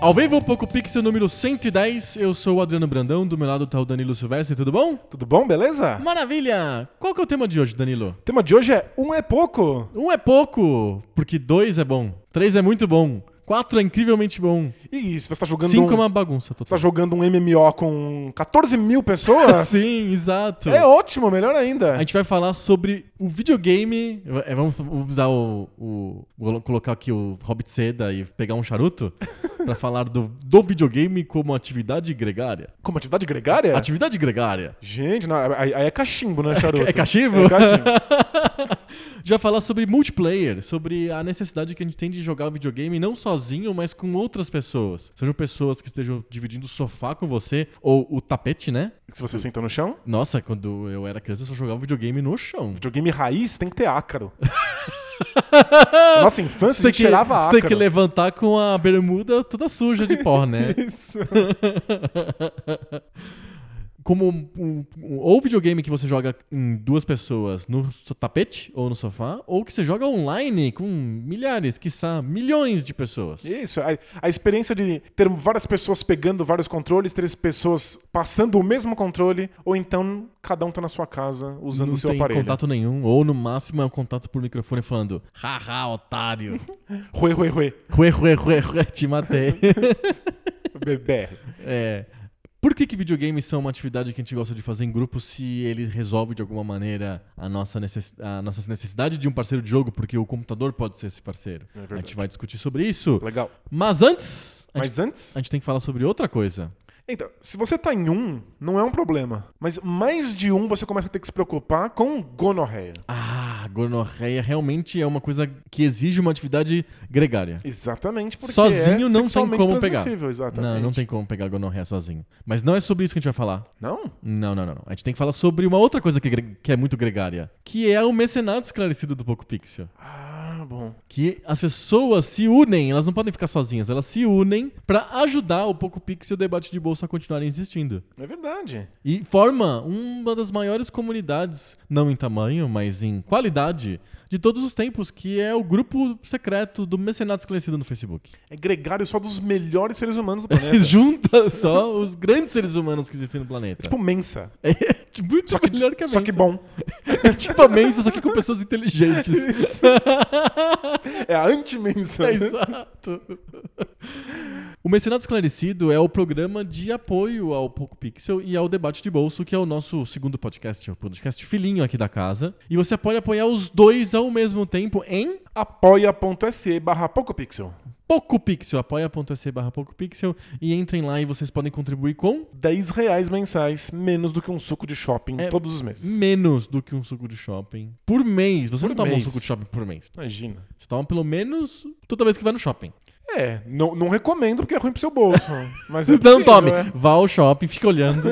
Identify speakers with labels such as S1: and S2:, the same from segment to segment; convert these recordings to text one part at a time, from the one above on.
S1: Ao vivo, Poco Pixel número 110, eu sou o Adriano Brandão, do meu lado tá o Danilo Silvestre, tudo bom?
S2: Tudo bom, beleza?
S1: Maravilha! Qual que é o tema de hoje, Danilo?
S2: O tema de hoje é Um é Pouco.
S1: Um é pouco, porque dois é bom, três é muito bom, quatro é incrivelmente bom,
S2: E se você tá jogando,
S1: cinco é
S2: um,
S1: uma bagunça
S2: você tá
S1: total.
S2: jogando um MMO com 14 mil pessoas,
S1: Sim, exato.
S2: é ótimo, melhor ainda.
S1: A gente vai falar sobre o videogame. é, Vamos usar o. o- vou colocar aqui o Hobbit Seda e pegar um charuto pra falar do, do videogame como atividade gregária.
S2: Como atividade gregária?
S1: Atividade gregária.
S2: Gente, não, aí aí é cachimbo, né, charuto?
S1: É cachimbo?
S2: É cachimbo.
S1: Já falar sobre multiplayer, sobre a necessidade que a gente tem de jogar videogame não sozinho, mas com outras pessoas. Sejam pessoas que estejam dividindo o sofá com você ou o tapete, né?
S2: se você senta no chão,
S1: Nossa, quando eu era criança eu só jogava videogame no chão.
S2: videogame raiz tem que ter ácaro. Na nossa infância
S1: Você tem,
S2: a gente
S1: que,
S2: cheirava
S1: você
S2: ácaro.
S1: tem que levantar com a bermuda toda suja de pó, né?
S2: Isso.
S1: Como um, um- um- ou videogame que você joga em duas pessoas no so- tapete ou no sofá, ou que você joga online com milhares, quiçá milhões de pessoas.
S2: Isso, a, a experiência de ter várias pessoas pegando vários controles, três pessoas passando o mesmo controle, ou então cada um tá na sua casa usando
S1: não
S2: o seu
S1: tem
S2: aparelho.
S1: contato nenhum, ou no máximo é um contato por microfone falando haha, otário,
S2: Rui, rui, rui.
S1: rue, rue, rue, rue, te matei.
S2: BBR.
S1: É. Por que, que videogames são uma atividade que a gente gosta de fazer em grupo se ele resolve de alguma maneira a nossa, necess... a nossa necessidade de um parceiro de jogo? Porque o computador pode ser esse parceiro. a gente
S2: É verdade.
S1: vai discutir sobre isso.
S2: Legal.
S1: Mas antes, a, gente,
S2: Mas antes.
S1: a gente tem que falar sobre outra coisa.
S2: Então, se você tá em um, não é um problema. Mas mais de um você começa a ter que se preocupar com gonorreia.
S1: Ah, gonorreia realmente é uma coisa que exige uma atividade gregária.
S2: Exatamente, porque
S1: sozinho
S2: é
S1: não tem
S2: sexualmente
S1: como pegar.
S2: transmissível, Exatamente.
S1: Não, não tem como pegar gonorreia sozinho. Mas não é sobre isso que a gente vai falar.
S2: Não?
S1: Não, não, não, não. A gente tem que falar sobre uma outra coisa que, é gre- que é muito gregária, que é o mecenato esclarecido do Poco Pixel.
S2: Ah, bom.
S1: Que as pessoas se unem, elas não podem ficar sozinhas, elas se unem pra ajudar o Poco Pixel e o debate de bolsa a continuarem existindo.
S2: É verdade.
S1: E forma uma das maiores comunidades, não em tamanho, mas em qualidade, de todos os tempos, que é o grupo secreto do Mecenato Esclarecido no Facebook.
S2: É gregário só dos melhores seres humanos do planeta.
S1: Junta só os grandes seres humanos que existem no planeta.
S2: tipo mensa.
S1: É tipo, muito melhor que a
S2: Só
S1: Mensa.
S2: que bom.
S1: É tipo a Mensa, só que com pessoas inteligentes.
S2: É a né? anti-mensa.
S1: É, exato. O Mercenário Esclarecido é o programa de apoio ao Poco Pixel e ao Debate de Bolso, que é o nosso segundo podcast, é o podcast filhinho aqui da casa. E você pode apoiar os dois ao mesmo tempo em
S2: Apoia.se barra PocoPixel.
S1: PocoPixel, apoia.se barra PocoPixel e entrem lá e vocês podem contribuir com
S2: 10 reais mensais, menos do que um suco de shopping
S1: É,
S2: todos os meses.
S1: menos do que um suco de shopping por mês. Você
S2: Por
S1: não toma
S2: mês.
S1: um suco de shopping por mês.
S2: Imagina.
S1: Você toma pelo menos toda vez que vai no shopping.
S2: É, não, não recomendo porque é ruim pro seu bolso. Mas é
S1: Não
S2: possível,
S1: tome,
S2: é.
S1: vá ao shopping, fica olhando.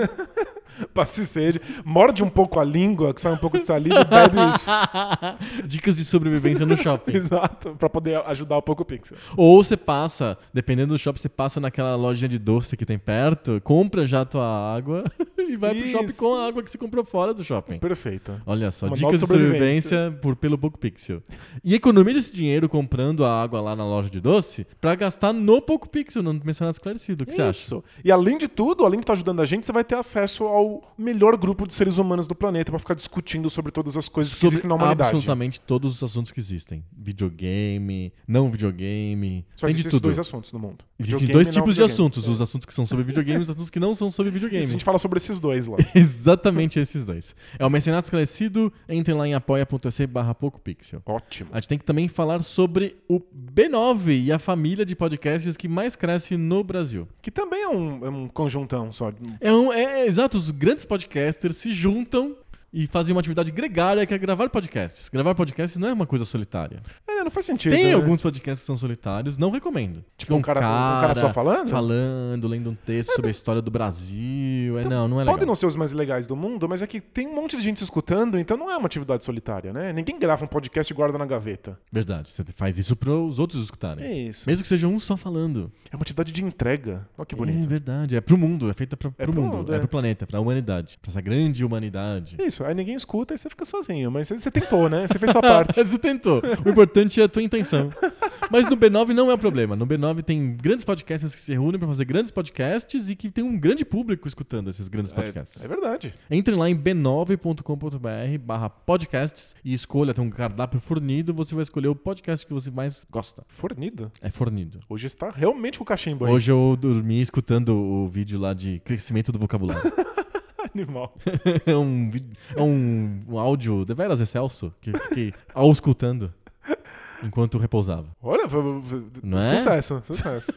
S2: Passe sede, morde um pouco a língua, que sai um pouco de saliva e bebe isso.
S1: Dicas de sobrevivência no shopping.
S2: Exato, pra poder ajudar o PocoPixel.
S1: Ou você passa, dependendo do shopping, você passa naquela lojinha de doce que tem perto, compra já a tua água e vai pro
S2: Isso.
S1: shopping com a água que você comprou fora do shopping.
S2: Perfeito.
S1: Olha só,
S2: Uma nova
S1: dicas de sobrevivência,
S2: sobrevivência.
S1: por pelo Poco Pixel. E economiza esse dinheiro comprando a água lá na loja de doce pra gastar no Poco Pixel, no Mercenário Esclarecido. O que você acha?
S2: É Isso. E além de tudo, além de estar ajudando a gente, você vai ter acesso ao melhor grupo de seres humanos do planeta pra ficar discutindo sobre todas as coisas que existem na humanidade.
S1: absolutamente todos os assuntos que existem. Videogame, não videogame,
S2: Só
S1: tem de
S2: existem esses
S1: tudo.
S2: dois assuntos no mundo.
S1: Existem
S2: Videogame
S1: dois
S2: e não
S1: tipos de
S2: videogame. É.
S1: assuntos. Os assuntos que são sobre videogame e os assuntos que não são sobre
S2: Isso,
S1: videogame.
S2: a gente fala sobre esses dois lá.
S1: Exatamente esses dois. É o Mecenato Esclarecido, entrem lá em apoia.se barra PocoPixel.
S2: Ótimo.
S1: A gente tem que também falar sobre o B9 e a família de podcasts que mais cresce no Brasil.
S2: Que também é um, é um conjuntão só.
S1: É, um, é, é exato, os grandes podcasters se juntam e fazem uma atividade gregária que é gravar podcasts. Gravar podcasts não é uma coisa solitária.
S2: É, não faz sentido.
S1: Tem
S2: né?
S1: alguns podcasts que são solitários, não recomendo.
S2: Tipo, um cara- um cara só falando? É,
S1: Falando, lendo um texto sobre a história do Brasil. É,
S2: Então,
S1: não, não é legal.
S2: Podem não ser os mais legais do mundo, mas é que tem um monte de gente escutando, então não é uma atividade solitária, né? Ninguém grava um podcast e guarda na gaveta.
S1: Verdade, você faz isso para os outros escutarem.
S2: É isso.
S1: Mesmo que seja um só falando.
S2: É uma atividade de entrega. Olha que
S1: É
S2: bonito.
S1: verdade, é pro mundo, é feita pra, pro,
S2: pro
S1: mundo,
S2: mundo,
S1: é.
S2: é.
S1: pro planeta, pra humanidade, pra essa grande humanidade.
S2: É isso. Aí ninguém escuta e você fica sozinho. Mas você- você tentou, né? Você fez sua parte.
S1: Ah, Você tentou. O importante é a tua intenção. Mas no B9 não é o problema. No B9 tem grandes podcasts que se reúnem pra fazer grandes podcasts e que tem um grande público escutando esses grandes podcasts.
S2: É verdade.
S1: Entre lá em b9.com.br barra podcasts e escolha, tem um cardápio fornido, você vai escolher o podcast que você mais gosta.
S2: Fornido.
S1: É fornido.
S2: Hoje está realmente com o cachimbo aí.
S1: Hoje eu dormi escutando o vídeo lá de crescimento do vocabulário.
S2: Animal.
S1: é um, vídeo- é um, um áudio de veras excelso que eu fiquei auscultando enquanto repousava.
S2: Olha, v- v-
S1: Não é?
S2: sucesso, sucesso.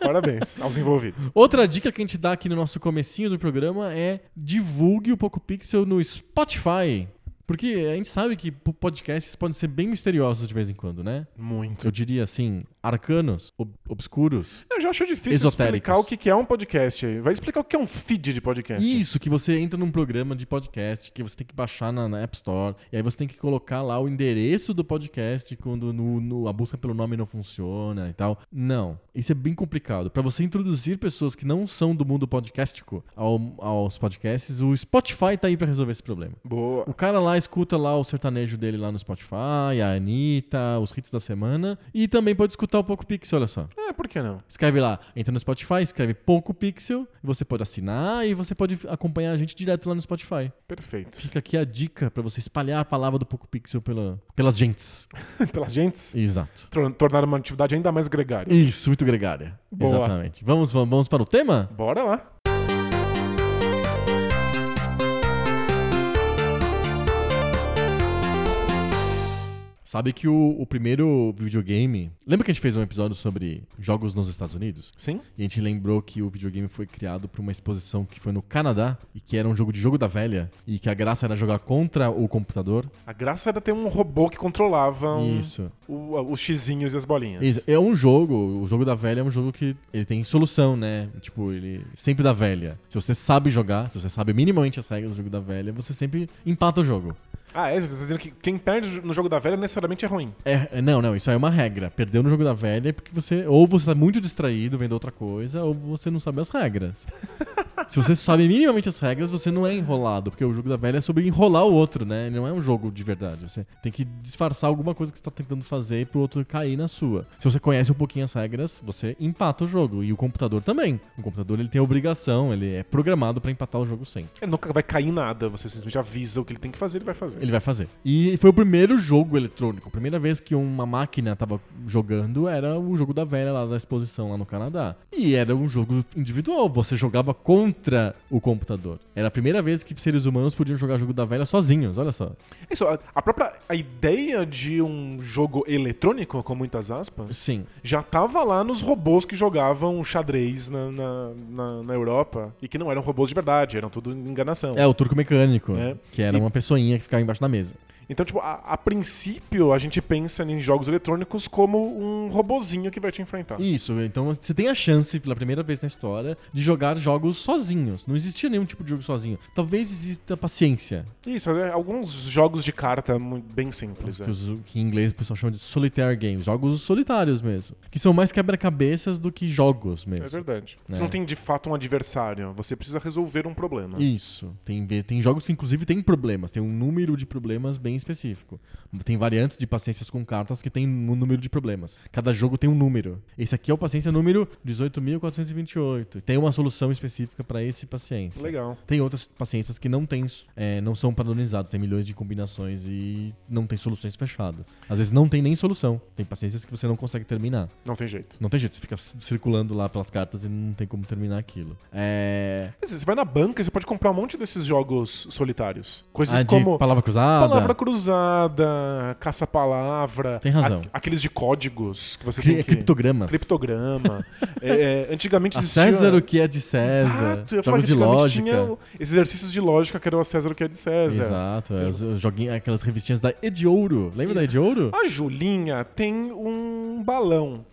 S2: Parabéns aos envolvidos.
S1: Outra dica que a gente dá aqui no nosso comecinho do programa é divulgue o Poco Pixel no Spotify. Porque a gente sabe que po- podcasts podem ser bem misteriosos de vez em quando, né?
S2: Muito.
S1: Eu diria assim, arcanos, ob- obscuros.
S2: Eu já acho difícil
S1: Esotéricos.
S2: explicar o que que é um podcast aí. Vai explicar o que é um feed de podcast.
S1: Isso, que você entra num programa de podcast que você tem que baixar na, na App Store, e aí você tem que colocar lá o endereço do podcast quando no- no- a busca pelo nome não funciona e tal. Não, isso é bem complicado. Pra você introduzir pessoas que não são do mundo podcastico ao- aos podcasts, o Spotify tá aí pra resolver esse problema.
S2: Boa.
S1: O cara lá escuta lá o sertanejo dele lá no Spotify, a Anitta, os hits da semana, e também pode escutar um o Poco Pixel, olha só.
S2: É, por que não?
S1: Escreve lá, entra no Spotify, escreve Poco Pixel, você pode assinar e você pode acompanhar a gente direto lá no Spotify.
S2: Perfeito.
S1: Fica aqui a dica pra você espalhar a palavra do Poco Pixel pela, pelas gentes.
S2: Pelas gentes.
S1: Exato.
S2: Tor- Tornar uma atividade ainda mais gregária.
S1: Isso, muito gregária.
S2: Boa.
S1: Exatamente. Vamos, vamos, vamos para o tema?
S2: Bora lá.
S1: Sabe que o, o primeiro videogame. Lembra que a gente fez um episódio sobre jogos nos Estados Unidos?
S2: Sim?
S1: E a gente lembrou que o videogame foi criado por uma exposição que foi no Canadá e que era um jogo de jogo da velha e que a graça era jogar contra o computador.
S2: A graça era ter um robô que controlava um-
S1: Isso.
S2: o- a- os xizinhos e as bolinhas.
S1: Isso. É um jogo, o jogo da velha é um jogo que ele tem solução, né? Tipo, ele sempre da velha. Se você sabe jogar, se você sabe minimamente as regras do jogo da velha, você sempre empata o jogo.
S2: Ah, é? Você tá dizendo que quem perde no jogo da velha necessariamente é ruim.
S1: É, é- não, não, isso aí é uma regra. Perdeu no jogo da velha é porque você. Ou você tá muito distraído vendo outra coisa, ou você não sabe as regras. Se você sabe minimamente as regras, você não é enrolado, porque o jogo da velha é sobre enrolar o outro, né? Ele não é um jogo de verdade. Você tem que disfarçar alguma coisa que você tá tentando fazer pro outro cair na sua. Se você conhece um pouquinho as regras, você empata o jogo. E o computador também. O computador ele tem a obrigação, ele é programado pra empatar o jogo sempre.
S2: Ele nunca vai cair em nada. Você simplesmente avisa o que ele tem que fazer, ele vai fazer.
S1: Ele vai fazer. E foi o primeiro jogo eletrônico. A primeira vez que uma máquina tava jogando era o jogo da velha lá da exposição lá no Canadá. E era um jogo individual. Você jogava contra o computador. Era a primeira vez que seres humanos podiam jogar jogo da velha sozinhos. Olha só.
S2: É Isso, a, a própria a ideia de um jogo eletrônico, com muitas aspas,
S1: Sim.
S2: já tava lá nos robôs que jogavam xadrez na, na, na- na Europa. E que não eram robôs de verdade, eram tudo enganação.
S1: É o turco mecânico,
S2: É.
S1: que era
S2: E-
S1: uma pessoinha que ficava embaixo da mesa.
S2: Então, tipo, a, a princípio a gente pensa em jogos eletrônicos como um robozinho que vai te enfrentar.
S1: Isso, então você tem a chance, pela primeira vez na história, de jogar jogos sozinhos. Não existia nenhum tipo de jogo sozinho. Talvez exista paciência,
S2: Isso, é, alguns jogos de carta mu- bem simples. é.
S1: que, os- que em inglês o pessoal chama de solitaire games, jogos solitários mesmo, que são mais quebra-cabeças do que jogos
S2: É
S1: mesmo.
S2: verdade.
S1: É.
S2: Você não tem de fato um adversário, você precisa resolver um problema.
S1: Isso. Tem, ve- tem jogos que inclusive tem problemas, tem um número de problemas bem bem específico. Tem variantes de paciências com cartas que tem um número de problemas. Cada jogo tem um número. Esse aqui é o paciência número 18.428. Tem uma solução específica para esse paciência.
S2: Legal.
S1: Tem outras paciências que não tem, é, não são padronizadas, tem milhões de combinações e não tem soluções fechadas. Às vezes não tem nem solução. Tem paciências que você não consegue terminar.
S2: Não tem jeito.
S1: Não tem jeito, você fica c- circulando lá pelas cartas e não tem como terminar aquilo. É.
S2: Mas Você vai na banca e você pode comprar um monte desses jogos solitários. Coisas
S1: Ah, de
S2: como
S1: palavra cruzada.
S2: Palavra cruzada, caça-palavra.
S1: Tem razão.
S2: a- aqueles de códigos que você
S1: cri-
S2: tem que...
S1: criptogramas.
S2: Criptograma. É, é, antigamente
S1: A
S2: existia...
S1: César o que é de César.
S2: Exato. Eu ia falar
S1: jogos
S2: que
S1: de
S2: antigamente
S1: lógica.
S2: Tinha o- esses exercícios de lógica que era o César o que é de César.
S1: Exato, é, os- os joguinhos- aquelas revistinhas da Ediouro. Lembra da Ediouro?
S2: A Julinha tem um balão.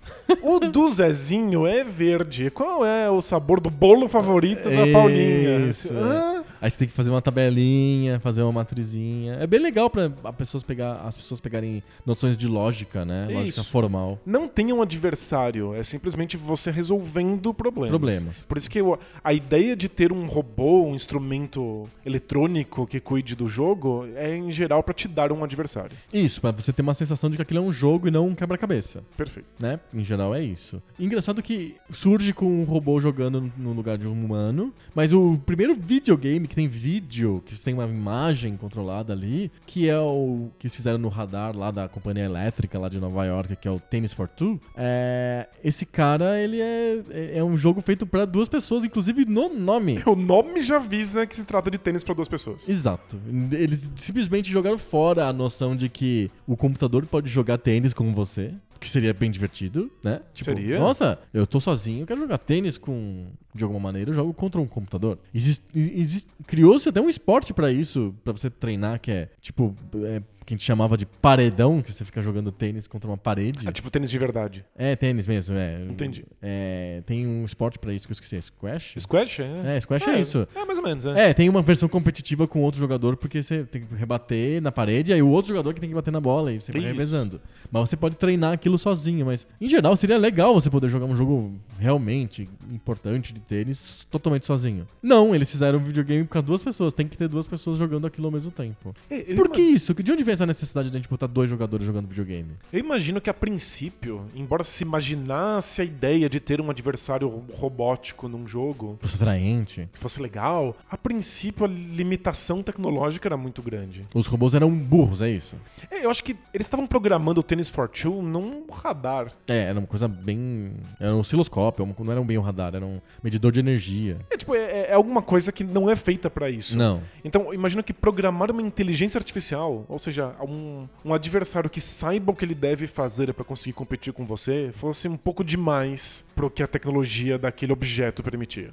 S2: O do Zezinho é verde. Qual é o sabor do bolo favorito da Paulinha?
S1: Isso.
S2: Hã?
S1: Aí você tem que fazer uma tabelinha, fazer uma matrizinha. É bem legal para pessoas pegar, as pessoas pegarem noções de lógica, né? Lógica
S2: Isso.
S1: formal.
S2: Não tem um adversário, é simplesmente você resolvendo problemas.
S1: Problemas.
S2: Por isso que eu- a ideia de ter um robô, um instrumento eletrônico que cuide do jogo, é em geral pra te dar um adversário.
S1: Isso, para você ter uma sensação de que aquilo é um jogo e não um quebra-cabeça.
S2: Perfeito.
S1: né? Em geral é isso. Engraçado que surge com um robô jogando no lugar de um humano, mas o primeiro videogame que tem vídeo, que tem uma imagem controlada ali, que é o que eles fizeram no radar lá da companhia elétrica lá de Nova York, que é o Tennis for Two, é... esse cara, ele é, é- é um jogo feito pra duas pessoas, inclusive no nome.
S2: O nome já avisa que se trata de tênis pra duas pessoas.
S1: Exato. Eles simplesmente jogaram fora a noção de que o computador pode jogar tênis com você, que seria bem divertido, né?
S2: Seria.
S1: Nossa, eu tô sozinho, eu quero jogar tênis com. De alguma maneira, eu jogo contra um computador. Exist- exist- Criou-se até um esporte pra isso, pra você treinar, que é tipo. É... Que a gente chamava de paredão, que você fica jogando tênis contra uma parede.
S2: É tipo tênis de verdade.
S1: É, tênis mesmo, é.
S2: Entendi.
S1: É, tem um esporte pra isso que eu esqueci. É squash?
S2: Squash?
S1: É, squash é isso.
S2: É, mais ou menos, é.
S1: É, tem uma versão competitiva com outro jogador, porque você tem que rebater na parede, aí o outro jogador é que tem que bater na bola, e você vai
S2: Isso.
S1: revezando. Mas você pode treinar aquilo sozinho, mas em geral seria legal você poder jogar um jogo realmente importante de tênis totalmente sozinho. Não, eles fizeram um videogame com duas pessoas, tem que ter duas pessoas jogando aquilo ao mesmo tempo.
S2: É, eu
S1: Por que isso? De onde vem essa necessidade de a gente botar dois jogadores jogando videogame?
S2: Eu imagino que a princípio, embora se imaginasse a ideia de ter um adversário ro- robótico num jogo,
S1: Fosse atraente.
S2: que fosse legal, a princípio a limitação tecnológica era muito grande.
S1: Os robôs eram burros, é isso?
S2: É, eu acho que eles estavam programando o Tennis for Two num radar.
S1: É, era uma coisa bem. Era um osciloscópio, uma- não era um bem um radar, era um medidor de energia.
S2: É tipo, é, é alguma coisa que não é feita pra isso.
S1: Não.
S2: Então, eu imagino que programar uma inteligência artificial, ou seja, um, um adversário que saiba o que ele deve fazer pra conseguir competir com você, fosse um pouco demais pro que a tecnologia daquele objeto permitia.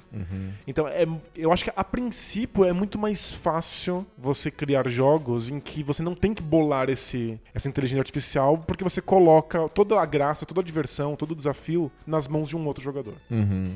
S2: Então, é- eu acho que a princípio é muito mais fácil você criar jogos em que você não tem que bolar esse, essa inteligência artificial, porque você coloca toda a graça, toda a diversão, todo o desafio nas mãos de um outro jogador.
S1: Uhum.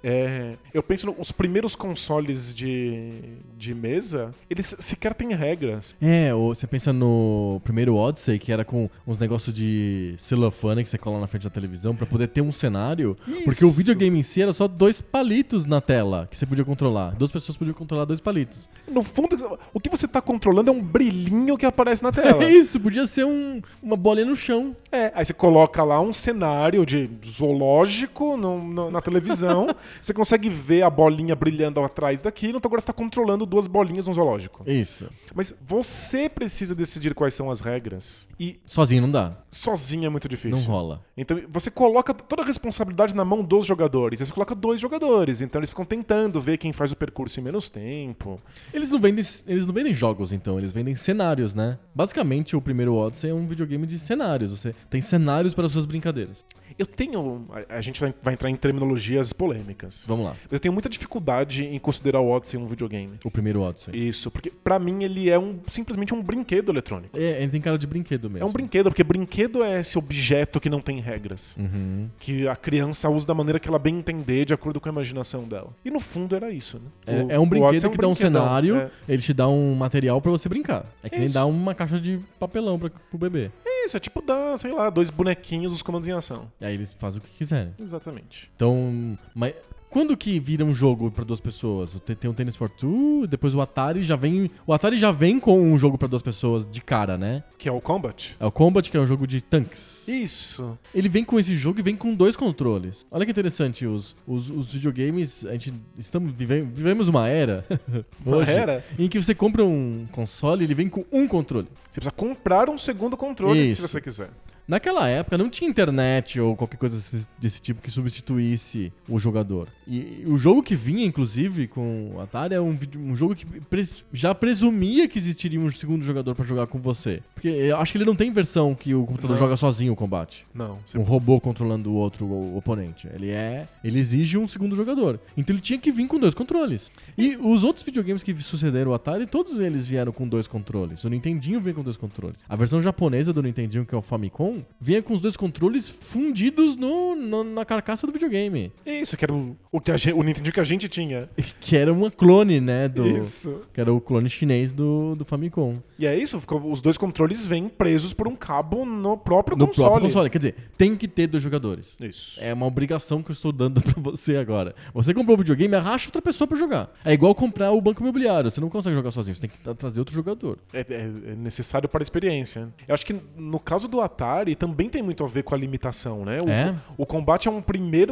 S2: É, eu penso nos primeiros consoles de, de mesa, eles sequer têm regras.
S1: É, ou você pensa no primeiro Odyssey, que era com uns negócios de celofane que você cola na frente da televisão pra poder ter um cenário. Porque o
S2: Isso.
S1: videogame em si era só dois palitos na tela que você podia controlar. Duas pessoas podiam controlar dois palitos.
S2: No fundo, o que você está controlando é um brilhinho que aparece na tela.
S1: É isso, podia ser um- uma bolinha no chão.
S2: É, aí você coloca lá um cenário de zoológico no- no- na televisão, você consegue ver a bolinha brilhando atrás daquilo, então agora você está controlando duas bolinhas no zoológico.
S1: Isso.
S2: Mas você precisa decidir quais são as regras, e
S1: Sozinho não dá.
S2: sozinho é muito difícil.
S1: Não rola.
S2: Então você coloca toda a responsabilidade na mão dos jogadores. Aí Você coloca dois jogadores, então eles ficam tentando ver quem faz o percurso em menos tempo.
S1: Eles não, vendem, eles não vendem jogos, então, eles vendem cenários, né? Basicamente, o primeiro Odyssey é um videogame de cenários. Você tem cenários para suas brincadeiras.
S2: Eu tenho. a- A gente vai, vai entrar em terminologias polêmicas.
S1: Vamos lá.
S2: Eu tenho muita dificuldade em considerar o Odyssey um videogame.
S1: O primeiro Odyssey.
S2: Isso, porque pra mim ele é um simplesmente um brinquedo eletrônico.
S1: É, ele tem cara de brinquedo mesmo.
S2: É um brinquedo, porque brinquedo é esse objeto que não tem regras.
S1: Uhum.
S2: Que a criança usa da maneira que ela bem entender, de acordo com a imaginação dela. E no fundo era isso, né?
S1: É,
S2: O-
S1: é um
S2: o Odyssey
S1: brinquedo
S2: é
S1: que dá um
S2: brinquedão,
S1: cenário,
S2: é.
S1: ele te dá um material pra você brincar. É que nem
S2: Isso.
S1: dar uma caixa de papelão pra, pro bebê.
S2: Isso, é tipo dar, sei lá, dois bonequinhos os comandos em ação.
S1: E aí eles fazem o que quiserem.
S2: Exatamente.
S1: Então, mas Quando que vira um jogo pra duas pessoas? Tem- Tem um Tennis for Two, depois o Atari já vem. O Atari já vem com um jogo pra duas pessoas de cara, né?
S2: Que é o Combat.
S1: É o Combat, que é um jogo de tanques.
S2: Isso.
S1: Ele vem com esse jogo e vem com dois controles. Olha que interessante, os, os, os videogames, a gente estamos vive- vivemos uma era
S2: Uma
S1: hoje,
S2: era?
S1: em que você compra um console e ele vem com um controle.
S2: Você precisa comprar um segundo controle
S1: Isso.
S2: se você quiser.
S1: Naquela época não tinha internet ou qualquer coisa desse- desse tipo que substituísse o jogador. E o jogo que vinha, inclusive, com o Atari era um, vídeo- um jogo que pres- já presumia que existiria um segundo jogador pra jogar com você. Porque eu acho que ele não tem versão que o computador
S2: Não.
S1: joga sozinho o combate.
S2: Não. Você...
S1: um robô controlando o outro o- oponente. Ele é, ele exige um segundo jogador. Então ele tinha que vir com dois controles. E os outros videogames que sucederam o Atari, todos eles vieram com dois controles. O Nintendinho vinha com dois controles. A versão japonesa do Nintendinho, que é o Famicom, vinha com os dois controles fundidos no, no- na carcaça do videogame,
S2: Isso, que era o, o, que a gente, o Nintendo que a gente tinha.
S1: que era uma clone, né, do
S2: Isso.
S1: que era o clone chinês do, do Famicom.
S2: E é isso, ficou- os dois controles vêm presos por um cabo no próprio
S1: No
S2: console.
S1: próprio console, quer dizer, tem que ter dois jogadores.
S2: Isso.
S1: É uma obrigação que eu estou dando pra você agora. Você comprou o videogame, arracha outra pessoa pra jogar. É igual comprar o banco imobiliário. Você não consegue jogar sozinho, você tem que tra- trazer outro jogador.
S2: É, é- é necessário para a experiência. Eu acho que no caso do Atari também tem muito a ver com a limitação, né? O,
S1: É.
S2: o combate é um primeiro,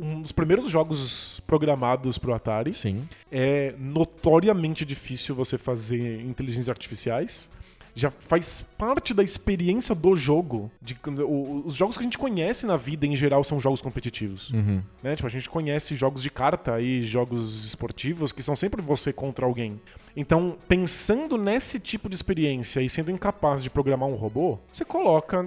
S2: um dos primeiros jogos programados para o Atari.
S1: Sim.
S2: É notoriamente difícil você fazer inteligências artificiais. Já faz parte da experiência do jogo. De, o- os jogos que a gente conhece na vida, em geral, são jogos competitivos.
S1: Uhum.
S2: Né? Tipo, a gente conhece jogos de carta e jogos esportivos que são sempre você contra alguém. Então, pensando nesse tipo de experiência e sendo incapaz de programar um robô, você coloca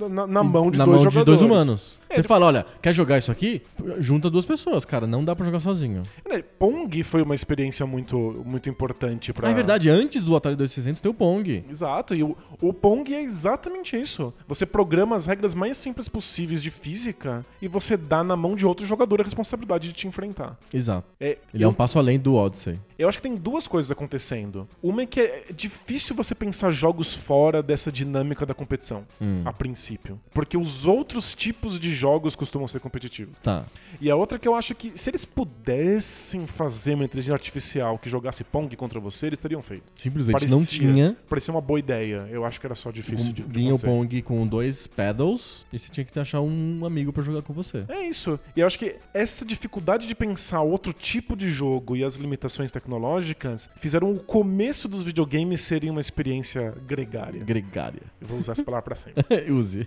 S2: na, na mão de
S1: Na
S2: dois
S1: mão de
S2: jogadores.
S1: dois humanos.
S2: É,
S1: você fala, olha, quer jogar isso aqui? Junta duas pessoas, cara. Não dá pra jogar sozinho.
S2: né? Pong foi uma experiência muito, muito importante para
S1: Ah, é verdade, antes do Atari 2600 tem o Pong.
S2: Exato, e o, o Pong é exatamente isso. Você programa as regras mais simples possíveis de física e você dá na mão de outro jogador a responsabilidade de te enfrentar.
S1: Exato.
S2: É,
S1: Ele é
S2: eu,
S1: um passo além do Odyssey.
S2: eu acho que tem duas coisas acontecendo. Uma é que é difícil você pensar jogos fora dessa dinâmica da competição,
S1: Hum.
S2: a princípio. Porque os outros tipos de jogos costumam ser competitivos.
S1: Tá.
S2: E a outra é que eu acho que se eles pudessem fazer uma inteligência artificial que jogasse Pong contra você, eles teriam feito.
S1: Simplesmente não tinha. um-
S2: Parecia uma boa ideia. Eu acho que era só difícil de, de
S1: Vinha o
S2: acontecer.
S1: Pong com dois pedals e você tinha que achar um amigo pra jogar com você.
S2: É isso. E eu acho que essa dificuldade de pensar outro tipo de jogo e as limitações tecnológicas fizeram o começo dos videogames serem uma experiência gregária.
S1: Gregária.
S2: Eu vou usar essa palavra pra sempre.
S1: Use.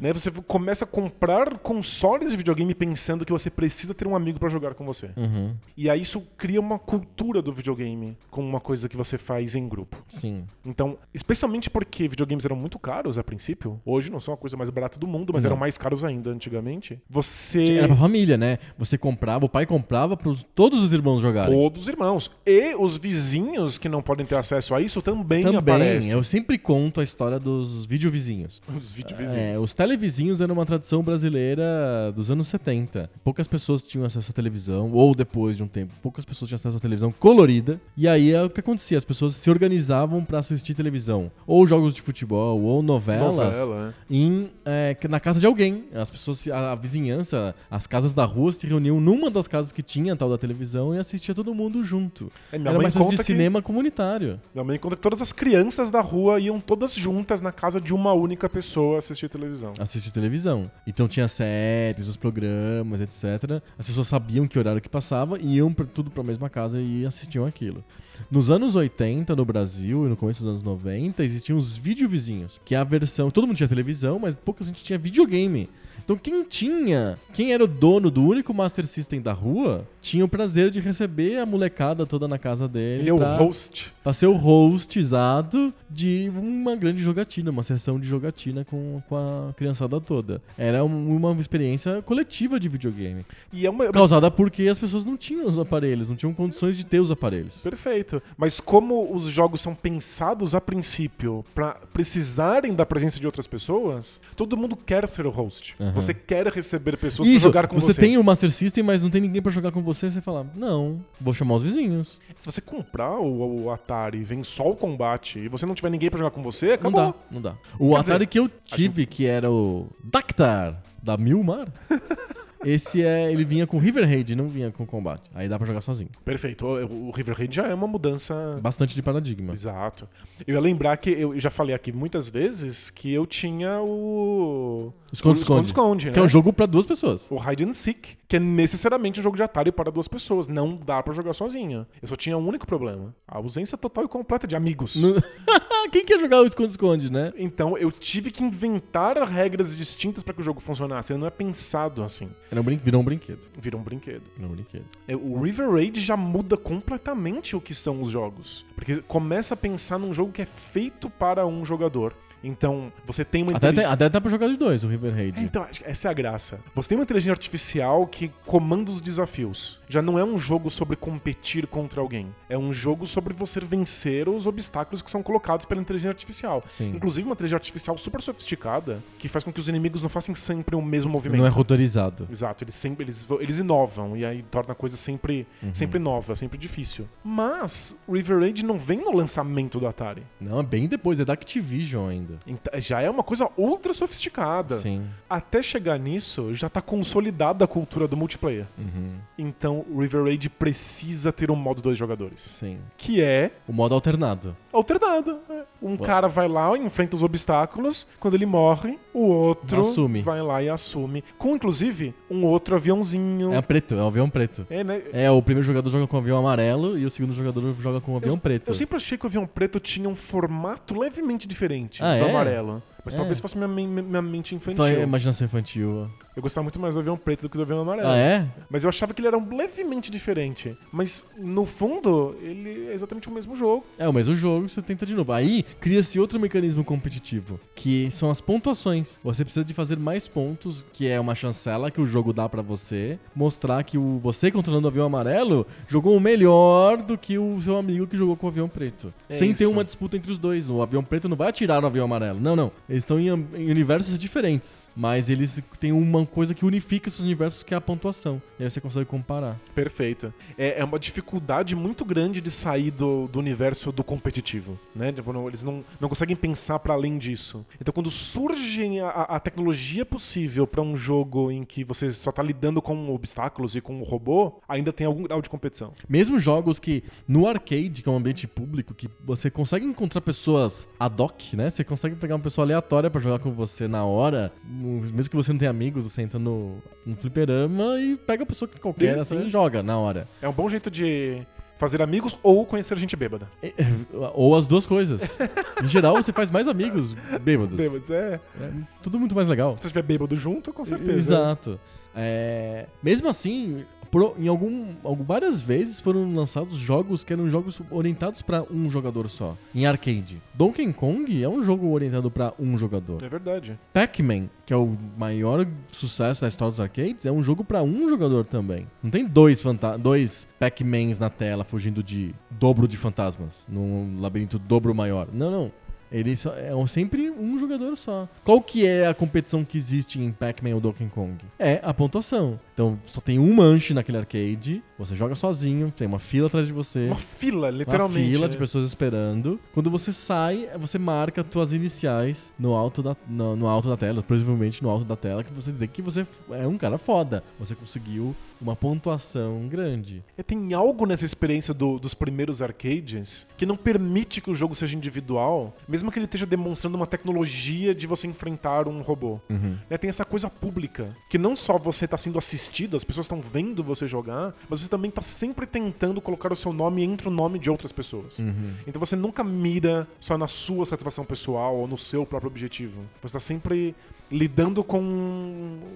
S2: né? Você começa a comprar consoles de videogame pensando que você precisa ter um amigo pra jogar com você.
S1: Uhum.
S2: E aí isso cria uma cultura do videogame como uma coisa que você faz em grupo.
S1: Sim.
S2: Então, especialmente porque videogames eram muito caros a princípio, hoje não são a coisa mais barata do mundo, mas
S1: Não.
S2: eram mais caros ainda antigamente. Você
S1: Era pra família, né? Você comprava, o pai comprava para todos os irmãos jogarem.
S2: Todos os irmãos. E os vizinhos que não podem ter acesso a isso também,
S1: Também,
S2: aparecem.
S1: eu sempre conto a história dos videovizinhos.
S2: Os videovizinhos.
S1: É, os televizinhos eram uma tradição brasileira dos anos 70. Poucas pessoas tinham acesso à televisão, ou depois de um tempo, poucas pessoas tinham acesso à televisão colorida. E aí é o que acontecia, as pessoas se organizavam pra assistir televisão, ou jogos de futebol, ou novelas,
S2: Novela,
S1: em, é, que- na casa de alguém. As pessoas, se- a, a vizinhança, as casas da rua se reuniam numa das casas que tinha a tal da televisão e assistia todo mundo junto.
S2: É, minha
S1: Era
S2: mãe
S1: uma espécie de
S2: conta que-
S1: cinema comunitário.
S2: Minha mãe conta que todas as crianças da rua iam todas juntas na casa de uma única pessoa assistir televisão.
S1: Assistir televisão. Então tinha séries, os programas, etc. As pessoas sabiam que horário que passava e iam pra, tudo pra mesma casa e assistiam aquilo. Nos anos 80, no Brasil, e no começo dos anos 90, existiam os videovizinhos, que é a versão. Todo mundo tinha televisão, mas pouca gente tinha videogame. Então quem tinha, quem era o dono do único Master System da rua, tinha o prazer de receber a molecada toda na casa dele.
S2: Ele é o
S1: pra-
S2: host.
S1: Pra ser o hostizado de uma grande jogatina, uma sessão de jogatina com, com a criançada toda. Era um- uma experiência coletiva de videogame.
S2: E é uma...
S1: Causada porque as pessoas não tinham os aparelhos, não tinham condições de ter os aparelhos.
S2: Perfeito. Mas como os jogos são pensados a princípio pra precisarem da presença de outras pessoas, todo mundo quer ser o host. Você quer receber pessoas pra
S1: Isso,
S2: jogar com
S1: você
S2: você.
S1: tem um- o Master System, mas não tem ninguém pra jogar com você, você fala, não, vou chamar os vizinhos.
S2: Se você comprar o, o Atari e vem só o combate e você não tiver ninguém pra jogar com você,
S1: Não
S2: acabou.
S1: dá, não dá. O
S2: Quer
S1: Atari
S2: dizer,
S1: que eu tive, que era o Dactar, da Milmar, Esse é. Ele vinha com River Raid, não vinha com combate. Aí dá pra jogar sozinho.
S2: Perfeito. O, o River Raid já é uma mudança.
S1: Bastante de paradigma.
S2: Exato. Eu ia lembrar que eu já falei aqui muitas vezes que eu tinha o.
S1: Esconde-esconde.
S2: o Esconde-esconde,
S1: Que é
S2: né?
S1: um jogo pra duas pessoas.
S2: O Tipo, Hide and Seek, que é necessariamente um jogo de atalho para duas pessoas. Não dá pra jogar sozinha. Eu só tinha um único problema: a ausência total e completa de amigos.
S1: No- Quem quer jogar o esconde-esconde, né?
S2: Então eu tive que inventar regras distintas pra que o jogo funcionasse. Ele não é pensado assim.
S1: Era um brin... Virou um brinquedo.
S2: Virou um brinquedo.
S1: Virou um brinquedo.
S2: É, O River Raid já muda completamente o que são os jogos. Porque começa a pensar num jogo que é feito para um jogador. Então, você tem uma
S1: Até,
S2: intelig-
S1: até, até dá pra jogar de dois, o River
S2: É,
S1: Raid.
S2: então, acho que essa é a graça. Você tem uma inteligência artificial que comanda os desafios. Já não é um jogo sobre competir contra alguém. É um jogo sobre você vencer os obstáculos que são colocados pela inteligência artificial.
S1: Sim.
S2: Inclusive uma inteligência artificial super sofisticada que faz com que os inimigos não façam sempre o mesmo movimento.
S1: Não é rotorizado.
S2: Exato, eles sempre eles, vo- eles inovam e aí torna a coisa sempre,
S1: Uhum.
S2: sempre nova, sempre difícil. Mas River Raid não vem no lançamento do Atari.
S1: Não, é bem depois, é da Activision ainda.
S2: Então, já é uma coisa ultra sofisticada.
S1: Sim.
S2: Até chegar nisso, já tá consolidada a cultura do multiplayer.
S1: Uhum.
S2: Então, o River Raid precisa ter um modo dois jogadores.
S1: Sim.
S2: Que é
S1: O modo alternado.
S2: alternado. né? Um
S1: Boa.
S2: cara vai lá, enfrenta os obstáculos. Quando ele morre, o outro
S1: Assume.
S2: vai lá e assume. Com, inclusive, um outro aviãozinho.
S1: É preto, é o avião preto.
S2: É, né?
S1: É, o primeiro jogador joga com o avião amarelo e o segundo jogador joga com o avião
S2: eu,
S1: preto.
S2: Eu sempre achei que o avião preto tinha um formato levemente diferente
S1: Ah,
S2: do
S1: é?
S2: amarelo. Mas
S1: É.
S2: talvez fosse minha, men- minha mente infantil.
S1: Então é imaginação infantil.
S2: Eu gostava muito mais do avião preto do que do avião amarelo.
S1: Ah, é?
S2: Mas eu achava que ele era um levemente diferente. Mas, no fundo, ele é exatamente o mesmo jogo.
S1: É o mesmo jogo, você tenta de novo. Aí cria-se outro mecanismo competitivo, que são as pontuações. Você precisa de fazer mais pontos, que é uma chancela que o jogo dá pra você, mostrar que o você controlando o avião amarelo jogou um melhor do que o seu amigo que jogou com o avião preto.
S2: É
S1: Sem ter
S2: isso.
S1: uma disputa entre os dois. O avião preto não vai atirar no avião amarelo. Não, não. Eles estão em, am- em universos diferentes, mas eles têm uma coisa que unifica esses universos, que é a pontuação. E aí você consegue comparar.
S2: Perfeito. É, é uma dificuldade muito grande de sair do, do universo do competitivo, né? Tipo, não- eles não, não conseguem pensar pra além disso. Então, quando surge a, a- a tecnologia possível pra um jogo em que você só tá lidando com obstáculos e com um robô, ainda tem algum grau de competição.
S1: Mesmo jogos que no arcade, que é um ambiente público, que você consegue encontrar pessoas ad hoc, né? Você consegue pegar uma pessoa aleatória pra jogar com você na hora, no- mesmo que você não tenha amigos, você entra no, no fliperama e pega a pessoa que qualquer
S2: Isso,
S1: assim
S2: é.
S1: e joga na hora.
S2: É um bom jeito de fazer amigos ou conhecer gente bêbada.
S1: E- É, Ou as duas coisas. em geral, você faz mais amigos bêbados.
S2: Bêbados, é.
S1: É tudo muito mais legal.
S2: Se você estiver bêbado junto, com certeza.
S1: Exato. É, mesmo assim, pro- em algum, algum- várias vezes foram lançados jogos que eram jogos orientados pra um jogador só, em arcade. Donkey Kong é um jogo orientado pra um jogador.
S2: É verdade.
S1: Pac-Man, que é o maior sucesso da história dos arcades, é um jogo pra um jogador também. Não tem dois, fanta- dois Pac-Mans na tela fugindo de dobro de fantasmas, num labirinto dobro maior. Não, não. Ele só- é um- sempre um jogador só. Qual que é a competição que existe em Pac-Man ou Donkey Kong? É a pontuação. Então só tem um manche naquele arcade, você joga sozinho, tem uma fila atrás de você.
S2: Uma fila,
S1: Uma fila
S2: literalmente.
S1: tipo assim.
S2: né?
S1: de pessoas esperando. Quando você sai, você marca suas iniciais no alto da, no, no alto da tela, presumivelmente no alto da tela, que você dizer que você f- é um cara foda. Você conseguiu uma pontuação grande.
S2: É, Tem algo nessa experiência do- dos primeiros arcades que não permite que o jogo seja individual, mesmo que ele esteja demonstrando uma tecnologia de você enfrentar um robô. Né, Tem essa coisa pública, que não só você está sendo assistido, as pessoas estão vendo você jogar, mas você também está sempre tentando colocar o seu nome entre o nome de outras pessoas. Então você nunca mira só na sua satisfação pessoal ou no seu próprio objetivo. Você está sempre lidando com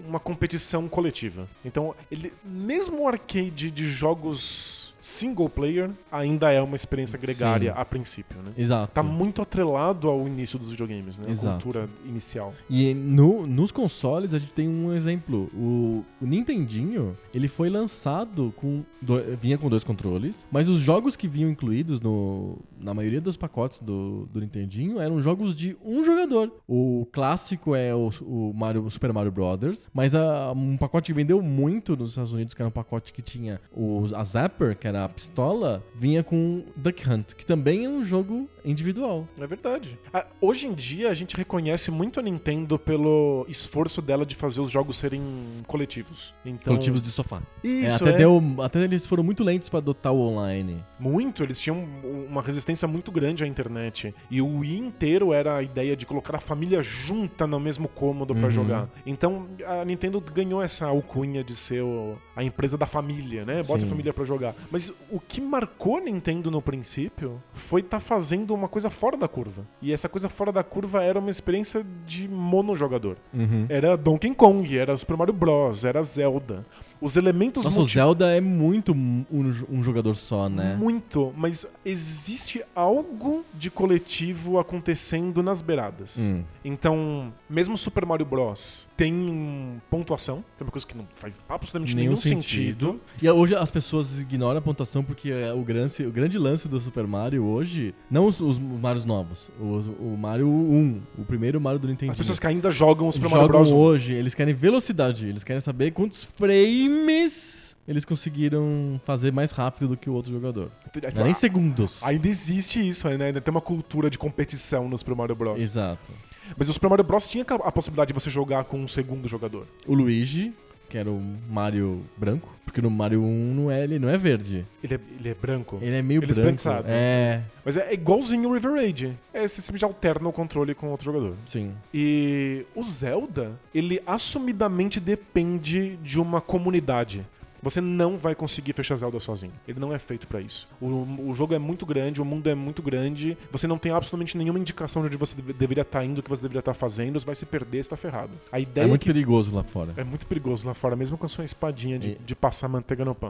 S2: uma competição coletiva. Então, ele, mesmo o arcade de jogos single player ainda é uma experiência gregária
S1: Sim.
S2: a princípio, né?
S1: Exato.
S2: Tá muito atrelado ao início dos videogames, né? A
S1: Exato.
S2: cultura inicial.
S1: E no- nos consoles a gente tem um exemplo. O, o Nintendinho, ele foi lançado com. do- vinha com dois controles, mas os jogos que vinham incluídos no, na maioria dos pacotes do, do Nintendinho eram jogos de um jogador. O clássico é o, o Mario, o Super Mario Brothers, mas a- um pacote que vendeu muito nos Estados Unidos, que era um pacote que tinha os, a Zapper, que era era a pistola, vinha com Duck Hunt, que também é um jogo individual.
S2: É verdade. Ah, hoje em dia a gente reconhece muito a Nintendo pelo esforço dela de fazer os jogos serem coletivos. Então,
S1: Coletivos de sofá. É,
S2: Isso,
S1: até,
S2: é.
S1: deu- até eles foram muito lentos pra adotar o online.
S2: Muito, eles tinham um, uma resistência muito grande à internet. E o Wii inteiro era a ideia de colocar a família junta no mesmo cômodo
S1: Uhum.
S2: pra jogar. Então a Nintendo ganhou essa alcunha de ser o- a empresa da família, né? Bota
S1: Sim.
S2: a família pra jogar. Mas o que marcou a Nintendo no princípio foi estar fazendo uma coisa fora da curva. E essa coisa fora da curva era uma experiência de monojogador.
S1: Uhum.
S2: Era Donkey Kong, era Super Mario Bros, era Zelda. Os elementos
S1: Nossa, o
S2: multi-
S1: Zelda é muito um, um jogador só, né?
S2: muito, mas existe algo de coletivo acontecendo nas beiradas.
S1: Hum.
S2: Então, mesmo Super Mario Bros. tem pontuação, que é uma coisa que não faz absolutamente nenhum,
S1: Nenhum
S2: sentido.
S1: E hoje as pessoas ignoram a pontuação porque é, o, grande, o grande lance do Super Mario hoje, não os, os Marios novos, os- o Mario 1, o primeiro Mario do Nintendo.
S2: As pessoas que ainda jogam o Super
S1: jogam
S2: Mario Bros. um.
S1: hoje, eles querem velocidade, eles querem saber quantos frames eles conseguiram fazer mais rápido do que o outro jogador. Não é nem segundos.
S2: "Ah, Ainda existe isso, né? ainda tem uma cultura de competição no Super Mario Bros.
S1: Exato.
S2: Mas o Super Mario Bros. tinha a possibilidade de você jogar com um segundo jogador.
S1: O Luigi, que era o Mario branco, porque no Mario 1 não é, ele não é verde.
S2: Ele é, ele é branco.
S1: Ele é meio
S2: Ele
S1: branco.
S2: esbranquiçado.
S1: É,
S2: Mas é é igualzinho o River Raid. É, você simplesmente alterna o controle com outro jogador.
S1: sim.
S2: E o Zelda, ele assumidamente depende de uma comunidade. Você não vai conseguir fechar Zelda sozinho. Ele não é feito pra isso. O, o jogo é muito grande, o mundo é muito grande. Você não tem absolutamente nenhuma indicação de onde você deve- deveria estar indo, o que você deveria estar fazendo. Você vai se perder, você tá ferrado. A ideia
S1: É muito
S2: que
S1: perigoso lá fora.
S2: é muito perigoso lá fora, mesmo com a sua espadinha de,
S1: E-
S2: de passar manteiga no pão.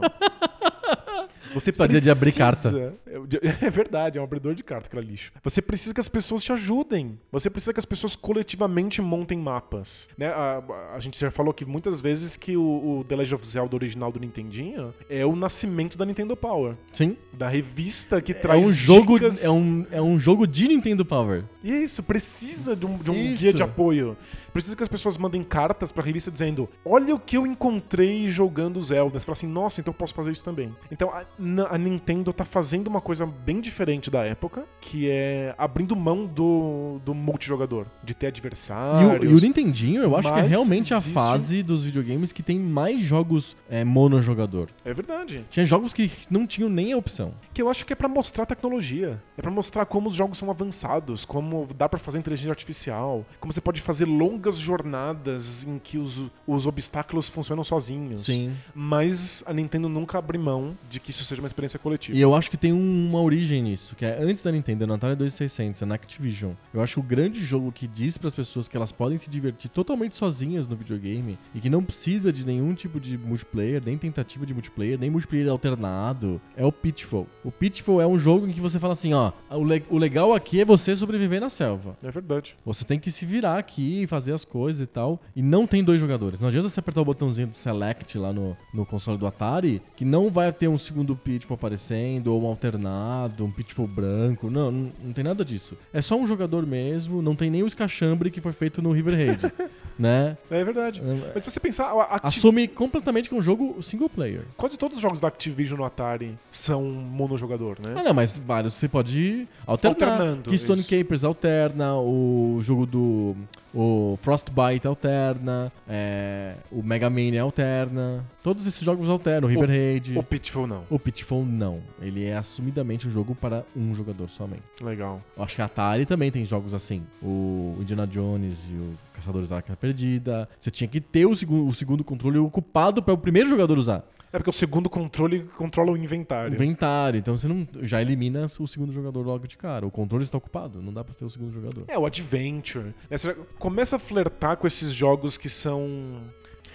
S2: Você
S1: Espadinha de abrir
S2: precisa- É verdade, é um abridor de carta, aquela lixo. Você precisa que as pessoas te ajudem. Você precisa que as pessoas coletivamente montem mapas. Né? A, a- a gente já falou aqui muitas vezes que o, o The Legend of Zelda original do Nintendinho é o nascimento da Nintendo Power.
S1: Sim.
S2: Da revista que
S1: É
S2: traz
S1: um jogo,
S2: dicas-
S1: é um, é um jogo de Nintendo Power.
S2: e é isso, precisa de um, de um
S1: Isso.
S2: guia de apoio. Precisa que as pessoas mandem cartas pra revista dizendo: Olha o que eu encontrei jogando Zelda. Você fala assim: Nossa, então eu posso fazer isso também. Então a, na- a Nintendo tá fazendo uma coisa bem diferente da época, que é abrindo mão do, do multijogador, de ter
S1: E o,
S2: adversários.
S1: e o Nintendinho, eu acho que é
S2: Mas
S1: realmente a
S2: existe-
S1: fase dos videogames que tem mais jogos é, monojogador.
S2: É verdade.
S1: Tinha jogos que não tinham nem a opção.
S2: Que eu acho que é pra mostrar tecnologia. É pra mostrar como os jogos são avançados, como dá pra fazer inteligência artificial, como você pode fazer longas jornadas em que os, os obstáculos funcionam sozinhos.
S1: Sim.
S2: Mas a Nintendo nunca abre mão de que isso seja uma experiência coletiva.
S1: E eu acho que tem um- uma origem nisso, que é antes da Nintendo, na Atari 2600, é na Activision. Eu acho que o grande jogo que diz para as pessoas que elas podem se divertir totalmente sozinhas no videogame e que não precisa de nenhum tipo de multiplayer, nem tentativa de multiplayer, nem multiplayer alternado, é o Pitfall. O Pitfall é um jogo em que você fala assim, ó, o, le- o legal aqui é você sobreviver na selva.
S2: É verdade.
S1: Você tem que se virar aqui e fazer as coisas e tal. E não tem dois jogadores. Não adianta você apertar o botãozinho do Select lá no, no console do Atari, que não vai ter um segundo pitfall aparecendo, ou um alternado, um pitfall branco. Não, não, não tem nada disso. É só um jogador mesmo, não tem nem o escachambre que foi feito no River Raid, né?
S2: É verdade.
S1: É-
S2: Mas se você pensar, a Acti-
S1: Assume completamente que é um jogo single player.
S2: quase todos os jogos da Activision no Atari são monojogador,
S1: Ah,
S2: né?
S1: não, mas vários você pode alternar.
S2: Alternando,
S1: Que Stone
S2: isso.
S1: Capers alterna, o jogo do. O Frostbite alterna, é, o Mega Man alterna. Todos esses jogos alternam, o River Raid.
S2: O Pitfall não.
S1: O Pitfall não. Ele é assumidamente um jogo para um jogador somente.
S2: Legal.
S1: Eu acho que a Atari também tem jogos assim. O Indiana Jones e o Caçadores da Arca Perdida. Você tinha que ter o, segu o segundo controle ocupado para o primeiro jogador usar.
S2: É porque o segundo controle controla o inventário.
S1: Inventário, então você não já elimina o segundo jogador logo de cara. O controle está ocupado, não dá pra ter o segundo jogador.
S2: É, o Adventure. né? Você já começa a flertar com esses jogos que são.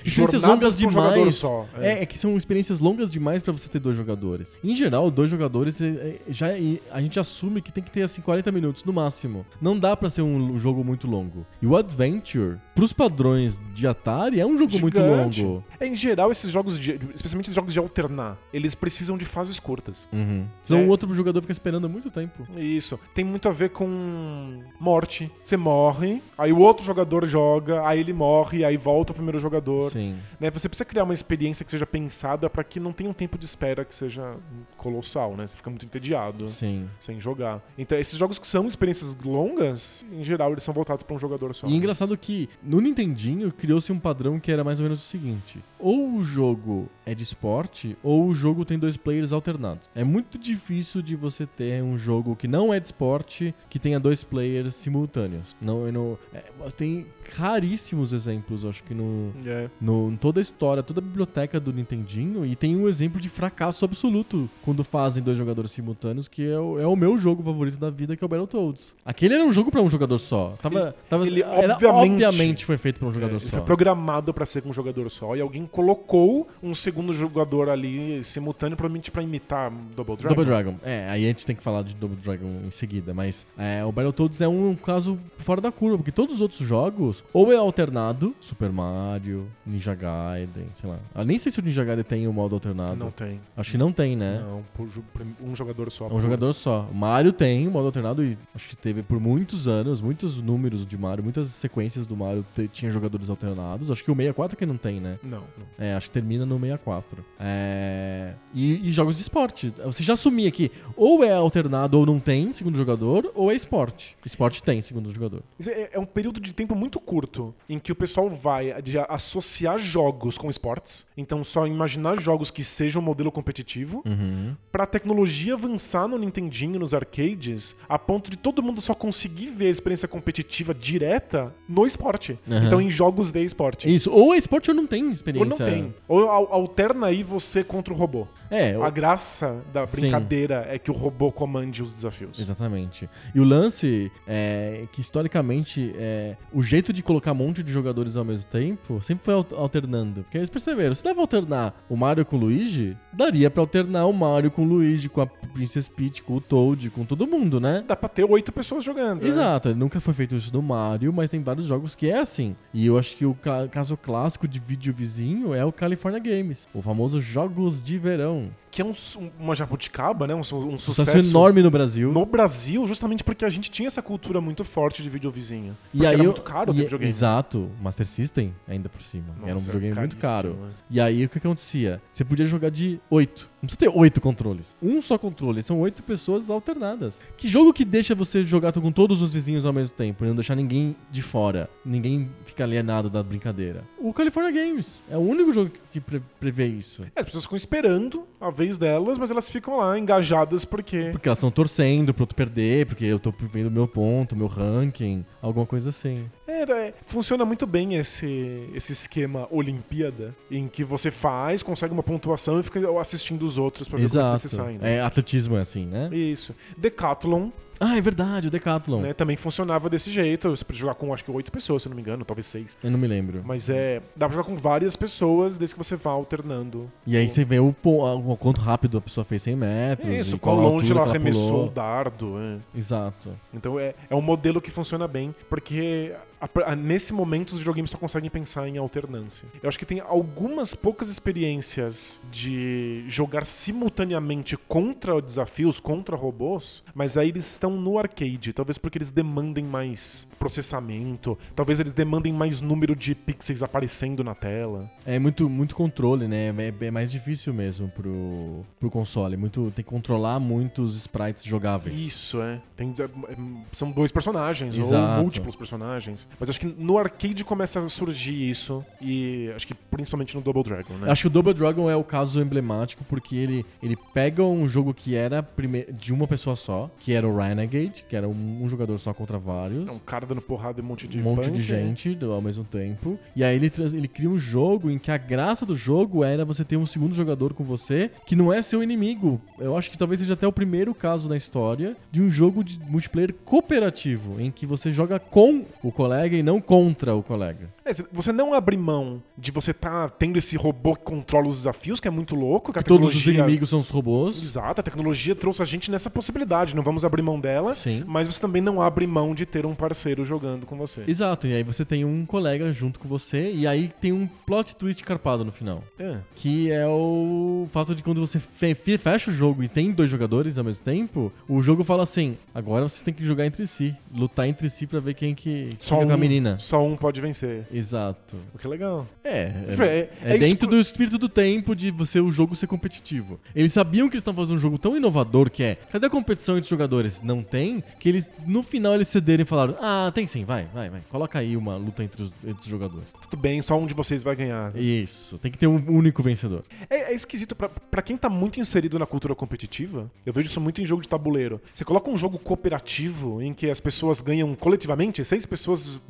S1: Experiências longas
S2: jornadas pra um jogador
S1: demais.
S2: só.
S1: É. é que são experiências longas demais pra você ter dois jogadores. Em geral, dois jogadores é, é, já é- a gente assume que tem que ter assim 40 minutos no máximo. Não dá pra ser um l- jogo muito longo. E o Adventure, pros padrões de Atari, é um jogo muito
S2: Gigante.
S1: longo.
S2: É, em geral, esses jogos, de- especialmente os jogos de alternar, eles precisam de fases curtas.
S1: Senão
S2: É.
S1: Então, o outro jogador fica esperando muito tempo.
S2: Isso. Tem muito a ver com morte. Você morre, aí o outro jogador joga, aí ele morre, aí volta o primeiro jogador.
S1: Sim.
S2: né? Você precisa criar uma experiência que seja pensada pra que não tenha um tempo de espera que seja colossal, né? Você fica muito entediado
S1: Sim.
S2: sem jogar. Então, esses jogos que são experiências longas, em geral, eles são voltados pra um jogador só.
S1: E é engraçado que no Nintendinho criou-se um padrão que era mais ou menos o seguinte: ou o jogo é de esporte, ou o jogo tem dois players alternados. É muito difícil de você ter um jogo que não é de esporte que tenha dois players simultâneos. Não, eu não é, mas tem raríssimos exemplos, acho que no,
S2: É.
S1: no, em toda a história, toda a biblioteca do Nintendinho, e tem um exemplo de fracasso absoluto quando fazem dois jogadores simultâneos, que é o, é o meu jogo favorito da vida, que é o Battletoads. Aquele era um jogo pra um jogador só. Tava,
S2: Ele-
S1: tava,
S2: ele
S1: era-
S2: obviamente- É,
S1: foi feito pra um jogador
S2: Ele
S1: só.
S2: foi programado pra ser com um jogador só e alguém colocou um segundo jogador ali simultâneo, provavelmente pra imitar Double Dragon.
S1: Double Dragon. É, aí a gente tem que falar de Double Dragon em seguida, mas é, o Battletoads é um caso fora da curva, porque todos os outros jogos, ou é alternado, Super Mario, Ninja Gaiden, sei lá. Eu nem sei se o Ninja Gaiden tem o modo alternado.
S2: Não tem.
S1: Acho que não tem, né?
S2: Não, por ju- por um jogador só.
S1: É um jogador só. Mario tem um modo alternado e acho que teve por muitos anos, muitos números de Mario, muitas sequências do Mario te- tinha jogadores alternados. Acho que o 64 que não tem, né?
S2: Não, não.
S1: É, acho que termina no 64. É... E, e jogos de esporte. Você já assumia que ou é alternado ou não tem, segundo jogador, ou é esporte. Esporte tem, segundo jogador.
S2: Isso É é um período de tempo muito curto em que o pessoal vai a- de a- associar jogos com esportes. Então, só imaginar jogos que sejam um modelo competitivo.
S1: Uhum.
S2: Pra tecnologia avançar no Nintendinho, nos arcades, a ponto de todo mundo só conseguir ver a experiência competitiva direta no esporte.
S1: Aham.
S2: Então, em jogos de esporte.
S1: Isso. Ou é esporte ou não tem
S2: Ou
S1: experiência.
S2: não tem. Ou al- alterna aí você contra o robô.
S1: É,
S2: A graça da
S1: Sim.
S2: brincadeira é que o robô comande os desafios.
S1: Exatamente. E o lance é que, historicamente, é, o jeito de colocar um monte de jogadores ao mesmo tempo sempre foi al- alternando. Porque eles perceberam, se dava pra alternar o Mario com o Luigi, daria pra alternar o Mario com o Luigi, com a Princess Peach, com o Toad, com todo mundo, né?
S2: Dá pra ter oito pessoas jogando. né?
S1: Exato, nunca foi feito isso no Mario, mas tem vários jogos que é assim. E eu acho que o ca- caso clássico de vídeo vizinho é o California Games, o famoso Jogos de Verão.
S2: Que é um su- uma jabuticaba, né? Um, su- um
S1: Sucesso,
S2: sucesso,
S1: enorme no Brasil.
S2: no Brasil, justamente porque a gente tinha essa cultura muito forte de videovizinho.
S1: E
S2: Porque
S1: aí
S2: era
S1: eu-
S2: muito caro o
S1: e- é
S2: videogame.
S1: Exato, Master System ainda por cima. era um
S2: Nossa,
S1: videogame muito caro.
S2: caríssimo, né?
S1: E aí o que que acontecia? Você podia jogar de oito. Não precisa ter oito controles. Um só controle, são oito pessoas alternadas. Que jogo que deixa você jogar com todos os vizinhos ao mesmo tempo e não deixar ninguém de fora? Ninguém fica alienado da brincadeira. O California Games é o único jogo que- que pre- prevê isso.
S2: É, As pessoas ficam esperando a vez delas, mas elas ficam lá engajadas porque.
S1: Porque elas estão torcendo pra outro perder, porque eu tô vendo meu ponto, meu ranking, alguma coisa assim.
S2: Era, é, funciona muito bem esse, esse esquema Olimpíada, em que você faz, consegue uma pontuação e fica assistindo os outros pra ver como é que
S1: Exato.
S2: você sai. Né?
S1: É, atletismo é assim, né?
S2: Isso. Decathlon
S1: Ah, é verdade, o Decathlon.
S2: né, também funcionava desse jeito. Você podia jogar com acho que oito pessoas, se não me engano, talvez seis.
S1: Eu não me lembro.
S2: Mas é. Dá pra jogar com várias pessoas desde que você vá alternando.
S1: E aí você vê o, po- o quanto rápido a pessoa fez 100 metros.
S2: É isso,
S1: e
S2: qual longe
S1: altura
S2: ela
S1: que
S2: arremessou
S1: pulou.
S2: o dardo. é.
S1: Exato.
S2: Então é, é um modelo que funciona bem, porque a- a- nesse momento os videogames só conseguem pensar em alternância. Eu acho que tem algumas poucas experiências de jogar simultaneamente contra desafios, contra robôs, mas aí eles estão no arcade, talvez porque eles demandem mais processamento, talvez eles demandem mais número de pixels aparecendo na tela.
S1: É muito, muito controle, né? É, é mais difícil mesmo pro, pro console. É Muito, tem que controlar muitos sprites jogáveis.
S2: Isso, é. Tem- é, é, são dois personagens,
S1: Exato.
S2: ou múltiplos personagens. Mas acho que no arcade começa a surgir isso, e acho que principalmente no Double Dragon, né?
S1: Acho que o Double Dragon é o caso emblemático porque ele, ele pega um jogo que era prime- de uma pessoa só, que era o Renegade, que era um, um jogador só contra vários.
S2: É um cara dando porrada em um monte de
S1: um monte
S2: punk,
S1: de gente do- ao mesmo tempo. E aí ele, trans- ele cria um jogo em que a graça do jogo era você ter um segundo jogador com você que não é seu inimigo. Eu acho que talvez seja até o primeiro caso na história de um jogo de multiplayer cooperativo, em que você joga com o colega e não contra o colega.
S2: É, cê- você não abre mão de você tá tendo esse robô que controla os desafios, que é muito louco, que a
S1: Todos os
S2: tecnologia-
S1: inimigos são os robôs.
S2: Exato, a tecnologia trouxe a gente nessa possibilidade, não vamos abrir mão dela,
S1: Sim.
S2: mas você também não abre mão de ter um parceiro jogando com você.
S1: Exato, e aí você tem um colega junto com você, e aí tem um plot twist carpado no final.
S2: É.
S1: Que é o fato de quando você fe- fe- fecha o jogo e tem dois jogadores ao mesmo tempo, o jogo fala assim: agora vocês têm que jogar entre si, lutar entre si pra ver quem que quem
S2: Só
S1: que é
S2: um,
S1: a menina.
S2: só um pode vencer.
S1: Exato.
S2: O que é legal.
S1: É,
S2: É,
S1: é,
S2: é
S1: é dentro
S2: esco-
S1: do espírito do tempo de você o jogo ser competitivo. Eles sabiam que eles estavam fazendo um jogo tão inovador que é, cadê a competição entre os jogadores? Não tem, que eles no final eles cederam e falaram: "Ah, tem sim, vai, vai, vai. Coloca aí uma luta entre os, entre os jogadores".
S2: Tudo bem, só um de vocês vai ganhar.
S1: Isso, tem que ter um único vencedor.
S2: É, é esquisito pra, pra quem tá muito inserido na cultura competitiva. Eu vejo isso muito em jogo de tabuleiro. Você coloca um jogo cooperativo em que as pessoas ganham coletivamente, seis pessoas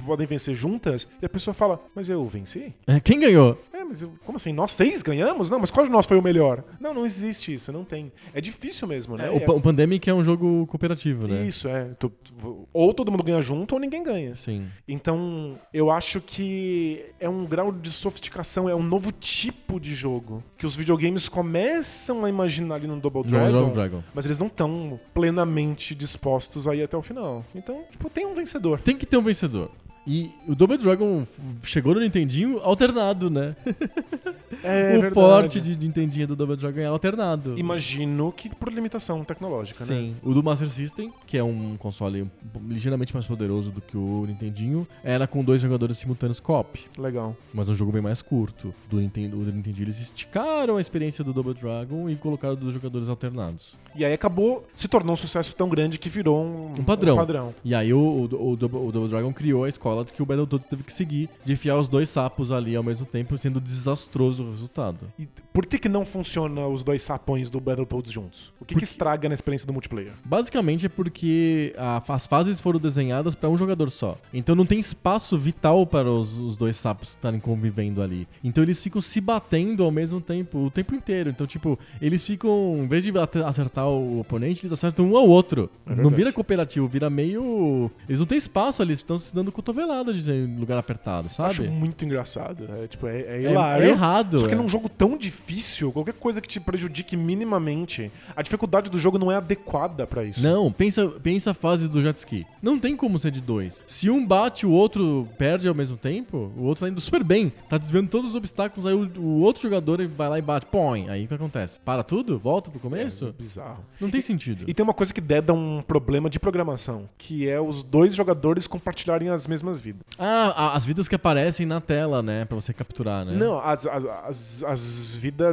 S2: podem vencer juntas, e a pessoa fala: Mas eu venci?
S1: É, Quem ganhou?
S2: É, mas eu- como assim? Nós seis ganhamos? Não, mas qual de nós foi o melhor? Não, não existe isso, não tem. É difícil mesmo, né?
S1: É, o, pa- o Pandemic é um jogo cooperativo, né?
S2: Isso, é. Tu- tu- ou todo mundo ganha junto ou ninguém ganha.
S1: Sim.
S2: Então, eu acho que é um grau de sofisticação, é um novo tipo de jogo que os videogames começam a imaginar ali no Double
S1: No
S2: Dragon,
S1: Double Dragon.
S2: mas eles não estão plenamente dispostos a ir até o final. Então, tipo, tem um vencedor.
S1: Tem que ter um vencedor. E o Double Dragon f- chegou no Nintendinho alternado, né?
S2: É
S1: o
S2: verdade.
S1: porte de Nintendinho do Double Dragon é alternado.
S2: Imagino que por limitação tecnológica, né?
S1: Sim. O do Master System, que é um console um p- ligeiramente mais poderoso do que o Nintendinho, era com dois jogadores simultâneos co-op,
S2: Legal.
S1: mas um jogo bem mais curto. Do Nintendo, o do Nintendo eles esticaram a experiência do Double Dragon e colocaram dois jogadores alternados.
S2: E aí acabou, se tornou um sucesso tão grande que virou um,
S1: Um padrão.
S2: um padrão.
S1: E aí o, o, o Double o Double Dragon criou a escola que o Battletoads teve que seguir, de enfiar os dois sapos ali ao mesmo tempo, sendo desastroso o resultado.
S2: E por que que não funciona os dois sapões do Battletoads juntos? O que, que estraga na experiência do multiplayer?
S1: Basicamente é porque a- as fases foram desenhadas pra um jogador só. Então não tem espaço vital para os, os dois sapos estarem convivendo ali. Então eles ficam se batendo ao mesmo tempo, o tempo inteiro. Então, tipo, eles ficam, em vez de bate- acertar o oponente, eles acertam um ao outro. não vira cooperativo, vira meio. Eles não têm espaço ali, eles estão se dando cotovelada de em lugar apertado,
S2: Acho
S1: sabe?
S2: muito engraçado. É, tipo, é, é
S1: É-
S2: hilário.
S1: é errado,
S2: Só que
S1: é.
S2: num jogo tão difícil, qualquer coisa que te prejudique minimamente, a dificuldade do jogo não é adequada pra isso.
S1: Não, pensa, pensa a fase do jet ski. Não tem como ser de dois. Se um bate, o outro perde ao mesmo tempo, o outro tá indo super bem, tá desviando todos os obstáculos, aí o, o outro jogador vai lá e bate, põe. Aí o que acontece? Para tudo? Volta pro começo?
S2: É Bizarro.
S1: Não tem sentido.
S2: E tem uma coisa que deda um problema de programação, que é os dois jogadores compartilharem as mesmas vidas.
S1: Ah, a- as vidas que aparecem na tela, né? Pra você capturar, né?
S2: Não, as, as, as, as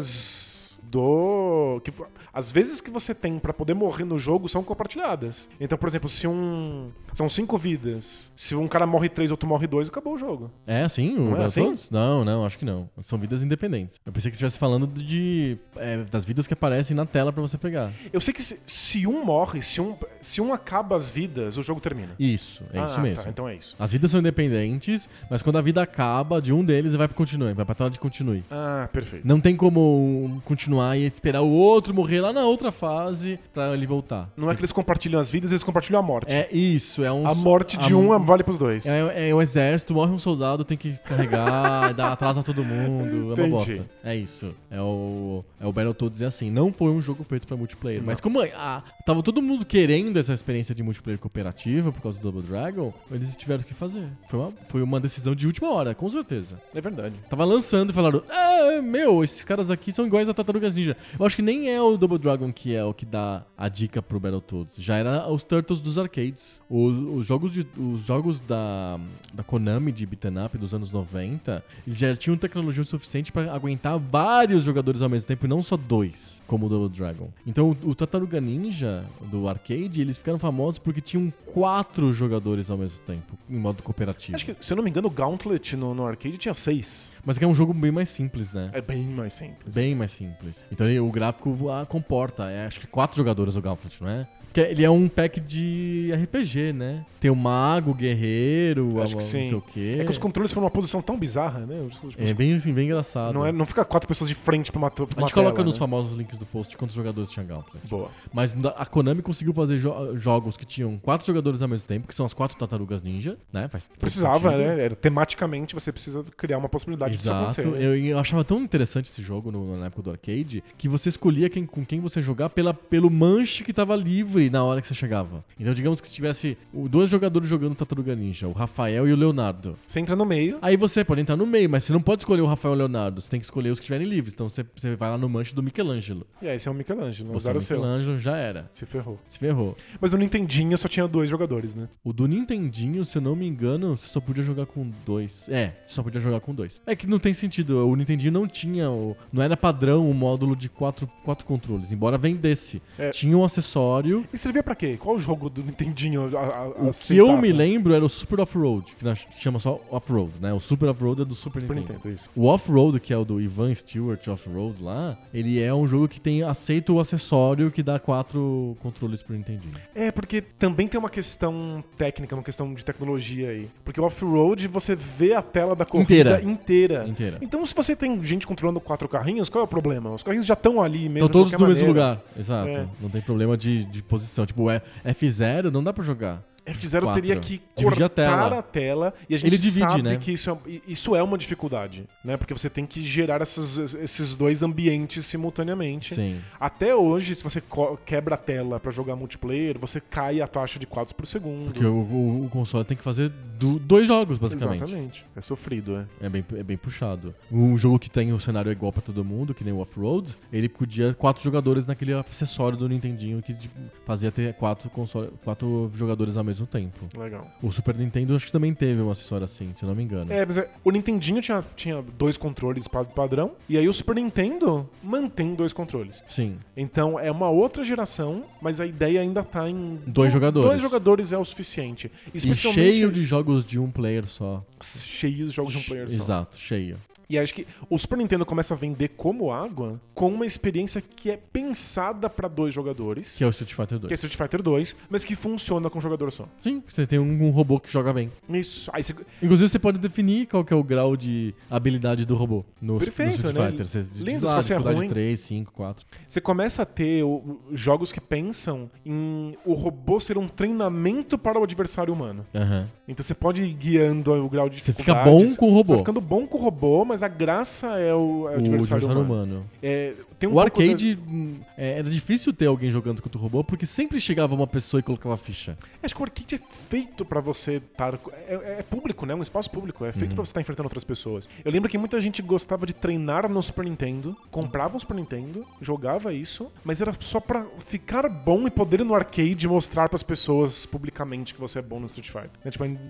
S2: vidas do. Que, as vezes que você tem pra poder morrer no jogo são compartilhadas. Então, por exemplo, se um. São cinco vidas. Se um cara morre três, outro morre dois, acabou o jogo.
S1: É assim? O
S2: Não é assim?
S1: Battletoads? Não, não, acho que não. São vidas independentes. Eu pensei que você estivesse falando de, é, das vidas que aparecem na tela pra você pegar.
S2: Eu sei que se, se um morre, se um, se um acaba as vidas, o jogo termina.
S1: Isso, é isso
S2: Ah,
S1: mesmo.
S2: Tá, então é isso.
S1: As vidas são independentes, mas quando a vida acaba de um deles, ele vai pro continue, vai pra tela de continue.
S2: Ah, perfeito.
S1: Não tem como um continuar e esperar o outro morrer lá na outra fase pra ele voltar.
S2: Não é que eles compartilham as vidas, eles compartilham a morte.
S1: É isso, é um.
S2: a morte de
S1: a-
S2: um vale pros dois.
S1: É, é um exército, morre um soldado, tem que carregar, dá atrasa todo mundo, é uma
S2: Entendi.
S1: bosta. É isso. É o, é o Battletoads é assim. Não foi um jogo feito pra multiplayer. Mas como a- tava todo mundo querendo essa experiência de multiplayer cooperativa por causa do Double Dragon, eles tiveram que fazer. Foi uma, foi uma decisão de última hora, com certeza.
S2: É verdade.
S1: Tava lançando e falaram: ah, meu, esses caras aqui são iguais a Tartarugas Ninja. Eu acho que nem é o Double Dragon que é o que dá a dica pro Battletoads. Já era os Turtles dos arcades. Os, os jogos, de, os jogos da, da Konami de beat'em up dos anos 90, eles já tinham tecnologia o suficiente pra aguentar vários jogadores ao mesmo tempo e não só dois, como o Double Dragon. Então o, o Tartaruga Ninja do arcade, eles ficaram famosos porque tinham quatro jogadores ao mesmo tempo, em modo cooperativo.
S2: Acho que, se eu não me engano, o Gauntlet no, no arcade tinha seis.
S1: Mas que é um jogo bem mais simples, né?
S2: É bem mais simples.
S1: Bem mais simples. Então ele- o gráfico ah, comporta. É, acho que quatro jogadores o Gauntlet, não é? Que ele é um pack de RPG, né? Tem o mago, o guerreiro,
S2: Acho
S1: a-
S2: que
S1: não
S2: sim.
S1: sei o quê.
S2: É que os controles foram uma posição tão bizarra, né? Os- os-
S1: É bem, assim, bem engraçado.
S2: não, é, não fica quatro pessoas de frente pra uma, pra
S1: A
S2: uma
S1: gente coloca
S2: tela,
S1: nos
S2: né?
S1: famosos links do post quantos jogadores tinha Gauntlet.
S2: Boa.
S1: Mas na- a Konami conseguiu fazer jo- jogos que tinham quatro jogadores ao mesmo tempo, que são as quatro tartarugas ninja, né? Faz todo
S2: Precisava,
S1: sentido.
S2: né? Era- tematicamente você precisa criar uma possibilidade disso
S1: Exato.
S2: acontecer. né?
S1: Eu, eu achava tão interessante esse jogo no- na época do arcade que você escolhia quem- com quem você jogar pela, pelo manche que tava livre descobrir na hora que você chegava. Então, digamos que se tivesse o- dois jogadores jogando Tartaruga Ninja, o Rafael e o Leonardo.
S2: Você entra no meio.
S1: Aí você pode entrar no meio, mas você não pode escolher o Rafael e o Leonardo. Você tem que escolher os que estiverem livres. Então você, você vai lá no manche do Michelangelo.
S2: E aí você é um Michelangelo, não
S1: Você é o
S2: usaram o seu.
S1: Michelangelo, já era.
S2: Se ferrou.
S1: Se ferrou.
S2: Mas eu não entendi, eu só tinha dois jogadores, né?
S1: O do Nintendinho, se eu não me engano, você só podia jogar com dois. É, só podia jogar com dois. É que não tem sentido. O Nintendinho não tinha. o- não era padrão o módulo de quatro, quatro controles, embora vendesse.
S2: É.
S1: Tinha um acessório.
S2: E servia pra quê? Qual o jogo do Nintendinho? A, a,
S1: O
S2: a
S1: que eu
S2: aceitava?
S1: me lembro era o Super Off-Road, que nós chama só Off-Road, né? O Super Off-Road é do Super,
S2: Super
S1: Nintendo.
S2: Nintendo, isso.
S1: O Off-Road, que é o do Ivan Stewart Off-Road lá, ele é um jogo que tem aceita o acessório que dá quatro controles pro Nintendinho.
S2: É, porque também tem uma questão técnica, uma questão de tecnologia aí. Porque o off-road você vê a tela da corrida
S1: Inteira.
S2: inteira.
S1: Inteira.
S2: Então se você tem gente controlando quatro carrinhos, qual é o problema? Os carrinhos já estão ali mesmo.
S1: Estão
S2: de
S1: todos
S2: qualquer
S1: no mesmo
S2: maneira.
S1: lugar. Exato.
S2: É.
S1: Não tem problema de, de posição. Tipo, o E- F0 não dá pra jogar. Tipo,
S2: F0
S1: Quatro.
S2: É, teria que
S1: Dividir
S2: cortar
S1: a
S2: a tela.
S1: tela.
S2: e a gente
S1: Ele divide,
S2: sabe
S1: né?
S2: que isso é, isso é uma dificuldade, né? Porque você tem que gerar essas- esses dois ambientes simultaneamente.
S1: Sim.
S2: Até hoje, se você co- quebra a tela pra jogar multiplayer, você cai a taxa de quadros por segundo.
S1: Porque o, o- o console tem que fazer do- dois jogos, basicamente.
S2: Exatamente. É sofrido, é.
S1: É bem, é bem puxado. Um jogo que tem um cenário igual pra todo mundo, que nem o Off-Road, ele podia quatro jogadores naquele acessório do Nintendinho que tipo, fazia ter quatro, console, quatro jogadores ao mesmo tempo.
S2: Legal.
S1: O Super Nintendo acho que também teve um acessório assim, se eu não me engano.
S2: É, mas é, o Nintendinho tinha, tinha dois controles pa- padrão, e aí o Super Nintendo mantém dois controles.
S1: Sim.
S2: Então é uma outra geração, mas a ideia ainda tá em.
S1: Dois jogadores.
S2: Dois jogadores é o suficiente.
S1: E
S2: Especialmente
S1: cheio de jogos de um player só.
S2: cheios de jogos de um player só.
S1: Exato, cheio.
S2: E acho que o Super Nintendo começa a vender como água com uma experiência que é pensada pra dois jogadores,
S1: Que é o Street Fighter 2.
S2: que é Street Fighter 2, mas que funciona com um jogador só.
S1: Sim, porque você tem um, um robô que joga bem.
S2: Isso. Aí você-
S1: Inclusive, você pode definir qual que é o grau de habilidade do robô no,
S2: Perfeito,
S1: no Street
S2: né?
S1: Fighter. Você diz
S2: Lindo,
S1: lá,
S2: se você é
S1: dificuldade
S2: ruim.
S1: 3, 5, 4.
S2: Você começa a ter o- jogos que pensam em o robô ser um treinamento para o adversário humano.
S1: Aham.
S2: Então você pode ir guiando o grau de
S1: Você fica
S2: dificuldade.
S1: bom com o robô.
S2: Você vai ficando bom com o robô, mas a graça é o,
S1: O
S2: é o adversário, humano.
S1: humano.
S2: É, tem um
S1: o
S2: pouco da-
S1: arcade hum, é, era difícil ter alguém jogando contra o robô, porque sempre chegava uma pessoa e colocava ficha.
S2: Acho que o arcade é feito pra você estar. É, é público, né? Um espaço público. É feito pra você estar enfrentando outras pessoas. Eu lembro que muita gente gostava de treinar no Super Nintendo, comprava um Super Nintendo, jogava isso, mas era só pra ficar bom e poder ir no arcade e mostrar pras pessoas publicamente que você é bom no Street Fighter. Né? Tipo, ainda,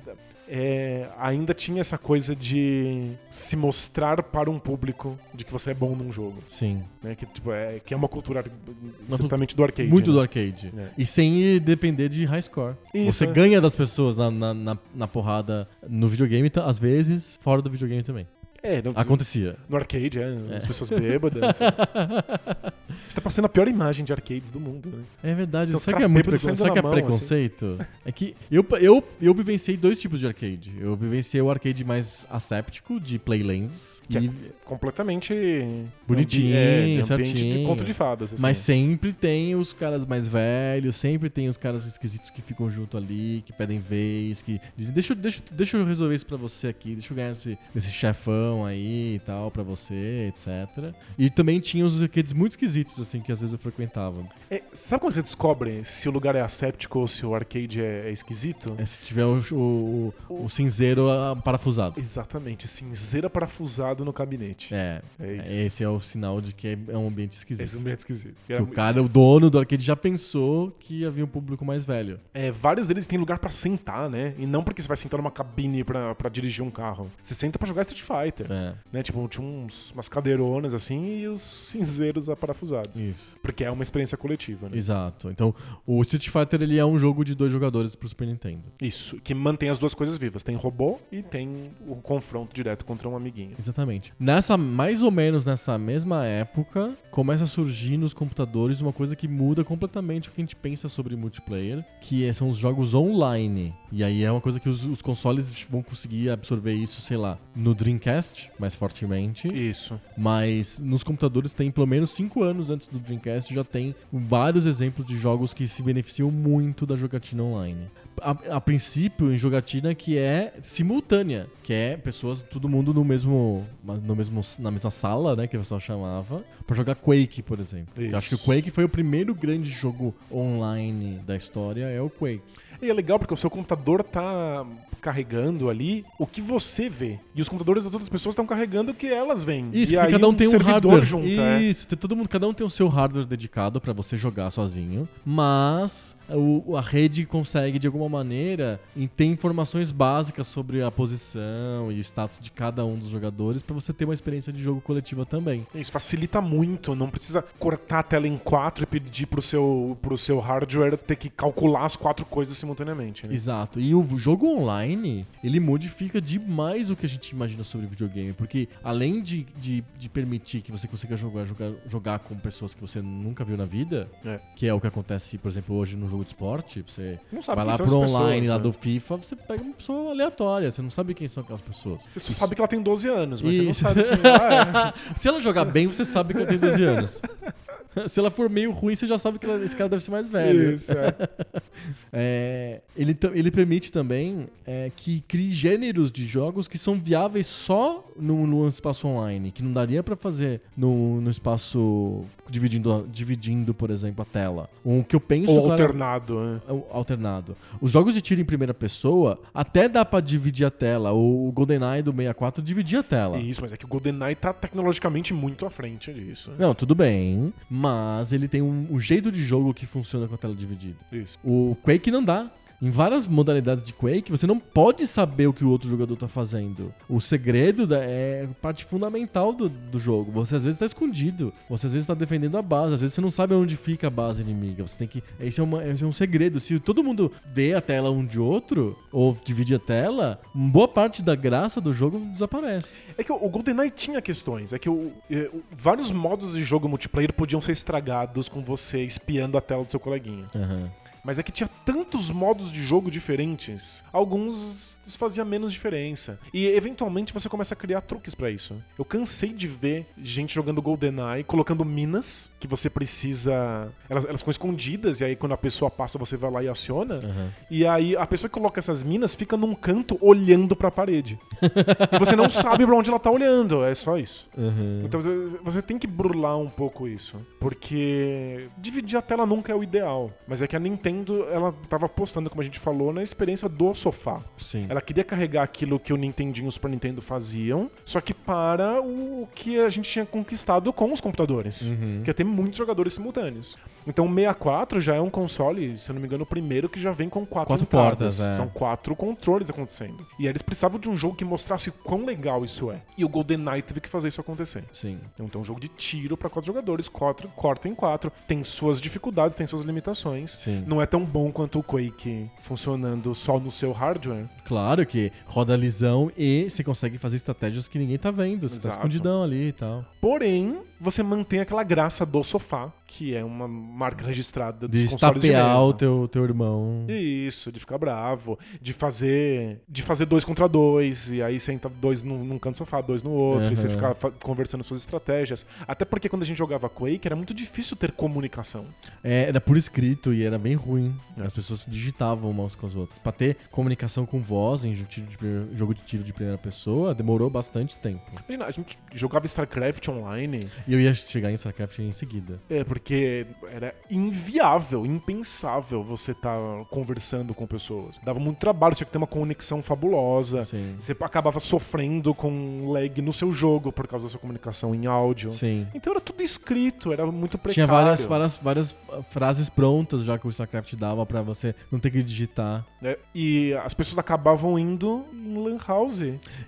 S2: é, ainda tinha essa coisa de se mostrar para um público de que você é bom num jogo.
S1: Sim.
S2: Né? Que, tipo, é, que é uma cultura ar- certamente do arcade.
S1: Muito
S2: né?
S1: do arcade.
S2: É.
S1: E sem depender de high score.
S2: Isso,
S1: Você
S2: é.
S1: ganha das pessoas na, na, na, na porrada no videogame, tá- às vezes, fora do videogame também.
S2: É, não,
S1: Acontecia.
S2: No arcade, é. As pessoas bêbadas. a gente tá passando a pior imagem de arcades do mundo, né?
S1: É verdade,
S2: Então,
S1: será
S2: ficar
S1: que é muito
S2: bêbado
S1: precon...
S2: saindo
S1: será
S2: na
S1: que é
S2: mão, assim.
S1: preconceito? É que eu, eu, eu vivenciei dois tipos de arcade. Eu vivenciei o arcade mais asséptico, de playlands,
S2: Que
S1: e-
S2: é completamente.
S1: Bonitinho,
S2: é, de ambiente de
S1: certinho.
S2: conto de fadas. assim.
S1: mas sempre tem os caras mais velhos, sempre tem os caras esquisitos que ficam junto ali, que pedem vez, que dizem, deixa, eu- deixa, eu- deixa eu resolver isso pra você aqui, deixa eu ganhar esse, esse chefão aí e tal pra você, etc. E também tinha os arcades muito esquisitos, assim, que às vezes eu frequentava.
S2: É, sabe quando você descobre se o lugar é asséptico ou se o arcade é, é esquisito?
S1: É, se tiver o, o, o- o cinzeiro ah, parafusado.
S2: Exatamente, cinzeira parafusado no gabinete.
S1: É,
S2: É isso.
S1: esse é o sinal de que é um ambiente
S2: Esse é
S1: esquisito.
S2: um ambiente esquisito.
S1: Que o cara, o dono do arcade já pensou que havia um público mais velho.
S2: É, vários deles têm lugar pra sentar, né? E não porque você vai sentar numa cabine pra, pra dirigir um carro. Você senta pra jogar Street Fighter.
S1: É,
S2: Né? Tipo, tinha uns, umas cadeironas assim e os cinzeiros aparafusados.
S1: isso.
S2: Porque é uma experiência coletiva, né?
S1: Exato. Então, o Street Fighter ele é um jogo de dois jogadores pro Super Nintendo.
S2: Isso, que mantém as duas coisas vivas. Tem robô e tem o confronto direto contra um amiguinho.
S1: Exatamente. Nessa, mais ou menos nessa mesma época, começa a surgir nos computadores uma coisa que muda completamente o que a gente pensa sobre multiplayer, que é- são os jogos online. E aí é uma coisa que os, os consoles vão conseguir absorver isso, sei lá, no Dreamcast, Dreamcast mais fortemente.
S2: Isso.
S1: Mas nos computadores tem pelo menos 5 anos antes do Dreamcast já tem vários exemplos de jogos que se beneficiam muito da jogatina online. A, a princípio, em jogatina que é simultânea, que é pessoas, todo mundo no mesmo, no mesmo na mesma sala, né, que o pessoal chamava, pra jogar Quake, por exemplo.
S2: Isso.
S1: Eu acho que o Quake foi o primeiro grande jogo online da história, é o Quake.
S2: E é legal porque o seu computador tá carregando ali o que você vê. E os computadores das outras pessoas estão carregando o que elas veem.
S1: Isso,
S2: e
S1: porque
S2: aí
S1: cada um tem um
S2: servidor
S1: hardware.
S2: junto, é.
S1: Isso, tem todo mundo, cada um tem o seu hardware dedicado pra você jogar sozinho, mas o- a rede consegue de alguma maneira em ter informações básicas sobre a posição e o status de cada um dos jogadores pra você ter uma experiência de jogo coletiva também.
S2: Isso facilita muito, não precisa cortar a tela em quatro e pedir pro seu, pro seu hardware ter que calcular as quatro coisas simultaneamente. Né?
S1: Exato. E o jogo online, ele modifica demais o que a gente imagina sobre videogame. Porque além de, de, de permitir que você consiga jogar, jogar, jogar com pessoas que você nunca viu na vida,
S2: É.
S1: que é o que acontece, por exemplo, hoje no jogo de esporte, você
S2: Não sabe
S1: vai
S2: quem
S1: lá pro
S2: são as
S1: online
S2: pessoas,
S1: lá
S2: né?
S1: do FIFA, você pega uma pessoa aleatória, você não sabe quem são aquelas pessoas.
S2: Você só sabe que ela tem 12 anos, mas
S1: Isso.
S2: você não sabe quem ela é.
S1: Se ela jogar bem, você sabe que ela tem 12 anos. Se ela for meio ruim, você já sabe que ela- esse cara deve ser mais velho.
S2: Isso, é.
S1: É, ele, ta- ele permite também é, que crie gêneros de jogos que são viáveis só no, no espaço online, que não daria pra fazer no, no espaço dividindo, a- dividindo, por exemplo, a tela. O que eu penso
S2: Ou
S1: claro,
S2: alternado, né?
S1: é o alternado. Os jogos de tiro em primeira pessoa até dá pra dividir a tela. O, o GoldenEye do 64 dividia a tela.
S2: Isso, mas é que o GoldenEye tá tecnologicamente muito à frente disso. né?
S1: Não, tudo bem, mas ele tem um, um jeito de jogo que funciona com a tela dividida.
S2: Isso.
S1: O Quake não dá. Em várias modalidades de Quake, você não pode saber o que o outro jogador tá fazendo. O segredo da- é parte fundamental do, do jogo. Você às vezes tá escondido. Você às vezes tá defendendo a base. Às vezes você não sabe onde fica a base inimiga. Você tem que. Esse é, uma- esse é um segredo. Se todo mundo vê a tela um de outro, ou divide a tela, boa parte da graça do jogo desaparece.
S2: É que o o GoldenEye tinha questões. É que o- é, o- vários modos de jogo multiplayer podiam ser estragados com você espiando a tela do seu coleguinha. Mas é que tinha tantos modos de jogo diferentes. Alguns isso fazia menos diferença. E eventualmente você começa a criar truques pra isso. Eu cansei de ver gente jogando GoldenEye, colocando minas que você precisa. Elas, elas ficam escondidas, e aí quando a pessoa passa, você vai lá e aciona. E aí a pessoa que coloca essas minas fica num canto olhando pra parede. e você não sabe pra onde ela tá olhando. É só isso. Então você- você tem que burlar um pouco isso. Porque dividir a tela nunca é o ideal. Mas é que a Nintendo, ela tava apostando, como a gente falou, na experiência do sofá.
S1: Sim.
S2: Ela queria carregar aquilo que o Nintendinho e o Super Nintendo faziam, só que para o que a gente tinha conquistado com os computadores.
S1: Uhum.
S2: Que ia ter muitos jogadores simultâneos. Então o 64 já é um console, se eu não me engano, o primeiro que já vem com quatro,
S1: Quatro
S2: entradas.
S1: portas, é.
S2: São quatro controles acontecendo. E aí eles precisavam de um jogo que mostrasse quão legal isso é. E o GoldenEye teve que fazer isso acontecer.
S1: Sim.
S2: Então tem um jogo de tiro pra quatro jogadores, quatro, corta em quatro, tem suas dificuldades, tem suas limitações.
S1: Sim.
S2: Não é tão bom quanto o Quake funcionando só no seu hardware.
S1: Claro que roda lisão e você consegue fazer estratégias que ninguém tá vendo. Você tá
S2: Exato.
S1: escondidão ali e tal.
S2: Porém, você mantém aquela graça do sofá, que é uma marca registrada dos
S1: De
S2: consoles de mesa.
S1: estapear o teu, teu irmão.
S2: Isso, de ficar bravo, de fazer de fazer dois contra dois, e aí senta dois num, num canto do sofá, dois no outro, e você
S1: Aham.
S2: ficar fa- conversando suas estratégias. Até porque quando a gente jogava Quake, era muito difícil ter comunicação.
S1: É, era por escrito e era bem ruim. As pessoas digitavam umas com as outras. Pra ter comunicação com voz em jo- tiro de primeira- jogo de tiro de primeira pessoa, demorou bastante tempo.
S2: Imagina, a gente jogava StarCraft online,
S1: E eu ia chegar em StarCraft em seguida.
S2: é porque era inviável, impensável você estar conversando com pessoas. Dava muito trabalho, tinha que ter uma conexão fabulosa.
S1: Sim.
S2: Você acabava sofrendo com lag no seu jogo por causa da sua comunicação em áudio.
S1: Sim.
S2: Então era tudo escrito, era muito precário.
S1: Tinha várias, várias, várias ah, frases prontas já que o StarCraft dava pra você não ter que digitar.
S2: né? E as pessoas acabavam indo em lan house.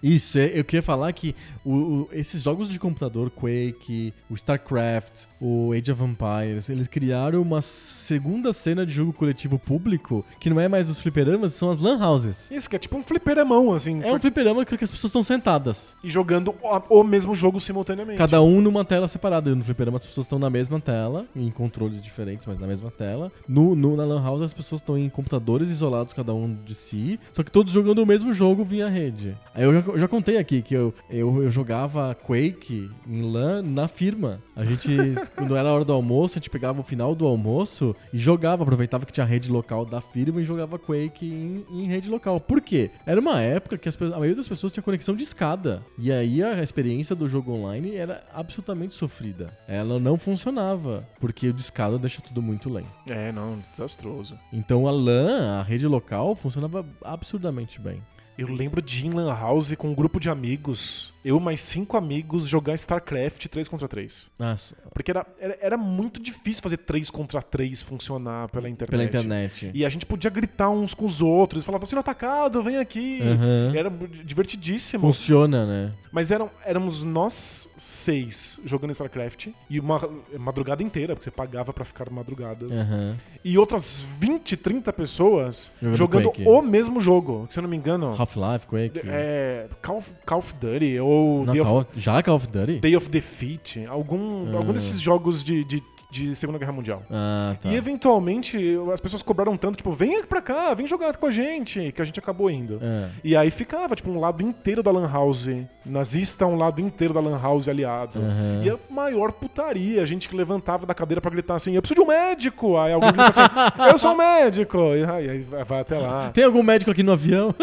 S1: Isso, é- eu queria falar que o- o- esses jogos de computador, Quake, o StarCraft, o Age of Empires, eles criaram uma segunda cena de jogo coletivo público que não é mais os fliperamas, são as lan houses.
S2: Isso, que é tipo um fliperamão, assim.
S1: É
S2: só
S1: um
S2: que-
S1: fliperama que que as pessoas estão sentadas.
S2: E jogando o, o mesmo jogo simultaneamente.
S1: Cada um numa tela separada. No fliperama as pessoas estão na mesma tela, em controles diferentes, mas na mesma tela. No, no- na Lan House as pessoas estão em computadores isolados, cada um de si, só que todos jogando o mesmo jogo via rede. Aí eu já, eu já contei aqui que eu, eu, eu jogava Quake em LAN na firma. A gente, quando era a hora do almoço, a gente pegava o final do almoço e jogava, aproveitava que tinha rede local da firma e jogava Quake em, em rede local. Por quê? Era uma época que as pe- a maioria das pessoas tinha conexão de escada. E aí a experiência do jogo online era absolutamente sofrida. Ela não funcionava, porque o de escada deixa tudo muito lento.
S2: É, não, desastroso.
S1: Então a LAN, a rede local, funcionava absurdamente bem.
S2: Eu lembro de ir em Lan House com um grupo de amigos, eu mais cinco amigos, jogar StarCraft 3 contra 3.
S1: Nossa,
S2: Porque era, era, era muito difícil fazer 3 contra 3 funcionar pela internet.
S1: pela internet.
S2: E a gente podia gritar uns com os outros, falar, tô sendo atacado, vem aqui.
S1: Aham.
S2: Era divertidíssimo.
S1: Funciona, né?
S2: Mas eram, éramos nós seis jogando StarCraft e uma eh, madrugada inteira, porque você pagava pra ficar madrugadas.
S1: Aham.
S2: E outras 20, 30 pessoas
S1: Jogando
S2: jogando,
S1: Quake.
S2: o mesmo jogo. que, Se eu não me engano,
S1: Half-Life, Quake.
S2: é Call of, Call of Duty ou
S1: Não,
S2: Day
S1: Call
S2: of,
S1: of- já Call of Duty?
S2: Day of Defeat, algum, algum desses jogos de, de, de Segunda Guerra Mundial.
S1: Ah, tá.
S2: E eventualmente as pessoas cobraram tanto, tipo, vem pra cá, vem jogar com a gente, que a gente acabou indo.
S1: É.
S2: E aí ficava, tipo, um lado inteiro da Lan House nazista, um lado inteiro da Lan House aliado. E a maior putaria, a gente que levantava da cadeira pra gritar assim, eu preciso de um médico! Aí alguém grita assim, eu sou um médico! E aí, aí vai vai até lá.
S1: Tem algum médico aqui no avião?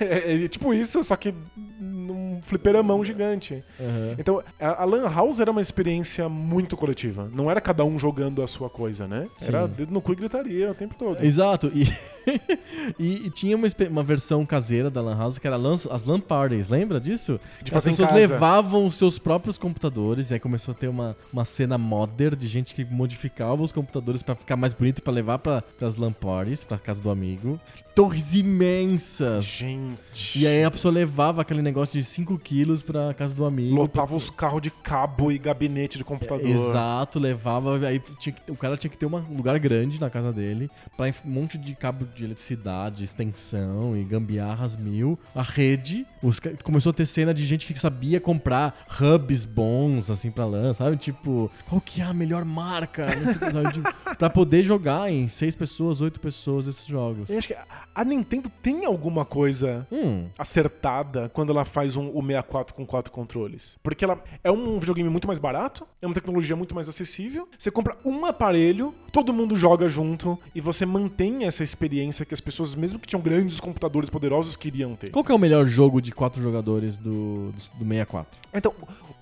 S2: É, é tipo isso, só que num fliperamão gigante.
S1: Aham.
S2: Então, a, a Lan House era uma experiência muito coletiva. Não era cada um jogando a sua coisa, né? Era
S1: Sim.
S2: dedo no cu e gritaria o tempo todo.
S1: Exato. E, e- e tinha uma, espe- uma versão caseira da Lan House que era lan- as LAN Parties, lembra disso?
S2: De
S1: Que as
S2: fazer em
S1: pessoas
S2: casa.
S1: levavam os seus próprios computadores e aí começou a ter uma, uma cena modder de gente que modificava os computadores pra ficar mais bonito e pra levar pra, pras LAN Parties, pra casa do amigo. Torres imensas.
S2: Gente.
S1: E aí a pessoa levava aquele negócio de 5 quilos pra casa do amigo.
S2: Lotava os carros de cabo e gabinete de computador.
S1: Exato, levava. Aí tinha que- o cara tinha que ter uma- um lugar grande na casa dele pra enf- um monte de cabo de eletricidade, extensão e gambiarras mil. A rede. os ca- começou a ter cena de gente que sabia comprar hubs bons, assim, pra LAN, sabe? Tipo, qual que é a melhor marca? Não sei o que, sabe? Tipo, pra poder jogar em seis pessoas, oito pessoas esses jogos.
S2: Eu acho que a- a Nintendo tem alguma coisa
S1: Hum,
S2: acertada quando ela faz um, o 64 com quatro controles. Porque ela é um videogame muito mais barato, é uma tecnologia muito mais acessível. Você compra um aparelho, todo mundo joga junto e você mantém essa experiência que as pessoas, mesmo que tinham grandes computadores poderosos, queriam ter.
S1: qual que é o melhor jogo de quatro jogadores do, do, do 64?
S2: Então,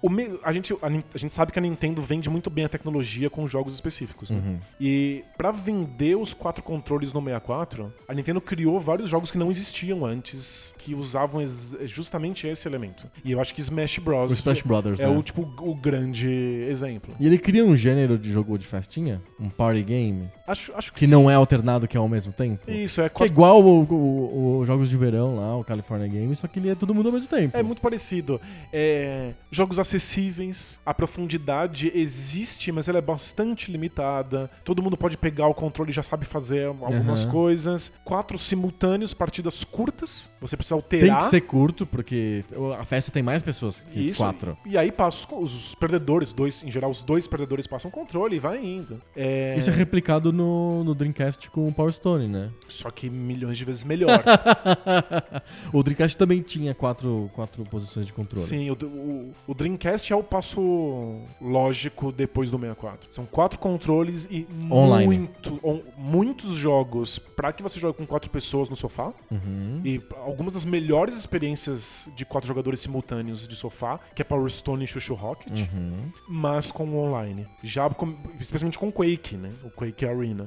S2: o me- a, gente, a, Nin- a gente sabe que a Nintendo vende muito bem a tecnologia com jogos específicos. né?
S1: Uhum.
S2: E pra vender os quatro controles no 64, a Nintendo criou vários jogos que não existiam antes, que usavam ex- justamente esse elemento. E eu acho que Smash Bros.
S1: O Smash Brothers,
S2: é
S1: né?
S2: o tipo o grande exemplo.
S1: E ele cria um gênero de jogo de festinha? Um party game?
S2: Acho, acho que,
S1: Que
S2: sim.
S1: não é alternado, que é ao mesmo tempo?
S2: Isso,
S1: Que é
S2: é quatro
S1: igual os jogos de verão lá, o California Game, só que ele é todo mundo ao mesmo tempo.
S2: É muito parecido. É, jogos acessíveis, a profundidade existe, mas ela é bastante limitada. Todo mundo pode pegar o controle e já sabe fazer algumas
S1: Aham.
S2: coisas. Quatro simultâneos, partidas curtas. Você precisa
S1: tem
S2: alterar.
S1: que ser curto, porque a festa tem mais pessoas que
S2: Isso,
S1: quatro.
S2: E aí passa os, co- os perdedores, dois, em geral, os dois perdedores passam o controle e vai indo. É,
S1: Isso é replicado no, no Dreamcast com o Power Stone, né?
S2: Só que milhões de vezes melhor.
S1: o Dreamcast também tinha quatro, quatro posições de controle.
S2: Sim, o, o- o Dreamcast é o passo lógico depois do 64. São quatro controles e
S1: Online.
S2: muito- on- muitos jogos pra que você jogue com quatro pessoas no sofá. E algumas das melhores experiências de quatro jogadores simultâneos de sofá, que é Power Stone e Chuchu Rocket, mas com o online. Já com- especialmente com Quake, né? O Quake Arena.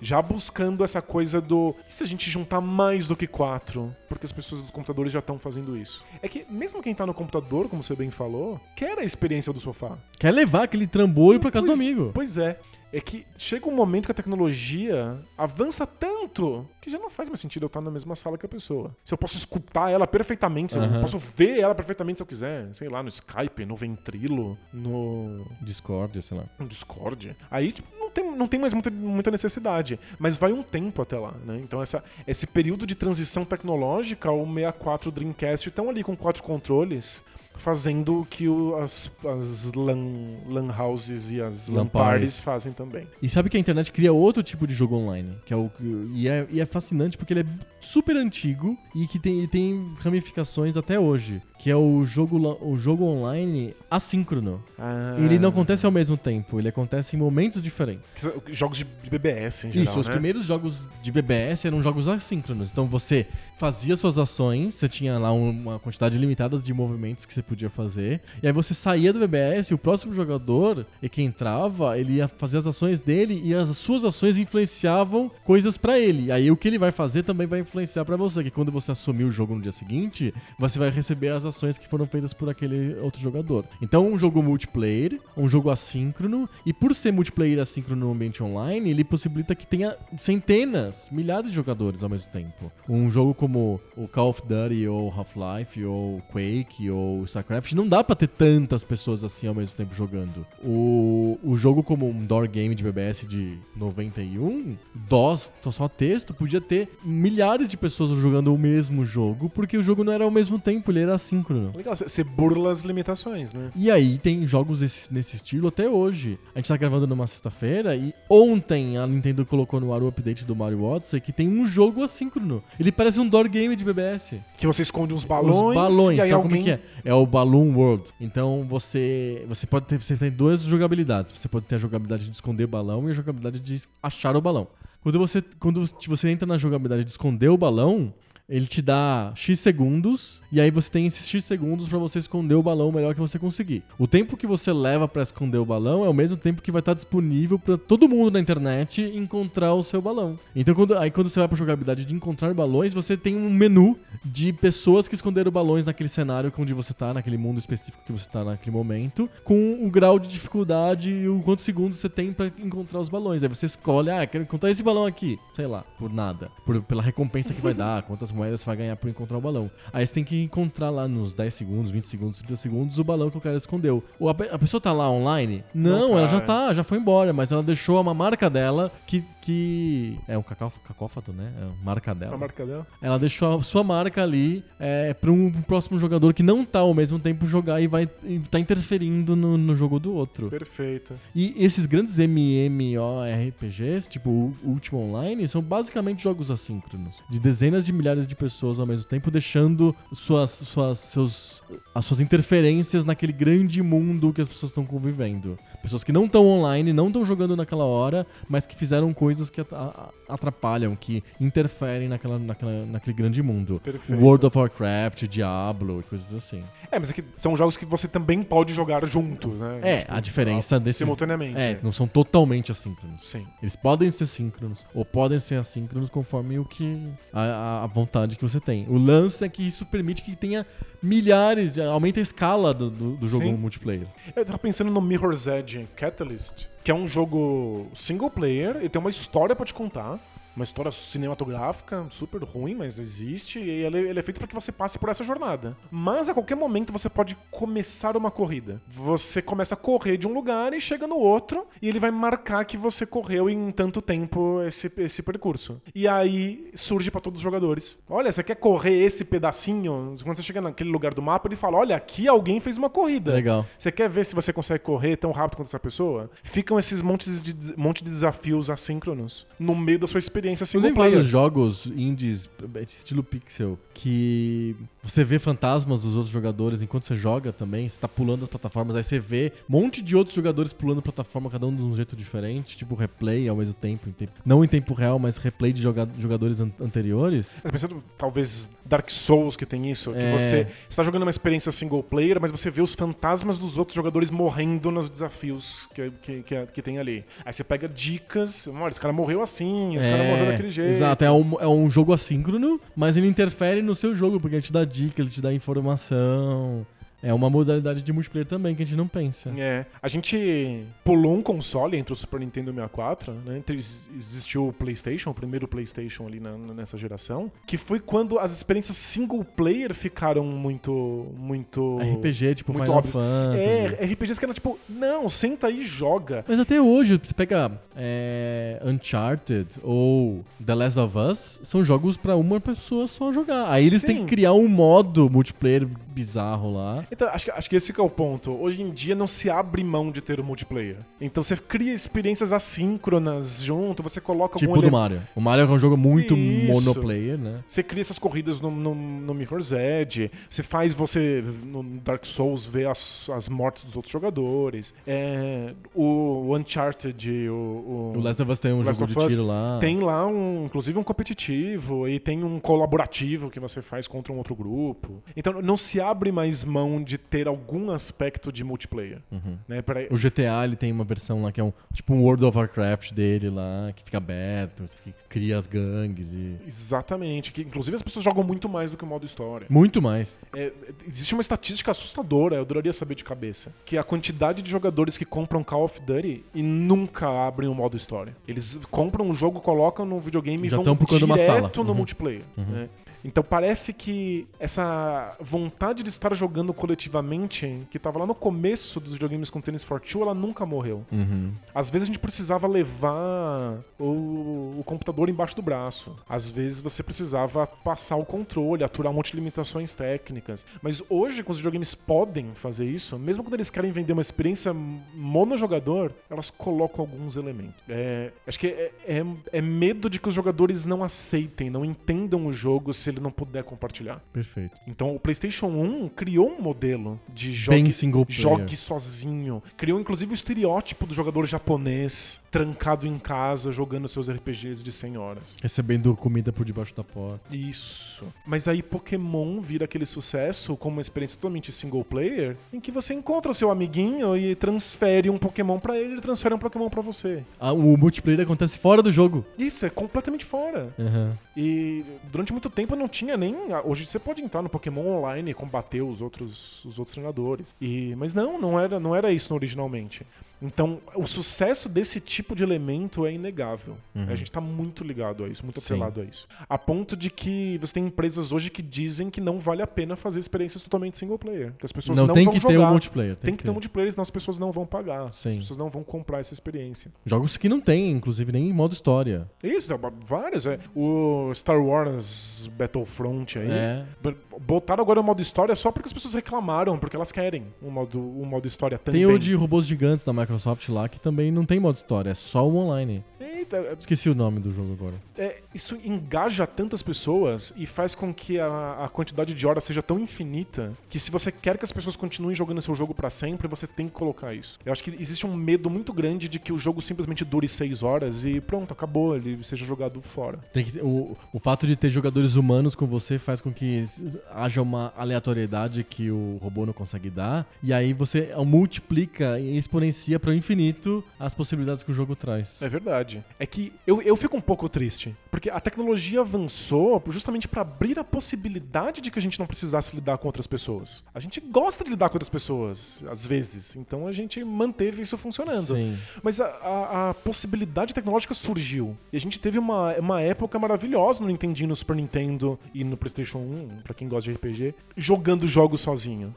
S2: Já buscando essa coisa do. E se a gente juntar mais do que quatro? Porque as pessoas dos computadores já estão fazendo isso. É que, mesmo quem tá no computador, como você bem falou, quer a experiência do sofá.
S1: Quer levar aquele trambolho pra casa
S2: pois,
S1: do amigo.
S2: Pois é. É que chega um momento que a tecnologia avança tanto ponto que já não faz mais sentido eu estar na mesma sala que a pessoa. Se eu posso escutar ela perfeitamente, se eu posso ver ela perfeitamente se eu quiser, sei lá, no Skype, no Ventrilo, no,
S1: Discord, sei lá.
S2: no um Discord, aí tipo, não tem, não tem mais muita, muita necessidade. Mas vai um tempo até lá, né? Então essa, esse período de transição tecnológica, o 64 Dreamcast estão ali com quatro controles, fazendo o que o- as, as lan, lan houses e as
S1: Lan
S2: lan
S1: parties.
S2: parties fazem também.
S1: E sabe que a internet cria outro tipo de jogo online, que é o e é, e é fascinante porque ele é super antigo e que tem, e tem ramificações até hoje, que é o jogo la- o jogo online assíncrono.
S2: Ah,
S1: Ele não acontece ao mesmo tempo, ele acontece em momentos diferentes.
S2: Jogos de BBS em geral,
S1: Isso, os
S2: né?
S1: primeiros jogos de BBS eram jogos assíncronos. Então você fazia suas ações, você tinha lá um, uma quantidade limitada de movimentos que você podia fazer. E aí você saía do BBS e o próximo jogador, e que entrava, ele ia fazer as ações dele e as suas ações influenciavam coisas pra ele. E aí o que ele vai fazer também vai influenciar pra você, que quando você assumir o jogo no dia seguinte, você vai receber as ações que foram feitas por aquele outro jogador. Então, um jogo multiplayer, um jogo assíncrono, e por ser multiplayer assíncrono no ambiente online, ele possibilita que tenha centenas, milhares de jogadores ao mesmo tempo. Um jogo como o Call of Duty, ou Half-Life, ou Quake, ou StarCraft, não dá pra ter tantas pessoas assim ao mesmo tempo jogando. O, o jogo como um door game de BBS de 91, DOS, só- só texto, podia ter milhares de pessoas jogando o mesmo jogo, porque o jogo não era ao mesmo tempo, ele era assíncrono.
S2: Legal, você burla as limitações, né?
S1: E aí tem jogos desse- nesse estilo até hoje. A gente tá gravando numa sexta-feira e ontem a Nintendo colocou no ar o update do Mario Odyssey que tem um jogo assíncrono. Ele parece um door game de BBS.
S2: Que você esconde uns balões,
S1: Os balões,
S2: e aí
S1: então
S2: alguém...
S1: como é que é? É o Balloon World. Então você você pode ter você tem duas jogabilidades. Você pode ter a jogabilidade de esconder o balão e a jogabilidade de achar o balão. Quando você quando você entra na jogabilidade de esconder o balão, ele te dá X segundos e aí você tem esses X segundos pra você esconder o balão o melhor que você conseguir. O tempo que você leva pra esconder o balão é o mesmo tempo que vai estar disponível pra todo mundo na internet encontrar o seu balão. Então quando- aí quando você vai pra jogabilidade de encontrar balões, você tem um menu de pessoas que esconderam balões naquele cenário onde você tá, naquele mundo específico que você tá naquele momento, com o grau de dificuldade e o quantos segundos você tem pra encontrar os balões. Aí você escolhe, ah, quero encontrar esse balão aqui. Sei lá, por nada. Por- pela recompensa que vai dar, quantas moedas você vai ganhar por encontrar o balão. Aí você tem que encontrar lá nos 10 segundos, 20 segundos, 30 segundos o balão que o cara escondeu. Ou a, pe- a pessoa tá lá online? Não,
S2: Não
S1: ela já
S2: tá.
S1: tá, já foi embora, mas ela deixou uma marca dela que. que é um cacau- cacófato, né? É uma marca dela.
S2: A marca dela.
S1: Ela deixou a sua marca ali é, para um próximo jogador que não tá ao mesmo tempo jogar e vai e tá interferindo no, no jogo do outro.
S2: Perfeito.
S1: E esses grandes MMORPGs, tipo o Ultima Online, são basicamente jogos assíncronos, de dezenas de milhares de pessoas ao mesmo tempo, deixando suas, suas, seus, as suas interferências naquele grande mundo que as pessoas estão convivendo. Pessoas que não estão online, não estão jogando naquela hora, mas que fizeram coisas que at- a- atrapalham, que interferem naquela, naquela, naquele grande mundo.
S2: Perfeito.
S1: World of Warcraft, Diablo, e coisas assim.
S2: É, mas é que são jogos que você também pode jogar junto, né?
S1: É, a diferença desses...
S2: Simultaneamente.
S1: É, não são totalmente assíncronos.
S2: Sim.
S1: Eles podem ser síncronos ou podem ser assíncronos conforme o que a, a- a vontade que você tem. O lance é que isso permite que tenha milhares, de, aumenta a escala do, do, do jogo
S2: Sim.
S1: multiplayer.
S2: Eu tava pensando no Mirror's Edge Catalyst, que é um jogo single player e tem uma história pra te contar. Uma história cinematográfica super ruim, mas existe, e ele, ele é feito pra que você passe por essa jornada. Mas a qualquer momento você pode começar uma corrida. Você começa a correr de um lugar e chega no outro, e ele vai marcar que você correu em tanto tempo esse, esse percurso. E aí surge pra todos os jogadores: Olha, você quer correr esse pedacinho? Quando você chega naquele lugar do mapa, ele fala: Olha, aqui alguém fez uma corrida.
S1: É Legal.
S2: Você quer ver se você consegue correr tão rápido quanto essa pessoa? Ficam esses montes de, des- monte de desafios assíncronos no meio da sua experiência
S1: Eu
S2: single
S1: lembro vários
S2: player.
S1: jogos indies eh, estilo pixel que você vê fantasmas dos outros jogadores enquanto você joga também, você tá pulando as plataformas, aí você vê um monte de outros jogadores pulando plataforma, cada um de um jeito diferente, tipo replay ao mesmo tempo, em tempo- não em tempo real, mas replay de joga- jogadores an- anteriores.
S2: Tá Pensando, talvez, Dark Souls que tem isso, que
S1: É.
S2: você está jogando uma experiência single player, mas você vê os fantasmas dos outros jogadores morrendo nos desafios que, que, que, que tem ali. Aí você pega dicas, olha, esse cara morreu assim, esse cara morreu daquele jeito.
S1: Exato, é um, é um jogo assíncrono, mas ele interfere no seu jogo, porque ele te dá dica, ele te dá informação. É uma modalidade de multiplayer também que a gente não pensa.
S2: É, a gente pulou um console entre o Super Nintendo e o 64, né? Entre, existiu o PlayStation, o primeiro PlayStation ali na- na- nessa geração, que foi quando as experiências single player ficaram muito, muito.
S1: RPG, tipo
S2: é muito
S1: Final
S2: óbvias.
S1: Fantasy.
S2: É, RPGs que era tipo, não, senta aí e joga.
S1: Mas até hoje, você pega é, Uncharted ou The Last of Us, são jogos pra uma pessoa só jogar. Aí eles
S2: Sim.
S1: têm que criar um modo multiplayer bizarro lá.
S2: Então, acho que, acho que esse que é o ponto. Hoje em dia não se abre mão de ter o multiplayer. Então você cria experiências assíncronas junto, você coloca algum
S1: Tipo do
S2: ele-
S1: Mario. O Mario é um jogo muito
S2: Isso.
S1: monoplayer, né?
S2: Você cria essas corridas no, no, no Mirror's Edge, você faz você no Dark Souls ver as, as mortes dos outros jogadores. É, o Uncharted, o,
S1: O Last of Us tem um
S2: Last
S1: jogo de
S2: of Us
S1: tiro lá.
S2: Tem lá um, inclusive um competitivo e tem um colaborativo que você faz contra um outro grupo. Então não se abre mais mão de ter algum aspecto de multiplayer,
S1: Uhum.
S2: né? Pra-
S1: O GTA ele tem uma versão lá que é um tipo um World of Warcraft dele lá, que fica aberto, você que cria as gangues e.
S2: Exatamente, que inclusive as pessoas jogam muito mais do que o modo história.
S1: Muito mais.
S2: É, existe uma estatística assustadora, eu adoraria saber de cabeça, que é a quantidade de jogadores que compram Call of Duty e nunca abrem o modo história. Eles compram um jogo, colocam no videogame e
S1: Já
S2: vão
S1: tão procurando
S2: direto
S1: uma sala.
S2: no
S1: Uhum.
S2: multiplayer. né? Então parece que essa vontade de estar jogando coletivamente, que tava lá no começo dos videogames com Tennis for Two, ela nunca morreu.
S1: Uhum.
S2: Às vezes a gente precisava levar o, o computador embaixo do braço. Às vezes você precisava passar o controle, aturar um monte de limitações técnicas. Mas hoje, que os videogames podem fazer isso, mesmo quando eles querem vender uma experiência monojogador, elas colocam alguns elementos. É, acho que é, é- é medo de que os jogadores não aceitem, não entendam o jogo se ele não puder compartilhar.
S1: Perfeito.
S2: Então o PlayStation 1 criou um modelo de
S1: Bem
S2: jogue,
S1: single player.
S2: jogue sozinho. Criou inclusive o estereótipo do jogador japonês trancado em casa jogando seus RPGs de 100 horas.
S1: Recebendo comida por debaixo da porta.
S2: Isso. Mas aí Pokémon vira aquele sucesso com uma experiência totalmente single player, em que você encontra o seu amiguinho e transfere um Pokémon pra ele, ele transfere um Pokémon pra você.
S1: Ah, o multiplayer acontece fora do jogo.
S2: Isso é completamente fora.
S1: Aham.
S2: E durante muito tempo não tinha nem. Hoje você pode entrar no Pokémon online e combater os outros, os outros treinadores. E, mas não, não era, não era isso originalmente. Então, o sucesso desse tipo de elemento é inegável. A gente tá muito ligado a isso, muito
S1: Uhum. Sim.
S2: atrelado a isso. A ponto de que você tem empresas hoje que dizem que não vale a pena fazer experiências totalmente single player. Que as pessoas não,
S1: Não, tem
S2: vão
S1: que
S2: jogar.
S1: ter o multiplayer.
S2: Tem, que ter um multiplayer, senão as pessoas não vão pagar. As
S1: Sim.
S2: pessoas não vão comprar essa experiência.
S1: Jogos que não tem, inclusive, nem modo história.
S2: Isso, dá ba- vários. É. O Star Wars Battlefront aí.
S1: É.
S2: B- Botaram agora o modo história só porque as pessoas reclamaram, porque elas querem o modo, o modo história também.
S1: Tem o de robôs gigantes da Microsoft lá, que também não tem modo história, é só o online.
S2: Eita, é-
S1: Esqueci o nome do jogo agora.
S2: é, isso engaja tantas pessoas e faz com que a, a quantidade de horas seja tão infinita que se você quer que as pessoas continuem jogando seu jogo pra sempre, você tem que colocar isso. Eu acho que existe um medo muito grande de que o jogo simplesmente dure seis horas e pronto, acabou, ele seja jogado fora.
S1: Tem que ter- o, o fato de ter jogadores humanos com você faz com que s- haja uma aleatoriedade que o robô não consegue dar, e aí você é, multiplica e exponencia para o infinito as possibilidades que o jogo traz.
S2: É verdade. É que eu, eu fico um pouco triste. Porque a tecnologia avançou justamente pra abrir a possibilidade de que a gente não precisasse lidar com outras pessoas. A gente gosta de lidar com outras pessoas, às vezes. Então a gente manteve isso funcionando.
S1: Sim.
S2: Mas a, a- a possibilidade tecnológica surgiu. E a gente teve uma, uma época maravilhosa no Nintendinho, no Super Nintendo e no PlayStation 1, pra quem gosta de RPG, jogando jogos sozinho.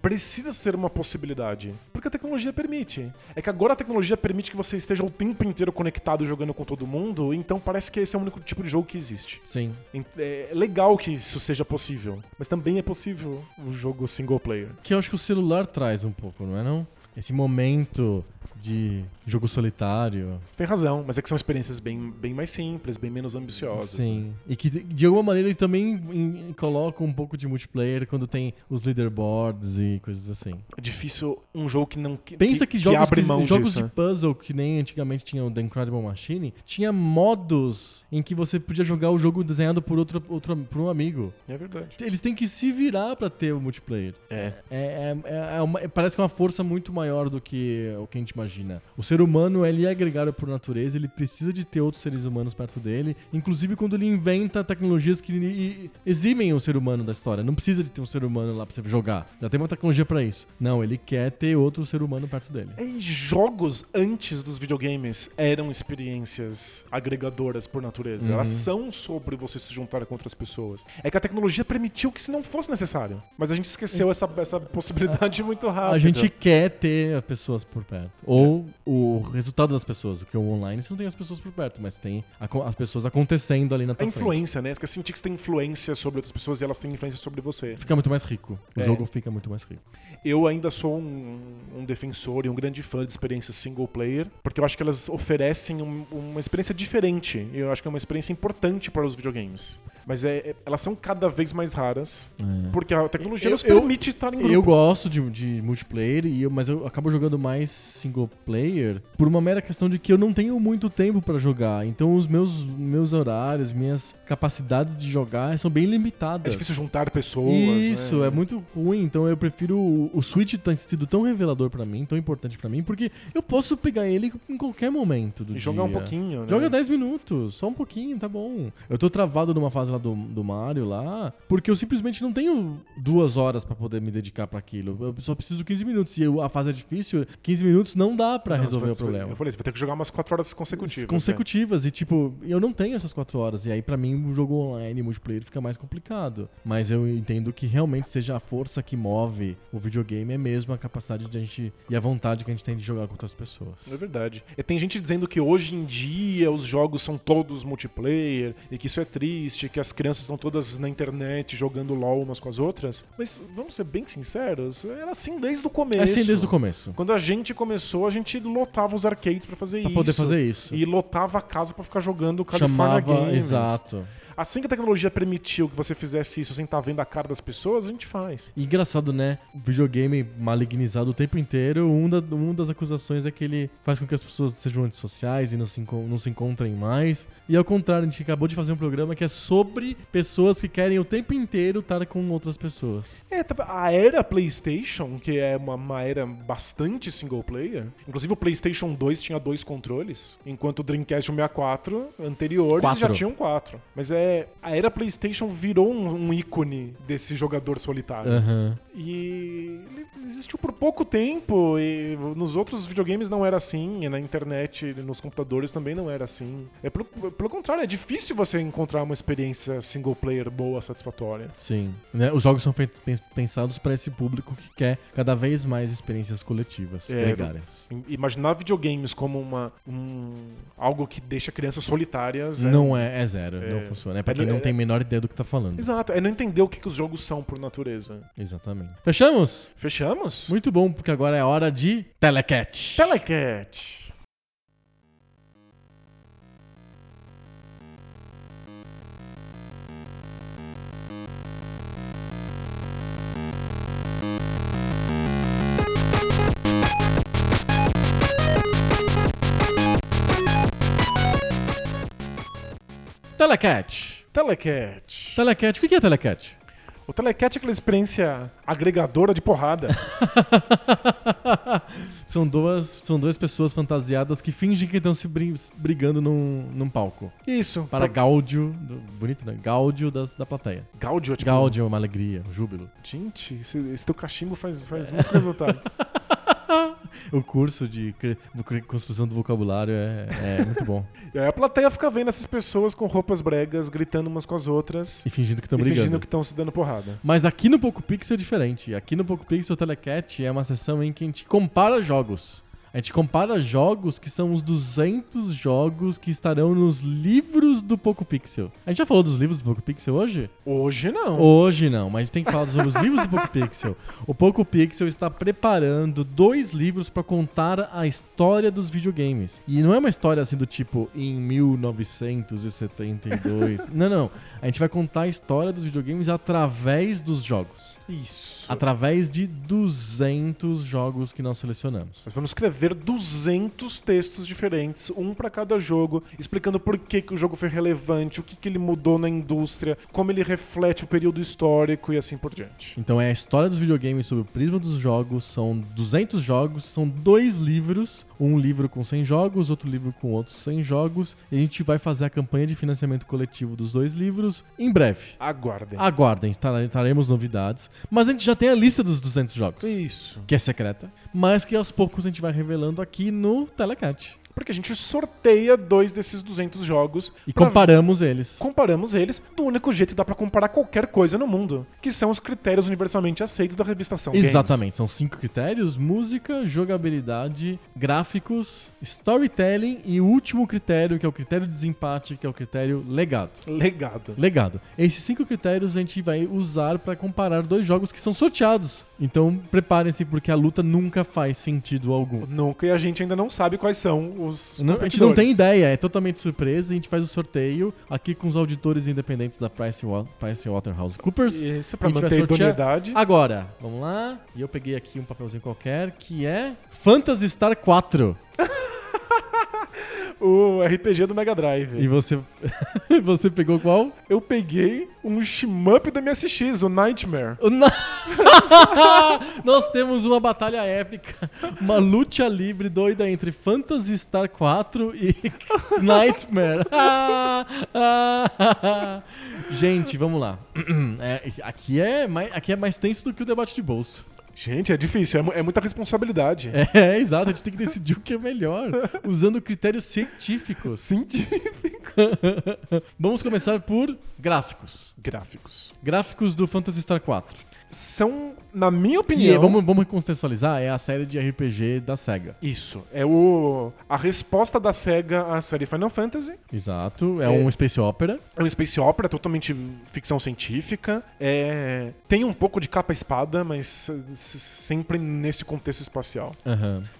S2: Precisa ser uma possibilidade. Porque a tecnologia permite. É que agora a tecnologia permite que você esteja o tempo inteiro conectado jogando com todo mundo, então parece que esse é o único tipo de jogo que existe.
S1: Sim.
S2: Ent- É legal que isso seja possível, mas também é possível o jogo single player.
S1: Que eu acho que o celular traz um pouco, não é não? Esse momento de jogo solitário.
S2: Você tem razão, mas é que são experiências bem, bem mais simples, bem menos ambiciosas. né?
S1: Sim. E que de alguma maneira ele também em- coloca um pouco de multiplayer quando tem os leaderboards e coisas assim.
S2: É difícil um jogo que não que,
S1: Pensa que,
S2: que,
S1: jogos,
S2: abre
S1: que-
S2: mão
S1: jogos
S2: disso,
S1: de
S2: né?
S1: puzzle que nem antigamente tinha o The Incredible Machine, tinha modos em que você podia jogar o jogo desenhado por outro, outro por um amigo.
S2: É verdade.
S1: Eles têm que se virar pra ter o multiplayer.
S2: É.
S1: É, é- é- é uma- parece que é uma força muito maior do que o que a gente imagina. O ser humano, ele é agregado por natureza, ele precisa de ter outros seres humanos perto dele, inclusive quando ele inventa tecnologias que i- eximem o ser humano da história. Não precisa de ter um ser humano lá pra você jogar. Já tem uma tecnologia pra isso. Não, ele quer ter outro ser humano perto dele.
S2: É, E jogos antes dos videogames eram experiências agregadoras por
S1: Uhum.
S2: natureza. Elas são sobre você se juntar com outras pessoas. É que a tecnologia permitiu que isso não fosse necessário. Mas a gente esqueceu essa, essa possibilidade muito rápido.
S1: É. A gente quer ter pessoas por perto. Ou o resultado das pessoas, que o online você não tem as pessoas por perto, mas tem a co- as pessoas acontecendo ali na
S2: A
S1: tua frente.
S2: influência, né? Porque sentir que você tem influência sobre outras pessoas e elas têm influência sobre você.
S1: Fica muito mais rico. O
S2: É.
S1: jogo fica muito mais rico.
S2: Eu ainda sou um, um defensor e um grande fã de experiências single player, porque eu acho que elas oferecem um- uma experiência diferente. E eu acho que é uma experiência importante para os videogames. Mas é- é- elas são cada vez mais raras, porque a tecnologia
S1: Eu-
S2: nos
S1: eu-
S2: permite estar em grupo.
S1: Eu gosto de, de multiplayer, e eu- mas eu acabo jogando mais single player por uma mera questão de que eu não tenho muito tempo pra jogar. Então os meus, meus horários, minhas capacidades de jogar são bem limitadas.
S2: É difícil juntar pessoas.
S1: Isso,
S2: né?
S1: é muito ruim. Então eu prefiro. o- O Switch tem sido tão revelador pra mim, tão importante pra mim, porque eu posso pegar ele em qualquer momento do
S2: E jogar um
S1: dia.
S2: pouquinho, né?
S1: Joga 10 minutos, só um pouquinho, tá bom. Eu tô travado numa fase lá do, do Mario lá, porque eu simplesmente não tenho duas horas pra poder me dedicar pra aquilo. Eu só preciso 15 minutos. E eu- a fase é difícil, 15 minutos não dá pra
S2: Não,
S1: resolver
S2: você-
S1: o problema
S2: Eu falei, você vai ter que jogar umas 4 horas consecutivas. né?
S1: consecutivas. E, tipo, eu não tenho essas quatro horas. E aí, pra mim, o jogo online multiplayer fica mais complicado. Mas eu entendo que realmente seja a força que move o videogame, é mesmo a capacidade de a gente e a vontade que a gente tem de jogar com outras pessoas.
S2: É verdade. E tem gente dizendo que hoje em dia os jogos são todos multiplayer e que isso é triste, que as crianças estão todas na internet jogando LOL umas com as outras. Mas vamos ser bem sinceros, era assim desde o começo.
S1: É assim desde o começo.
S2: Quando a gente começou, a gente lotava os arcades pra fazer
S1: Pra
S2: isso.
S1: poder fazer isso.
S2: E lotava a casa pra ficar jogando California
S1: Chamava.
S2: Games.
S1: Exato.
S2: Assim que a tecnologia permitiu que você fizesse isso sem estar vendo a cara das pessoas, a gente faz.
S1: E Engraçado, né? Videogame malignizado o tempo inteiro. Um da, uma das acusações é que ele faz com que as pessoas sejam antissociais e não se, encon- não se encontrem mais. E ao contrário, a gente acabou de fazer um programa que é sobre pessoas que querem o tempo inteiro estar com outras pessoas.
S2: É, tá- a era PlayStation, que é uma, uma era bastante single player, inclusive o PlayStation 2 tinha dois controles, enquanto o Dreamcast 64 anteriores
S1: Quatro.
S2: já tinham quatro. Mas é a era PlayStation virou um, um ícone desse jogador solitário.
S1: Aham.
S2: E ele existiu por pouco tempo, e nos outros videogames não era assim, e na internet, nos computadores também não era assim. É pelo, pelo contrário, é difícil você encontrar uma experiência single player boa, satisfatória.
S1: Sim. Né? Os jogos são feitos, pens- pensados para esse público que quer cada vez mais experiências coletivas,
S2: É,
S1: gregárias.
S2: Im- Imaginar videogames como uma, um- algo que deixa crianças solitárias. é-
S1: Não é, é zero,
S2: É.
S1: não funciona. É pra
S2: É,
S1: quem
S2: é-
S1: não tem a menor ideia do que tá falando.
S2: Exato, é não entender o que, que os jogos são por natureza.
S1: Exatamente. Fechamos?
S2: Fechamos?
S1: Muito bom, porque agora é hora de Telecat.
S2: Telecat.
S1: Telecat.
S2: Telecat.
S1: Telecat, o que que é Telecat?
S2: O Telecat é aquela experiência agregadora de porrada.
S1: são, duas, são duas pessoas fantasiadas que fingem que estão se brin- brigando num, num palco.
S2: Isso.
S1: Para
S2: pra...
S1: gáudio, do- bonito, né? Gáudio das, da plateia.
S2: Gáudio, é tipo...
S1: Gáudio é uma alegria, um júbilo.
S2: Gente, esse, esse teu cachimbo faz, faz muito resultado.
S1: O curso de cre- do cre- construção do vocabulário é, é muito bom.
S2: E aí a plateia fica vendo essas pessoas com roupas bregas, gritando umas com as outras
S1: E fingindo que estão
S2: e fingindo
S1: brigando.
S2: que estão se dando porrada.
S1: Mas aqui no Poco Pixel é diferente. Aqui no Poco Pixel o Telecat é uma sessão em que a gente compara jogos. A gente compara jogos que são os 200 jogos que estarão nos livros do Poco Pixel. A gente já falou dos livros do Poco Pixel hoje?
S2: Hoje não.
S1: Hoje não, mas a gente tem que falar sobre os livros do Poco Pixel. O Poco Pixel está preparando dois livros para contar a história dos videogames. E não é uma história assim do tipo em 1972. não, não. A gente vai contar a história dos videogames através dos jogos.
S2: Isso.
S1: Através de 200 jogos que nós selecionamos.
S2: Nós vamos escrever escrever 200 textos diferentes, um pra cada jogo, explicando por que, que o jogo foi relevante, o que, que ele mudou na indústria, como ele reflete o período histórico e assim por diante.
S1: Então é a história dos videogames sob o prisma dos jogos, são 200 jogos, são dois livros, um livro com 100 jogos, outro livro com outros 100 jogos, e a gente vai fazer a campanha de financiamento coletivo dos dois livros em breve.
S2: Aguardem.
S1: Aguardem, estar- teremos novidades, mas a gente já tem a lista dos 200 jogos,
S2: Isso.
S1: que é secreta, mas que aos poucos a gente vai revelando aqui no Telecat.
S2: Porque a gente sorteia dois desses 200 jogos
S1: E
S2: pra
S1: comparamos eles.
S2: comparamos eles do único jeito que dá pra comparar qualquer coisa no mundo, que são os critérios universalmente aceitos da revistação. Games.
S1: Exatamente, são cinco critérios: música, jogabilidade, gráficos, storytelling e o último critério, que é o critério de desempate, que é o critério legado.
S2: Legado.
S1: Legado. Esses cinco critérios a gente vai usar pra comparar dois jogos que são sorteados. Então preparem-se porque a luta nunca faz sentido algum.
S2: Nunca e a gente ainda não sabe quais são os.
S1: Não- a gente não tem
S2: competidores.
S1: ideia, é totalmente surpresa. A gente faz o sorteio aqui com os auditores independentes da Price Waterhouse Coopers.
S2: Isso, pra
S1: A gente vai
S2: manter a
S1: sortear-
S2: idoneidade.
S1: Agora, vamos lá. E eu peguei aqui um papelzinho qualquer que é Phantasy Star 4.
S2: O RPG do Mega Drive.
S1: E você você pegou qual?
S2: Eu peguei um shmup do MSX, o Nightmare.
S1: O na- Nós temos uma batalha épica, uma luta livre doida entre Phantasy Star 4 e Nightmare. Ah, ah, ah. Gente, vamos lá. É, aqui, é mais, aqui é mais tenso do que o debate de bolso.
S2: Gente, é difícil, é, mu- é muita responsabilidade.
S1: É, exato, a gente tem que decidir o que é melhor, usando critérios científicos. Vamos começar por gráficos.
S2: Gráficos.
S1: Gráficos do Phantasy Star 4.
S2: São, na minha
S1: Que,
S2: opinião.
S1: é, vamos, vamos contextualizar, é a série de RPG da SEGA.
S2: Isso. É o a resposta da SEGA à série Final Fantasy.
S1: Exato, é,
S2: É.
S1: um space opera.
S2: É um space opera, totalmente ficção científica. É, tem um pouco de capa-espada, mas eh, s- sempre nesse contexto espacial.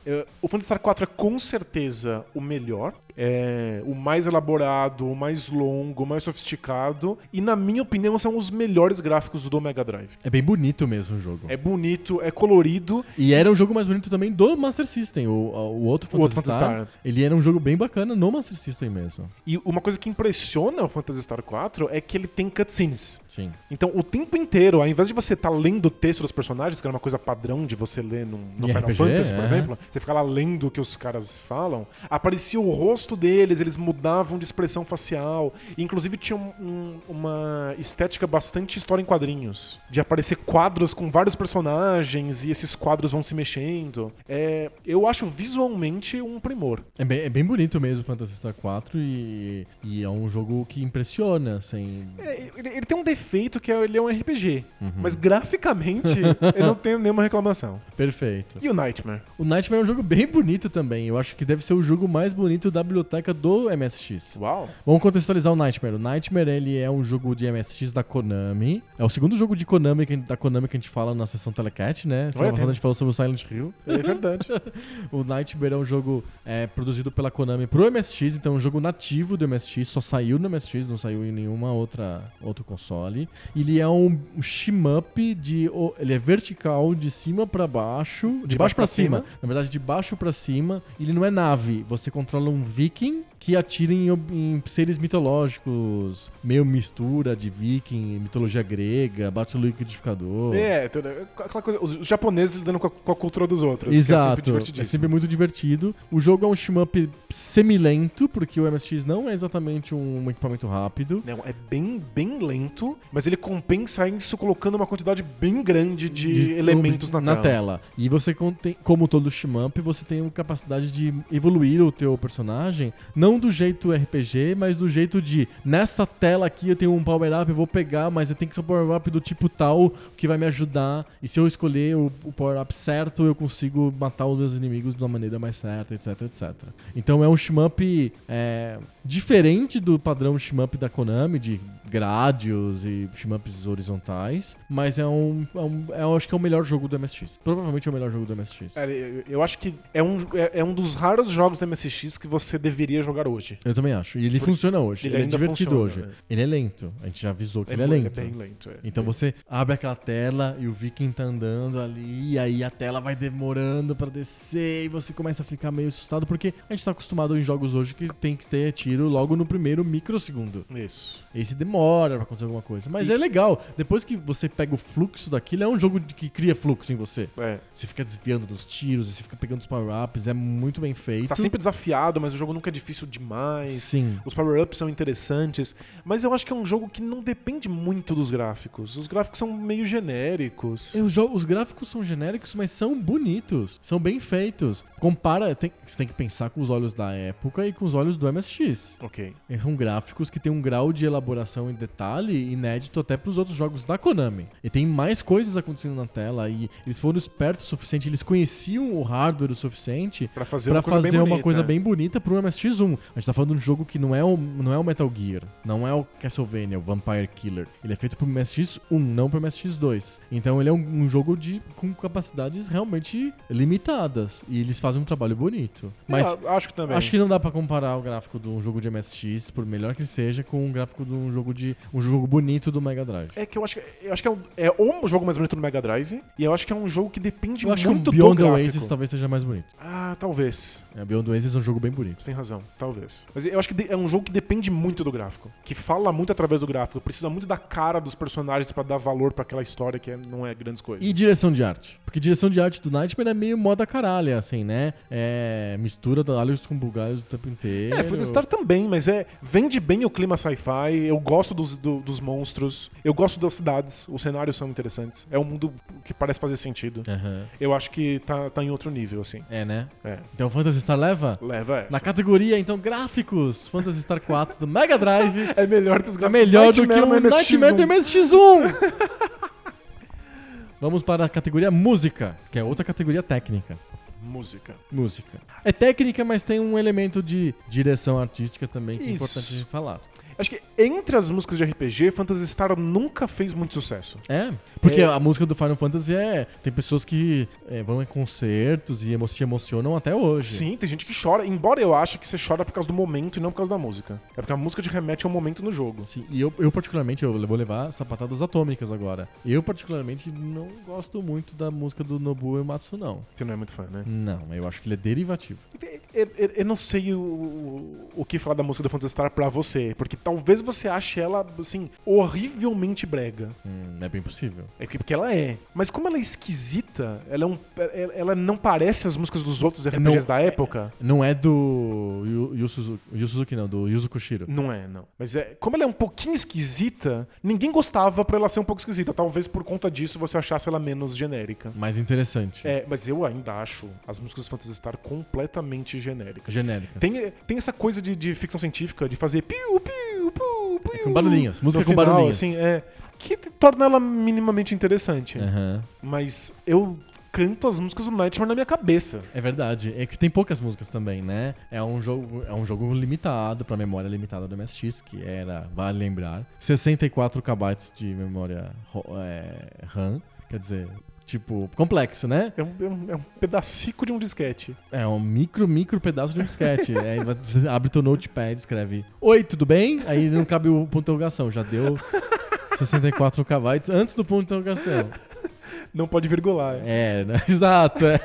S2: É, o Phantasy Star 4 é com certeza o melhor, é o mais elaborado, o mais longo, o mais sofisticado e na minha opinião são os melhores gráficos do Mega Drive.
S1: É bem bonito mesmo o jogo.
S2: É bonito, é colorido.
S1: E era um jogo mais bonito também do Master System, o, o outro Phantasy,
S2: O outro
S1: Star,
S2: Phantasy Star.
S1: Ele era um jogo bem bacana no Master System mesmo.
S2: E uma coisa que impressiona o Phantasy Star 4 é que ele tem cutscenes.
S1: Sim.
S2: Então, o tempo inteiro, ao invés de você estar lendo o texto dos personagens, que era uma coisa padrão de você ler num, no
S1: Em
S2: Final
S1: RPG,
S2: Fantasy, por
S1: é.
S2: exemplo, você ficar lá lendo o que os caras falam, aparecia o rosto deles, eles mudavam de expressão facial. E, inclusive, tinha um- um- uma estética bastante história em quadrinhos. De aparecer quadros com vários personagens e esses quadros vão se mexendo. É, eu acho visualmente um primor.
S1: É bem, é bem bonito mesmo o Phantasy Star 4 e, e é um jogo que impressiona, assim.
S2: É, ele, ele tem um defeito que é, ele é um RPG.
S1: Uhum.
S2: Mas graficamente, eu não tenho nenhuma reclamação.
S1: Perfeito.
S2: E o Nightmare?
S1: O Nightmare é um jogo bem bonito também. Eu acho que deve ser o jogo mais bonito da biblioteca do MSX.
S2: Uau!
S1: Vamos contextualizar o Nightmare. O Nightmare ele é um jogo de MSX da Konami. É o segundo jogo de Konami que, a gente- da Konami que a gente fala na sessão Telecat, né? Semana
S2: Olha,
S1: passada
S2: tem-
S1: a gente falou sobre o Silent Hill.
S2: É verdade.
S1: O Nightmare é um jogo é, produzido pela Konami pro MSX, então é um jogo nativo do MSX, só saiu no MSX, não saiu em nenhuma outra outro console. Ele é um um shmup de o- ele é vertical de cima pra baixo, de,
S2: De
S1: baixo
S2: baixo
S1: pra
S2: pra
S1: cima. na verdade de baixo pra cima. Ele não é nave, você controla um viking que atira em, ob- em seres mitológicos, meio mistura de viking, mitologia grega, bate o liquidificador.
S2: é, tudo- aquela coisa, os japoneses lidando com a, com a cultura dos outros. que É sempre
S1: Exato.
S2: divertidíssimo.
S1: é sempre muito divertido. O jogo é um shmup semilento, porque o MSX não é exatamente um equipamento rápido.
S2: Não, é bem, bem lento, mas ele compensa isso colocando uma quantidade bem grande de, elementos na,
S1: tela. E você, con- tem- como todo shmup, você tem uma capacidade de evoluir o teu personagem, não do jeito RPG, mas do jeito de, nessa tela aqui eu tenho um power-up, eu vou pegar, mas eu tenho que ser um power-up do tipo tal que vai me ajudar. E se eu escolher o, o power-up certo, eu consigo matar os meus inimigos de uma maneira mais certa, etc, etc. Então é um shmup é, diferente do padrão shmup da Konami, de grádios e shmups horizontais, mas é um, é um- eu acho que é o melhor jogo do MSX. Provavelmente é o melhor jogo do MSX.
S2: É, eu- Eu acho que é um, é, é um dos raros jogos da MSX que você deveria jogar hoje.
S1: Eu também acho. E ele funciona hoje.
S2: ele
S1: Ele, é
S2: ainda
S1: divertido
S2: funciona,
S1: hoje.
S2: né?
S1: Ele é lento. A gente já avisou que ele é
S2: mu-
S1: lento.
S2: bem lento, é.
S1: Então você abre aquela tela e o Viking tá andando ali, e aí a tela vai demorando pra descer e você começa a ficar meio assustado, porque a gente tá acostumado em jogos hoje que tem que ter tiro logo no primeiro microsegundo.
S2: Isso.
S1: Esse demora pra acontecer alguma coisa. Mas é legal. Depois que você pega o fluxo daquilo, é um jogo de- que cria fluxo em você.
S2: É.
S1: Você fica desviando dos tiros, você fica pegando os power-ups, é muito bem feito.
S2: Tá sempre desafiado, mas o jogo nunca é difícil demais.
S1: Sim.
S2: Os power-ups são interessantes, mas eu acho que é um jogo que não depende muito dos gráficos. Os gráficos são meio genéricos.
S1: Eu jo- os gráficos são genéricos, mas são bonitos, são bem feitos. Compara, tem- você tem que pensar com os olhos da época e com os olhos do MSX.
S2: Ok.
S1: E É, São gráficos que têm um grau de elaboração e detalhe inédito até pros outros jogos da Konami. E tem mais coisas acontecendo na tela e eles foram espertos o suficiente, eles conheciam o hardware o suficiente
S2: Pra fazer
S1: pra
S2: uma coisa
S1: fazer
S2: bem
S1: uma
S2: bonita. é.
S1: coisa bem bonita pro MSX1. A gente tá falando de um jogo que não é o, não é o Metal Gear, não é o Castlevania, o Vampire Killer. Ele é feito pro MSX1, não pro MSX2. Então ele é um, um jogo de, com capacidades realmente limitadas. E eles fazem um trabalho bonito. Mas
S2: Eu É, acho que também.
S1: acho que não dá pra comparar o gráfico de um jogo de MSX, por melhor que seja, com o gráfico de um jogo de um jogo bonito do Mega Drive.
S2: É que eu acho que, eu acho que é, um, é o jogo mais bonito do Mega Drive, e eu acho que é um jogo que depende
S1: Eu acho que o
S2: muito
S1: Beyond
S2: do
S1: the
S2: gráfico.
S1: Oasis talvez seja mais bonito.
S2: Ah, talvez.
S1: É, Beyond the Oasis é um jogo bem bonito.
S2: Você tem razão, talvez. Mas eu acho que de- é um jogo que depende muito do gráfico, que fala muito através do gráfico, precisa muito da cara dos personagens pra dar valor pra aquela história que é- não é grandes coisas.
S1: E direção de arte. Porque direção de arte do Nightmare é meio moda caralho, assim, né? É mistura da alhos com bugalhos o tempo inteiro.
S2: É, Foodstar também, mas é vende bem o clima sci-fi. Eu gosto dos, do- dos monstros, eu gosto das cidades, os cenários são interessantes. É um mundo que parece fazer sentido.
S1: Aham.
S2: Eu acho que tá, tá em outro nível, assim.
S1: É, né?
S2: É.
S1: Então Phantasy Star leva?
S2: Leva essa.
S1: Na categoria, então, gráficos, Phantasy Star 4 do Mega Drive.
S2: É melhor dos
S1: É um.
S2: gráficos.
S1: melhor do que
S2: Nightmare
S1: o
S2: no MSX1.
S1: Nightmare do MSX1. Vamos para a categoria música, que é outra categoria técnica.
S2: Música.
S1: Música. É técnica, mas tem um elemento de direção artística também que é
S2: Isso.
S1: importante de falar.
S2: Acho que entre as músicas de RPG, Phantasy Star nunca fez muito sucesso.
S1: É, porque
S2: É.
S1: a música do Final Fantasy é. Tem pessoas que é, vão em concertos e emo- se emocionam até hoje.
S2: Sim, tem gente que chora, embora eu ache que você chora por causa do momento e não por causa da música. É porque a música te remete ao momento no jogo.
S1: Sim, Assim, E eu, eu, particularmente, eu vou levar sapatadas atômicas agora. Eu, particularmente, não gosto muito da música do Nobuo Ematsu, não.
S2: Você não é muito fã, né?
S1: Não, eu acho que ele é derivativo.
S2: Eu, eu- eu não sei o- o, o que falar da música do Phantasy Star pra você, porque talvez você ache ela, assim, horrivelmente brega.
S1: Hum, é bem possível.
S2: É porque, porque ela é. Mas como ela é esquisita, ela, é um, ela- ela não parece as músicas dos outros RPGs
S1: não-
S2: da época.
S1: Não é do Yu, Yu Suzuki, Yu Suzuki, não, do Yuzo Koshiro.
S2: Não é, não. Mas é, como ela é um pouquinho esquisita, ninguém gostava pra ela ser um pouco esquisita. Talvez por conta disso você achasse ela menos genérica.
S1: Mais interessante.
S2: É, mas eu ainda acho as músicas do Phantasy Star completamente genéricas.
S1: Genérica.
S2: Tem, tem essa coisa de, de ficção científica, de fazer piu, piu, piu, piu.
S1: É com barulhinhos, música
S2: no
S1: com
S2: final,
S1: barulhinhos.
S2: Assim, é, que torna ela minimamente interessante.
S1: Aham.
S2: Mas eu canto as músicas do Nightmare na minha cabeça.
S1: É verdade. É que tem poucas músicas também, né? É um jogo, é um jogo limitado, pra memória limitada do MSX, que era, vale lembrar, 64 KB de memória ro- é, RAM. Quer dizer, tipo, complexo, né?
S2: É um, é um, é um pedacico de um disquete.
S1: É um micro, micro pedaço de um disquete. é, você abre teu notepad e escreve Oi, tudo bem? Aí não cabe o ponto de interrogação, já deu 64 KB antes do ponto de interrogação.
S2: Não pode virgular.
S1: É, né? exato. é.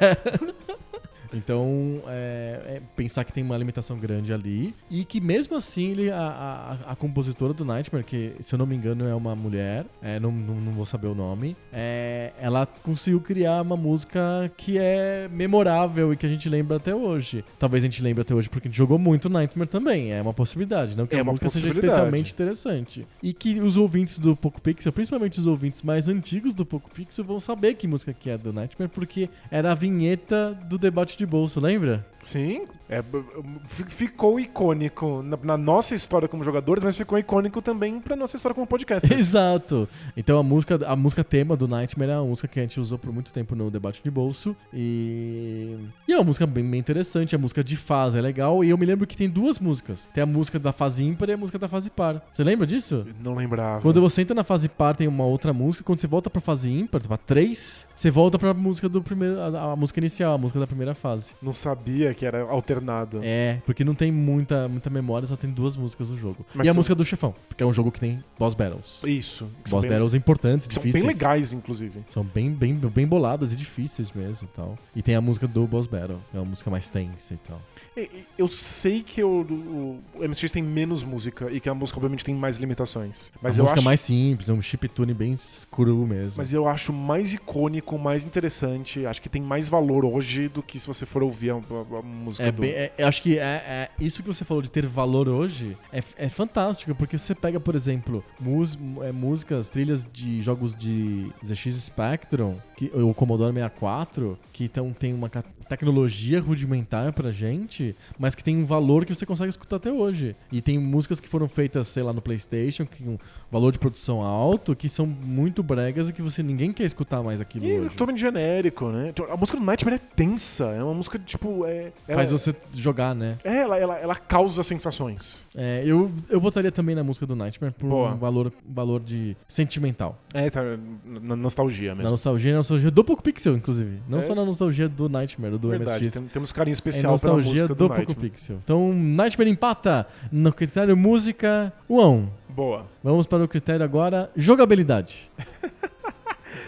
S1: Então, é, é pensar que tem uma limitação grande ali e que mesmo assim ele, a, a- a compositora do Nightmare, que se eu não me engano é uma mulher, é, não, não, não vou saber o nome, é, ela conseguiu criar uma música que é memorável e que a gente lembra até hoje. Talvez a gente lembre até hoje porque a gente jogou muito Nightmare também, é uma possibilidade, não que
S2: É
S1: a
S2: uma
S1: música seja
S2: possibilidade.
S1: especialmente interessante. E que os ouvintes do Poco Pixel, principalmente os ouvintes mais antigos do Poco Pixel, vão saber que música que é do Nightmare, porque era a vinheta do debate de bolso, lembra?
S2: Sim, é, b- b- fi- ficou icônico na, na nossa história como jogadores, mas ficou icônico também pra nossa história como podcast.
S1: Exato. Então a música, a música tema do Nightmare é uma música que a gente usou por muito tempo no debate de bolso e e é uma música bem, bem interessante, a música de fase é legal e eu me lembro que tem duas músicas. Tem a música da fase ímpar e a música da fase par. Você lembra disso?
S2: Não lembrava.
S1: Quando você entra na fase par tem uma outra música, quando você volta pra fase ímpar, pra 3, você volta pra música do primeiro a, a música inicial, a música da primeira fase.
S2: Não sabia sabia que era alternado.
S1: É, porque não tem muita, muita memória, só tem duas músicas no jogo.
S2: Mas
S1: e a
S2: são-
S1: música do chefão, porque é um jogo que tem boss battles.
S2: Isso. que são
S1: Boss
S2: bem-
S1: battles importantes,
S2: São
S1: difíceis.
S2: bem legais, inclusive.
S1: São bem, bem, bem boladas e difíceis mesmo e tal. E tem a música do Boss Battle, que é uma música mais tensa e tal.
S2: E- É, e- Eu sei que o, o MSX tem menos música e que a música, obviamente, tem mais limitações. Mas
S1: a
S2: eu
S1: música
S2: acho.
S1: mais simples, é um chiptune bem cru mesmo.
S2: Mas eu acho mais icônico, mais interessante. Acho que tem mais valor hoje do que se você for ouvir a, a- a música
S1: É
S2: do...
S1: bem- é- eu acho que é, é- isso que você falou de ter valor hoje é, é fantástico, porque você pega, por exemplo, mus- é, músicas, trilhas de jogos de ZX Spectrum, que, ou Commodore 64, que então tem uma ca- tecnologia rudimentar pra gente, mas que tem um valor que você consegue escutar até hoje. E tem músicas que foram feitas, sei lá, no PlayStation, que um valor de produção alto, que são muito bregas e que você ninguém quer escutar mais aquilo
S2: E é
S1: hoje.
S2: totalmente genérico, né? Tipo, A música do Nightmare é tensa. É uma música, tipo... É, ela-
S1: Faz você jogar, né?
S2: É, ela, ela, ela causa sensações.
S1: É, eu, eu votaria também na música do Nightmare por
S2: Boa.
S1: um valor, valor de sentimental.
S2: É, tá, na nostalgia
S1: Na
S2: mesmo.
S1: nostalgia, na nostalgia do Poco Pixel, inclusive. Não
S2: É?
S1: só na nostalgia do Nightmare, do
S2: Verdade,
S1: MSX.
S2: tem- temos carinho
S1: É
S2: especial pela
S1: nostalgia
S2: música
S1: do,
S2: do,
S1: Poco
S2: Nightmare.
S1: Pixel. Então, Nightmare empata no critério música 1 a 1.
S2: Boa.
S1: Vamos para o critério agora jogabilidade.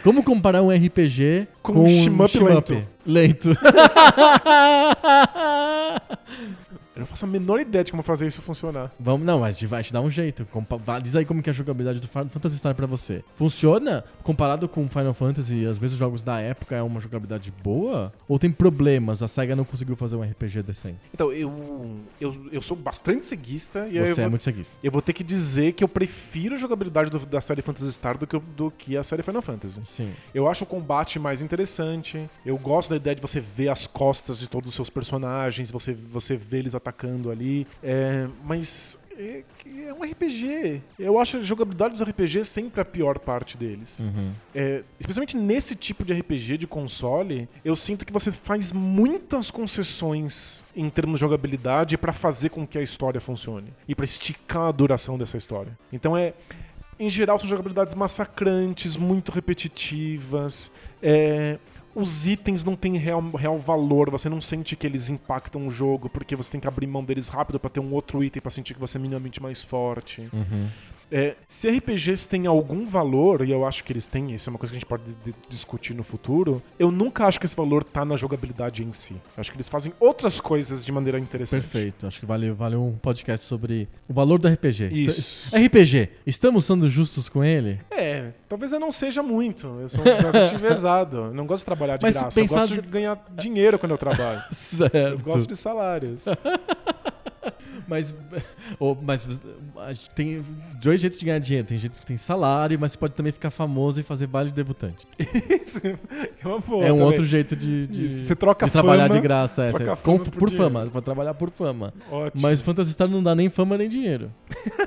S1: Como comparar um RPG
S2: Com
S1: com,
S2: um
S1: um
S2: shmup
S1: shmup
S2: lento.
S1: lento?
S2: Eu não faço a menor ideia de como fazer isso funcionar.
S1: Vamos, não, mas vai te dar um jeito. Compa- vá- diz aí como que é a jogabilidade do Final Fantasy Star pra você. Funciona? Comparado com Final Fantasy e os mesmos jogos da época, é uma jogabilidade boa? Ou tem problemas? A SEGA não conseguiu fazer um RPG decente?
S2: Então, eu, eu, eu sou bastante ceguista e aí eu
S1: você é
S2: vou,
S1: muito seguista.
S2: eu vou ter que dizer que eu prefiro a jogabilidade do- da série Phantasy Star do que, o- do que a série Final Fantasy.
S1: Sim.
S2: Eu acho o combate mais interessante. Eu gosto da ideia de você ver as costas de todos os seus personagens, você, você vê eles atacando ali. É, mas é, que é um RPG. Eu acho a jogabilidade dos RPG sempre a pior parte deles.
S1: Hum.
S2: É, especialmente nesse tipo de RPG de console, eu sinto que você faz muitas concessões em termos de jogabilidade pra fazer com que a história funcione e pra esticar a duração dessa história. Então é, em geral, são jogabilidades massacrantes, muito repetitivas. É, os itens não têm real, real valor, você não sente que eles impactam o jogo, porque você tem que abrir mão deles rápido pra ter um outro item pra sentir que você é minimamente mais forte. É, se RPGs têm algum valor, e eu acho que eles têm, isso é uma coisa que a gente pode di- discutir no futuro, eu nunca acho que esse valor tá na jogabilidade em si. Eu acho que eles fazem outras coisas de maneira interessante.
S1: Perfeito. Acho que vale, vale um podcast sobre o valor do RPG. Est-
S2: Isso.
S1: RPG, estamos sendo justos com ele?
S2: É, talvez eu não seja muito. Eu sou um bastante vezado. Eu não gosto de trabalhar de
S1: Mas se
S2: graça. Eu
S1: pensar
S2: gosto de
S1: de-
S2: ganhar dinheiro quando eu trabalho. Eu
S1: Certo.
S2: gosto de salários.
S1: Mas, ou- mas ah, tem dois jeitos de ganhar dinheiro. Tem gente que tem salário, mas você pode também ficar famoso e fazer baile de debutante.
S2: Isso é uma
S1: é
S2: boa.
S1: um
S2: também.
S1: outro jeito de, de,
S2: Isso, você troca
S1: de trabalhar
S2: fama,
S1: de graça. É,
S2: troca
S1: você-
S2: fama
S1: com-
S2: por
S1: por
S2: dinheiro.
S1: fama, você pode trabalhar por fama.
S2: Ótimo.
S1: Mas Phantasy Star não dá nem fama nem dinheiro.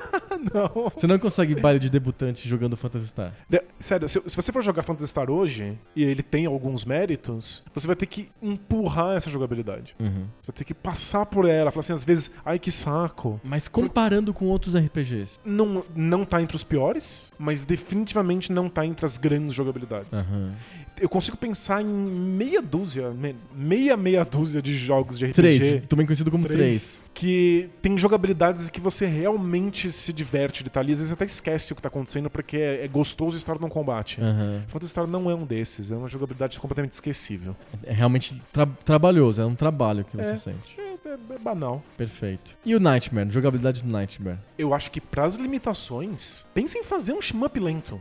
S2: não.
S1: Você não consegue baile de debutante jogando Phantasy Star.
S2: De- Sério, se, se você for jogar Phantasy Star hoje, e ele tem alguns méritos, você vai ter que empurrar essa jogabilidade. Você vai ter que passar por ela. Falar assim, às vezes, ai que saco.
S1: Mas comparando com outros RPGs.
S2: Não, não tá entre os piores, mas definitivamente não tá entre as grandes jogabilidades.
S1: É.
S2: Eu consigo pensar em meia dúzia, me- meia meia dúzia de jogos de RPG.
S1: Três, também conhecido como três.
S2: Três, Que tem jogabilidades que você realmente se diverte de estar ali. Às vezes até esquece o que tá acontecendo, porque é, é gostoso estar num combate.
S1: Aham.
S2: Phantasy Star não é um desses, é uma jogabilidade completamente esquecível.
S1: É realmente tra- trabalhoso, é um trabalho que você
S2: É.
S1: sente.
S2: É, é- é banal.
S1: Perfeito. E o Nightmare, jogabilidade do Nightmare.
S2: Eu acho que pras limitações, pensa em fazer um shmup lento.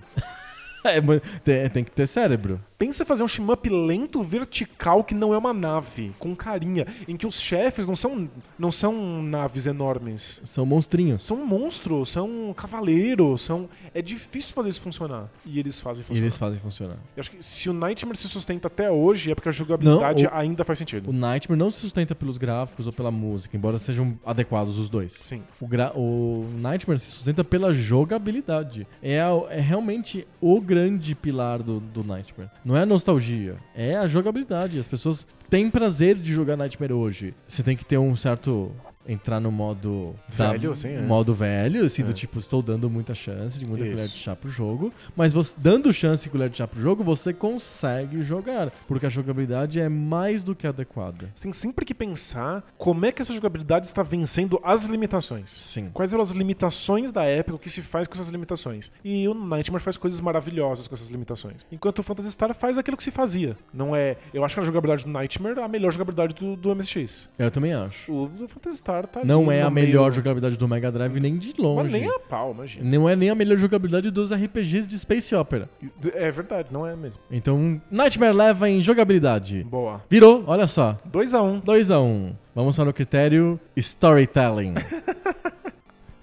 S1: É, mas tem, tem que ter cérebro.
S2: Pensa em fazer um shmup lento vertical que não é uma nave, com carinha, em que os chefes não são, não são naves enormes.
S1: São monstrinhos.
S2: São monstros, são cavaleiros, são. É difícil fazer isso funcionar. E eles fazem
S1: E
S2: funcionar.
S1: eles fazem funcionar.
S2: Eu acho que se o Nightmare se sustenta até hoje, é porque a jogabilidade
S1: Não, o-
S2: ainda faz sentido.
S1: O Nightmare não se sustenta pelos gráficos ou pela música, embora sejam adequados os dois.
S2: Sim.
S1: O, gra- o Nightmare se sustenta pela jogabilidade. É, a- é realmente o grande pilar do, do Nightmare. Não é a nostalgia, é a jogabilidade. As pessoas têm prazer de jogar Nightmare hoje. Você tem que ter um certo entrar no modo
S2: Velho, assim, é.
S1: modo velho, assim, do tipo, estou dando muita chance, de muita
S2: Isso.
S1: colher de chá pro jogo, mas você, dando chance e colher de chá pro jogo, você consegue jogar, porque a jogabilidade é mais do que adequada.
S2: Você tem sempre que pensar como é que essa jogabilidade está vencendo as limitações.
S1: Sim.
S2: Quais eram as limitações da época, o que se faz com essas limitações? E o Nightmare faz coisas maravilhosas com essas limitações. Enquanto o Phantasy Star faz aquilo que se fazia. Não é. Eu acho que a jogabilidade do Nightmare é a melhor jogabilidade do, do MSX.
S1: Eu também acho.
S2: O, o Phantasy Star tá. ali
S1: Não é
S2: no
S1: a melhor
S2: meio-
S1: jogabilidade do Mega Drive nem de longe.
S2: Mas nem a pau, imagina.
S1: Não é nem a melhor jogabilidade dos RPGs de Space Opera.
S2: É verdade, não é mesmo.
S1: Então, Nightmare leva em jogabilidade.
S2: Boa.
S1: Virou, olha só.
S2: 2x1.
S1: 2 a 1 um. Vamos para o critério storytelling.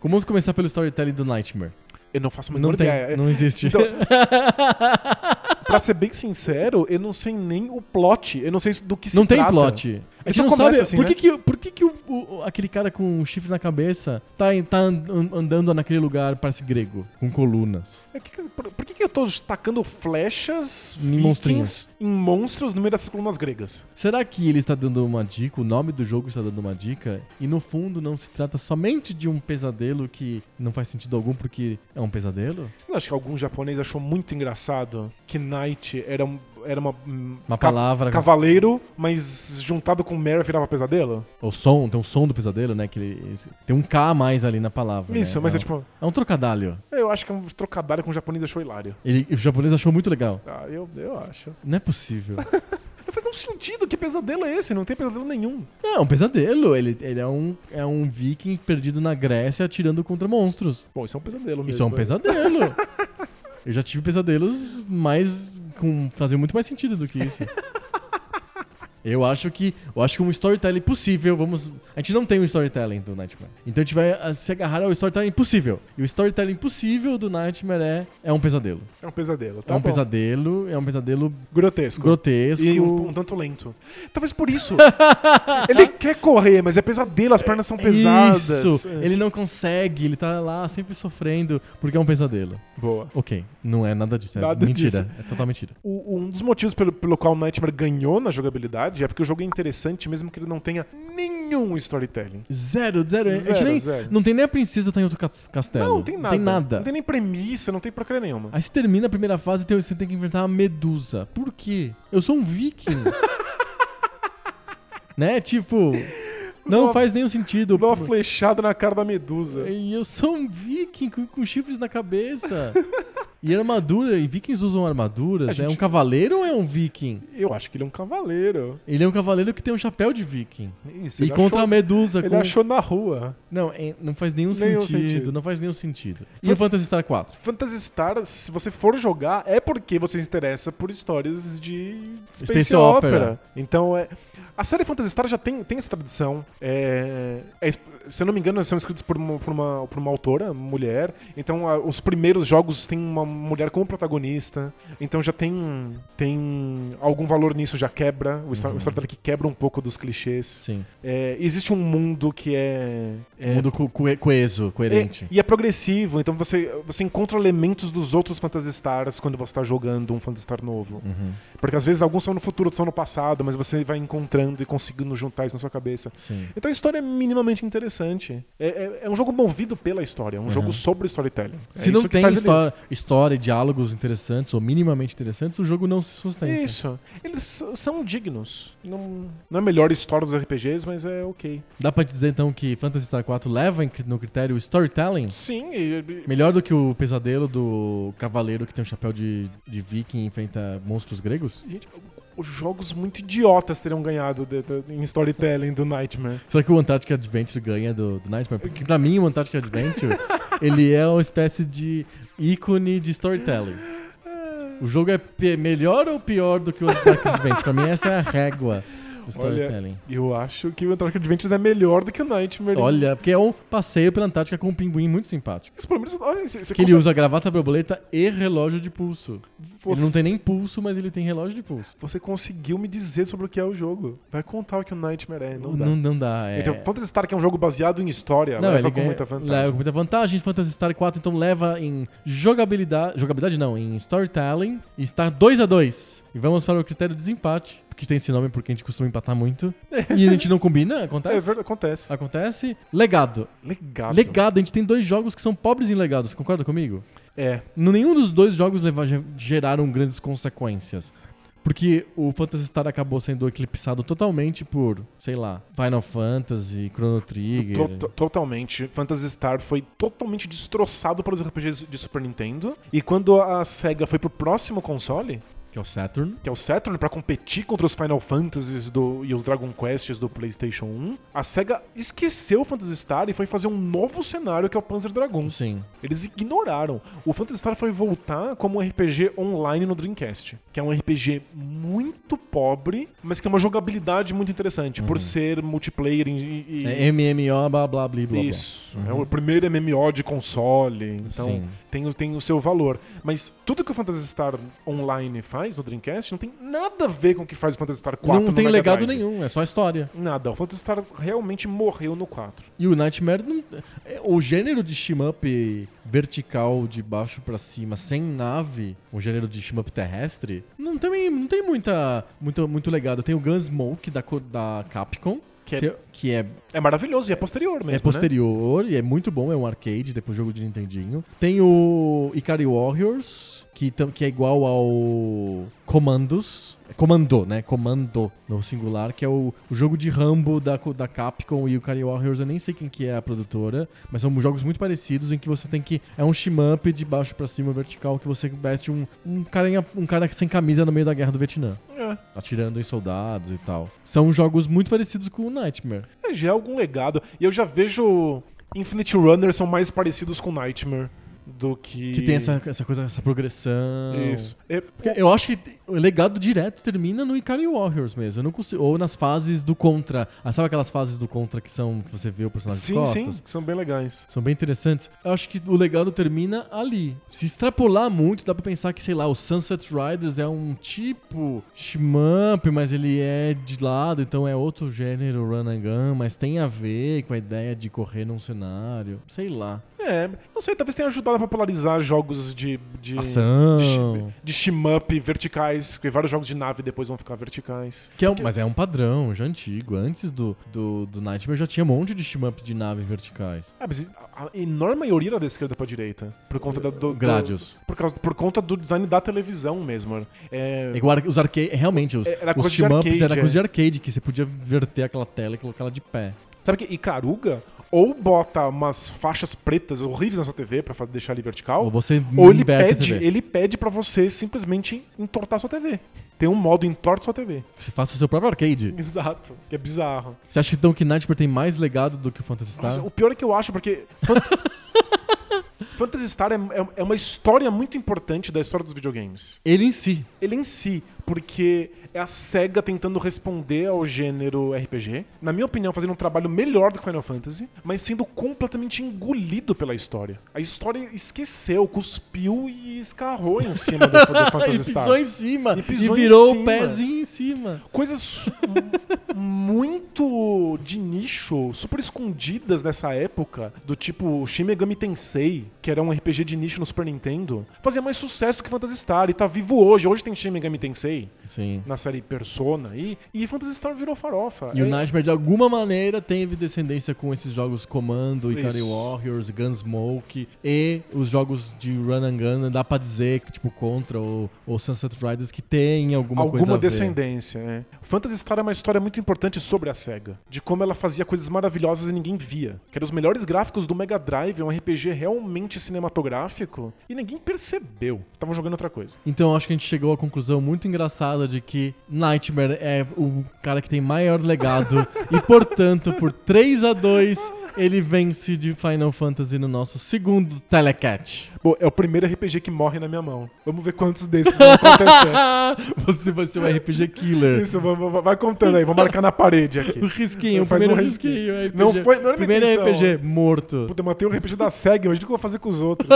S1: Vamos começar pelo storytelling do Nightmare.
S2: Eu não faço a menor
S1: Não tem,
S2: ideia.
S1: não existe.
S2: Então, pra ser bem sincero, eu não sei nem o plot. Eu não sei do que se
S1: não tem
S2: trata.
S1: plot. A gente
S2: só
S1: não
S2: começa
S1: sabe
S2: assim,
S1: por que,
S2: né?
S1: que, por que, que o- o- aquele cara com um chifre na cabeça tá, em- tá an- andando naquele lugar, parece grego, com colunas.
S2: É, que que- por, por que, que eu tô tacando flechas
S1: Em monstrinhos.
S2: vikings em monstros no meio das colunas gregas?
S1: Será que ele está dando uma dica, o nome do jogo está dando uma dica, e no fundo não se trata somente de um pesadelo que não faz sentido algum porque é um pesadelo?
S2: Você não acha que algum japonês achou muito engraçado que Knight era, um- era uma, hum,
S1: Uma
S2: ca-
S1: palavra.
S2: cavaleiro, mas juntado com Mare virava pesadelo?
S1: O som, tem um som do pesadelo, né? Que ele- esse- tem um K a mais ali na palavra.
S2: Isso,
S1: né?
S2: mas
S1: é,
S2: é tipo.
S1: um, é um trocadalho.
S2: Eu acho que é um trocadilho com o japonês achou hilário.
S1: Ele, o japonês achou muito legal.
S2: Ah, eu, eu acho.
S1: Não é possível.
S2: Não faz nenhum sentido. Que pesadelo é esse? Não tem pesadelo nenhum.
S1: não, é um pesadelo. Ele, ele é, um, é um viking perdido na Grécia atirando contra monstros.
S2: Bom, isso é um pesadelo mesmo.
S1: Isso é um
S2: né?
S1: pesadelo. Eu já tive pesadelos mais. com fazer muito mais sentido do que isso. Eu acho que. Eu acho que um storytelling possível. Vamos. A gente não tem um storytelling do Nightmare. Então a gente vai ah, se agarrar ao storytelling possível. E o storytelling possível do Nightmare é, é um pesadelo.
S2: É um pesadelo, tá
S1: é um
S2: bom.
S1: pesadelo, é um pesadelo
S2: Grotesco.
S1: grotesco.
S2: E um, um tanto lento. Talvez por isso. ele quer correr, mas é pesadelo, as pernas são pesadas.
S1: Isso!
S2: É.
S1: Ele não consegue, ele tá lá sempre sofrendo, porque é um pesadelo.
S2: Boa.
S1: Ok, não é nada disso. É
S2: Nada
S1: mentira.
S2: disso.
S1: É total mentira.
S2: O- um dos motivos pelo, pelo qual o Nightmare ganhou na jogabilidade é porque o jogo é interessante, mesmo que ele não tenha nenhum storytelling.
S1: Zero, zero. a gente
S2: Zero,
S1: nem,
S2: zero.
S1: Não tem nem a princesa tá em outro cas- castelo.
S2: Não, não tem nada.
S1: Tem nada.
S2: Não tem nem premissa, não tem porcaria nenhuma.
S1: Aí você termina a primeira fase e tem- você tem que enfrentar uma medusa. Por quê? Eu sou um viking. né? Tipo, não
S2: Dou-
S1: faz nenhum sentido.
S2: Dá uma flechada na cara da medusa.
S1: E eu sou um viking com, com chifres na cabeça. E armadura, e vikings usam armaduras.
S2: A
S1: É um
S2: gente-
S1: cavaleiro ou é um viking?
S2: Eu acho que ele é um cavaleiro.
S1: Ele é um cavaleiro que tem um chapéu de viking.
S2: Isso,
S1: e
S2: ele
S1: contra a
S2: achou,
S1: medusa.
S2: Ele
S1: com-
S2: achou na rua.
S1: Não, é- não faz nenhum,
S2: Nenhum
S1: sentido,
S2: sentido.
S1: Não faz nenhum sentido. E
S2: Foi-
S1: o Phantasy Star 4?
S2: Phantasy Star, se você for jogar, é porque você se interessa por histórias de Space,
S1: Space
S2: Opera.
S1: Opera.
S2: Então, é, a série Phantasy Star já tem, tem essa tradição. É, é es- se eu não me engano, eles são escritos por uma, por uma, por uma autora, mulher. Então, a- os primeiros jogos têm uma mulher como protagonista. Então, já tem, tem algum valor nisso, já quebra. O Star, o
S1: Uhum.
S2: Star Trek quebra um pouco dos clichês.
S1: Sim.
S2: É, existe um mundo que é... é
S1: Mundo co- coe- coeso, coerente.
S2: é, e é progressivo, então você, você encontra elementos dos outros Phantasy Stars quando você está jogando um Phantasy Star novo.
S1: Uhum.
S2: Porque às vezes alguns são no futuro, outros são no passado, mas você vai encontrando e conseguindo juntar isso na sua cabeça.
S1: Sim.
S2: Então a história é minimamente interessante. É, é- é um jogo movido pela história, é um jogo sobre storytelling. É
S1: Uhum. Se não
S2: isso que
S1: tem
S2: faz ele-
S1: história, história e diálogos interessantes ou minimamente interessantes, o jogo não se sustenta.
S2: Isso. Eles s- são dignos. Não, não é a melhor história dos RPGs, mas é ok.
S1: Dá pra dizer então que Phantasy Star 4 leva em cri- no critério storytelling?
S2: Sim, e- e-
S1: Melhor do que o pesadelo do cavaleiro que tem um chapéu de, de viking e enfrenta monstros gregos?
S2: Gente, os jogos muito idiotas teriam ganhado de- de- em storytelling do Nightmare.
S1: Será que o Antarctic Adventure ganha do, do Nightmare? Porque pra mim o Antarctic Adventure ele é uma espécie de ícone de storytelling. O jogo é pe- melhor ou pior do que o Antarctic Adventure? Pra mim essa é a régua do storytelling.
S2: Eu acho que o Antarctic Adventures é melhor do que o Nightmare.
S1: Olha, porque é um passeio pela Antártica com um pinguim muito simpático.
S2: Mas pelo menos, olha, você, você
S1: Que ele
S2: consegue-
S1: usa gravata borboleta e relógio de pulso.
S2: Você,
S1: Ele não tem nem pulso, mas ele tem relógio de pulso.
S2: você conseguiu me dizer sobre o que é o jogo. Vai contar o que o Nightmare é, não,
S1: Não,
S2: dá.
S1: não, dá. É...
S2: Então, Phantasy Star, que é um jogo baseado em história,
S1: Não,
S2: leva
S1: ele
S2: Tá, é com
S1: ganha-
S2: muita vantagem.
S1: Leva com muita vantagem. Phantasy Star 4 então leva em jogabilidade. Jogabilidade não, em storytelling. E está 2x2. E vamos para o critério de desempate. que tem esse nome porque a gente costuma empatar muito. e a gente não combina, acontece.
S2: É verdade,
S1: Ah,
S2: Ah, acontece.
S1: Acontece. Legado.
S2: Legado.
S1: Legado, a gente tem dois jogos que são pobres em legado, você concorda comigo?
S2: É.
S1: Nenhum dos dois jogos leva- ge- geraram grandes consequências. Porque o Phantasy Star acabou sendo eclipsado totalmente por, sei lá, Final Fantasy, Chrono Trigger.
S2: To- totalmente. Phantasy Star foi totalmente destroçado pelos RPGs de Super Nintendo. E quando a SEGA foi pro próximo console,
S1: Que é o Saturn.
S2: que é o Saturn, pra competir contra os Final Fantasies do- e os Dragon Quests do PlayStation 1, a SEGA esqueceu o Phantasy Star e foi fazer um novo cenário que é o Panzer Dragon.
S1: Sim.
S2: Eles ignoraram. O Phantasy Star foi voltar como um RPG online no Dreamcast, que é um RPG muito pobre, mas que é uma jogabilidade muito interessante, por ser multiplayer e. e-
S1: É MMO, blá blá blá blá. blá.
S2: isso. É o primeiro MMO de console, então
S1: Uhum. Sim.
S2: tem, o- tem o seu valor. Mas tudo que o Phantasy Star Online faz no Dreamcast não tem nada a ver com o que faz o Phantasy Star 4
S1: não
S2: no
S1: tem
S2: Mega
S1: legado
S2: Drive.
S1: nenhum, é só história.
S2: Nada, o Phantasy Star realmente morreu no 4.
S1: E o Nightmare não. é, O gênero de shmup vertical de baixo pra cima, sem nave, o gênero de shmup terrestre, não tem, não tem muita, muita, muito legado. Tem o Gunsmoke da, co- da Capcom.
S2: Que é-
S1: tem- que é
S2: É maravilhoso e é posterior mesmo.
S1: É posterior e é muito bom, é um arcade, depois jogo de Nintendinho. Tem o Ikari Warriors, que, tam- que é igual ao Commandos. Comando, né? Comando no singular, que é o, o jogo de Rambo da, co- da Capcom e o Ikari Warriors. Eu nem sei quem que é a produtora, mas são jogos muito parecidos em que você tem que. É um shmup de baixo pra cima vertical que você veste um, um, carinha, um cara sem camisa no meio da guerra do Vietnã,
S2: Né? É.
S1: atirando em soldados e tal. São jogos muito parecidos com o Nightmare.
S2: É, já é algum legado. E eu já vejo Infinite Runner são mais parecidos com Nightmare do que.
S1: Que tem essa, essa coisa, essa progressão.
S2: Isso. É,
S1: Porque Eu acho que te- o legado direto termina no Ikari Warriors mesmo. Eu não consigo, ou nas fases do Contra. Ah, sabe aquelas fases do Contra que são que você vê o personagem de
S2: sim, sim,
S1: costas?
S2: são bem legais.
S1: São bem interessantes. Eu acho que o legado termina ali. Se extrapolar muito, dá pra pensar que, sei lá, o Sunset Riders é um tipo shmup, mas ele é de lado, então é outro gênero run and gun, mas tem a ver com a ideia de correr num cenário. Sei lá.
S2: É, não sei, talvez tenha ajudado a popularizar jogos de. de
S1: Ação.
S2: De, shi- de shmup verticais, porque vários jogos de nave depois vão ficar verticais.
S1: Que é um- mas é um padrão já antigo. Antes do, do, do Nightmare já tinha um monte de shmups de naves verticais.
S2: Ah, mas a a enorme maioria era da esquerda pra direita. Por conta da, do. do-
S1: Gradius.
S2: por, causa, por conta do design da televisão mesmo.
S1: É,
S2: É,
S1: igual ar- os arcade. Realmente, os,
S2: É, era
S1: os
S2: coisa de
S1: shmups
S2: arcade,
S1: era
S2: é.
S1: coisa de arcade, que você podia verter aquela tela e colocar ela de pé.
S2: Sabe que Icaruga ou bota umas faixas pretas horríveis na sua TV pra fa- deixar ele vertical,
S1: Ou você
S2: ou ele
S1: inverte a
S2: pede,
S1: TV.
S2: ele pede para você simplesmente entortar sua TV. Tem um modo entorta sua TV.
S1: Você faça o seu próprio arcade.
S2: Exato, que é bizarro.
S1: Você acha então que Nightmare tem mais legado do que o Phantasy Star?
S2: Nossa, o pior é que eu acho porque Phantasy Star é, é- é uma história muito importante da história dos videogames.
S1: Ele em si.
S2: Ele em si, porque é a SEGA tentando responder ao gênero RPG. Na minha opinião, fazendo um trabalho melhor do que Final Fantasy, mas sendo completamente engolido pela história. A história esqueceu, cuspiu e escarrou em cima do, do
S1: e
S2: Phantasy Star.
S1: pisou em cima.
S2: E
S1: E,
S2: pisou em
S1: virou o
S2: cima.
S1: pezinho em cima.
S2: Coisas su- m- muito de nicho, super escondidas nessa época, do tipo Shin Megami Tensei, que era um RPG de nicho no Super Nintendo, fazia mais sucesso que Phantasy Star e tá vivo hoje. Hoje tem Shin Megami Tensei,
S1: Sim.
S2: na série Persona aí, e Phantasy Star virou farofa.
S1: E o
S2: É-
S1: Nightmare, de alguma maneira, teve descendência com esses jogos Commando, Ikari
S2: Isso.
S1: Warriors, Gunsmoke e os jogos de Run and Gun. né? Dá pra dizer que, tipo, Contra ou, ou Sunset Riders, que tem alguma, coisa
S2: Alguma
S1: a ver.
S2: descendência, né? Phantasy Star é uma história muito importante sobre a SEGA. De como ela fazia coisas maravilhosas e ninguém via. Que era os melhores gráficos do Mega Drive, um RPG realmente cinematográfico, e ninguém percebeu. Estavam jogando outra coisa.
S1: Então acho que a gente chegou à conclusão muito engraçada de que Nightmare é o cara que tem maior legado e, portanto, por 3 a 2 ele vence de Final Fantasy no nosso segundo Telecat.
S2: Bom, é o primeiro RPG que morre na minha mão. Vamos ver quantos desses vão acontecer.
S1: Você vai ser um RPG Killer.
S2: Isso, vamos- vamos- vai contando aí, vou marcar na parede aqui.
S1: O risquinho, o
S2: Faz um
S1: primeiro
S2: risquinho.
S1: risquinho. é RPG.
S2: Não foi- não era minha
S1: primeiro
S2: intenção.
S1: RPG, morto.
S2: Puta, eu matei o RPG da SEGA, imagina o que eu vou fazer com os outros.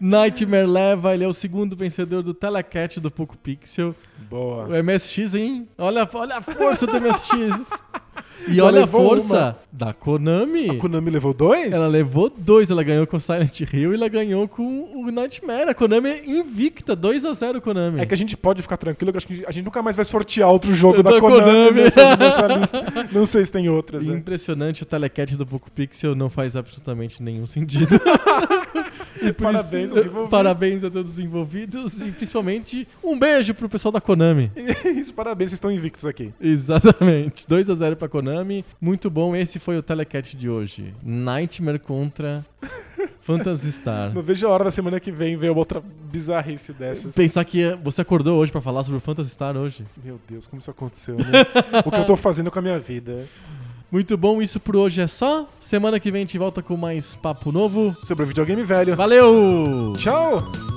S1: Nightmare leva, ele é o segundo vencedor do Telecat do Poco Pixel.
S2: Boa.
S1: O MSX, hein? Olha, olha a força do MSX. E
S2: Ela
S1: olha a
S2: levou
S1: força da Konami.
S2: A Konami levou dois?
S1: Ela levou dois, ela ganhou com Silent Hill e ela ganhou com o Nightmare. A Konami é invicta, 2x0 Konami.
S2: É que a gente pode ficar tranquilo, que eu acho que a gente nunca mais vai sortear outro jogo da,
S1: Da
S2: Konami, né,
S1: Konami.
S2: Nessa, nessa lista. Não sei se tem outras. né?
S1: Impressionante, o telecat do Poco Pixel não faz absolutamente nenhum sentido. E por
S2: Parabéns aos envolvidos.
S1: Parabéns a todos os envolvidos e principalmente um beijo pro pessoal da Konami.
S2: Isso, parabéns, vocês estão invictos aqui.
S1: Exatamente. 2 a 0 pra Konami. Muito bom, esse foi o telecat de hoje. Nightmare contra Phantasy Star.
S2: Não vejo a hora da semana que vem ver outra bizarrice dessas.
S1: Pensar que é, você acordou hoje pra falar sobre o Phantasy Star hoje.
S2: Meu Deus, como isso aconteceu, né? o que eu tô fazendo com a minha vida?
S1: Muito bom, isso por hoje é só. Semana que vem a gente volta com mais papo novo.
S2: Sobre o videogame velho.
S1: Valeu!
S2: Tchau!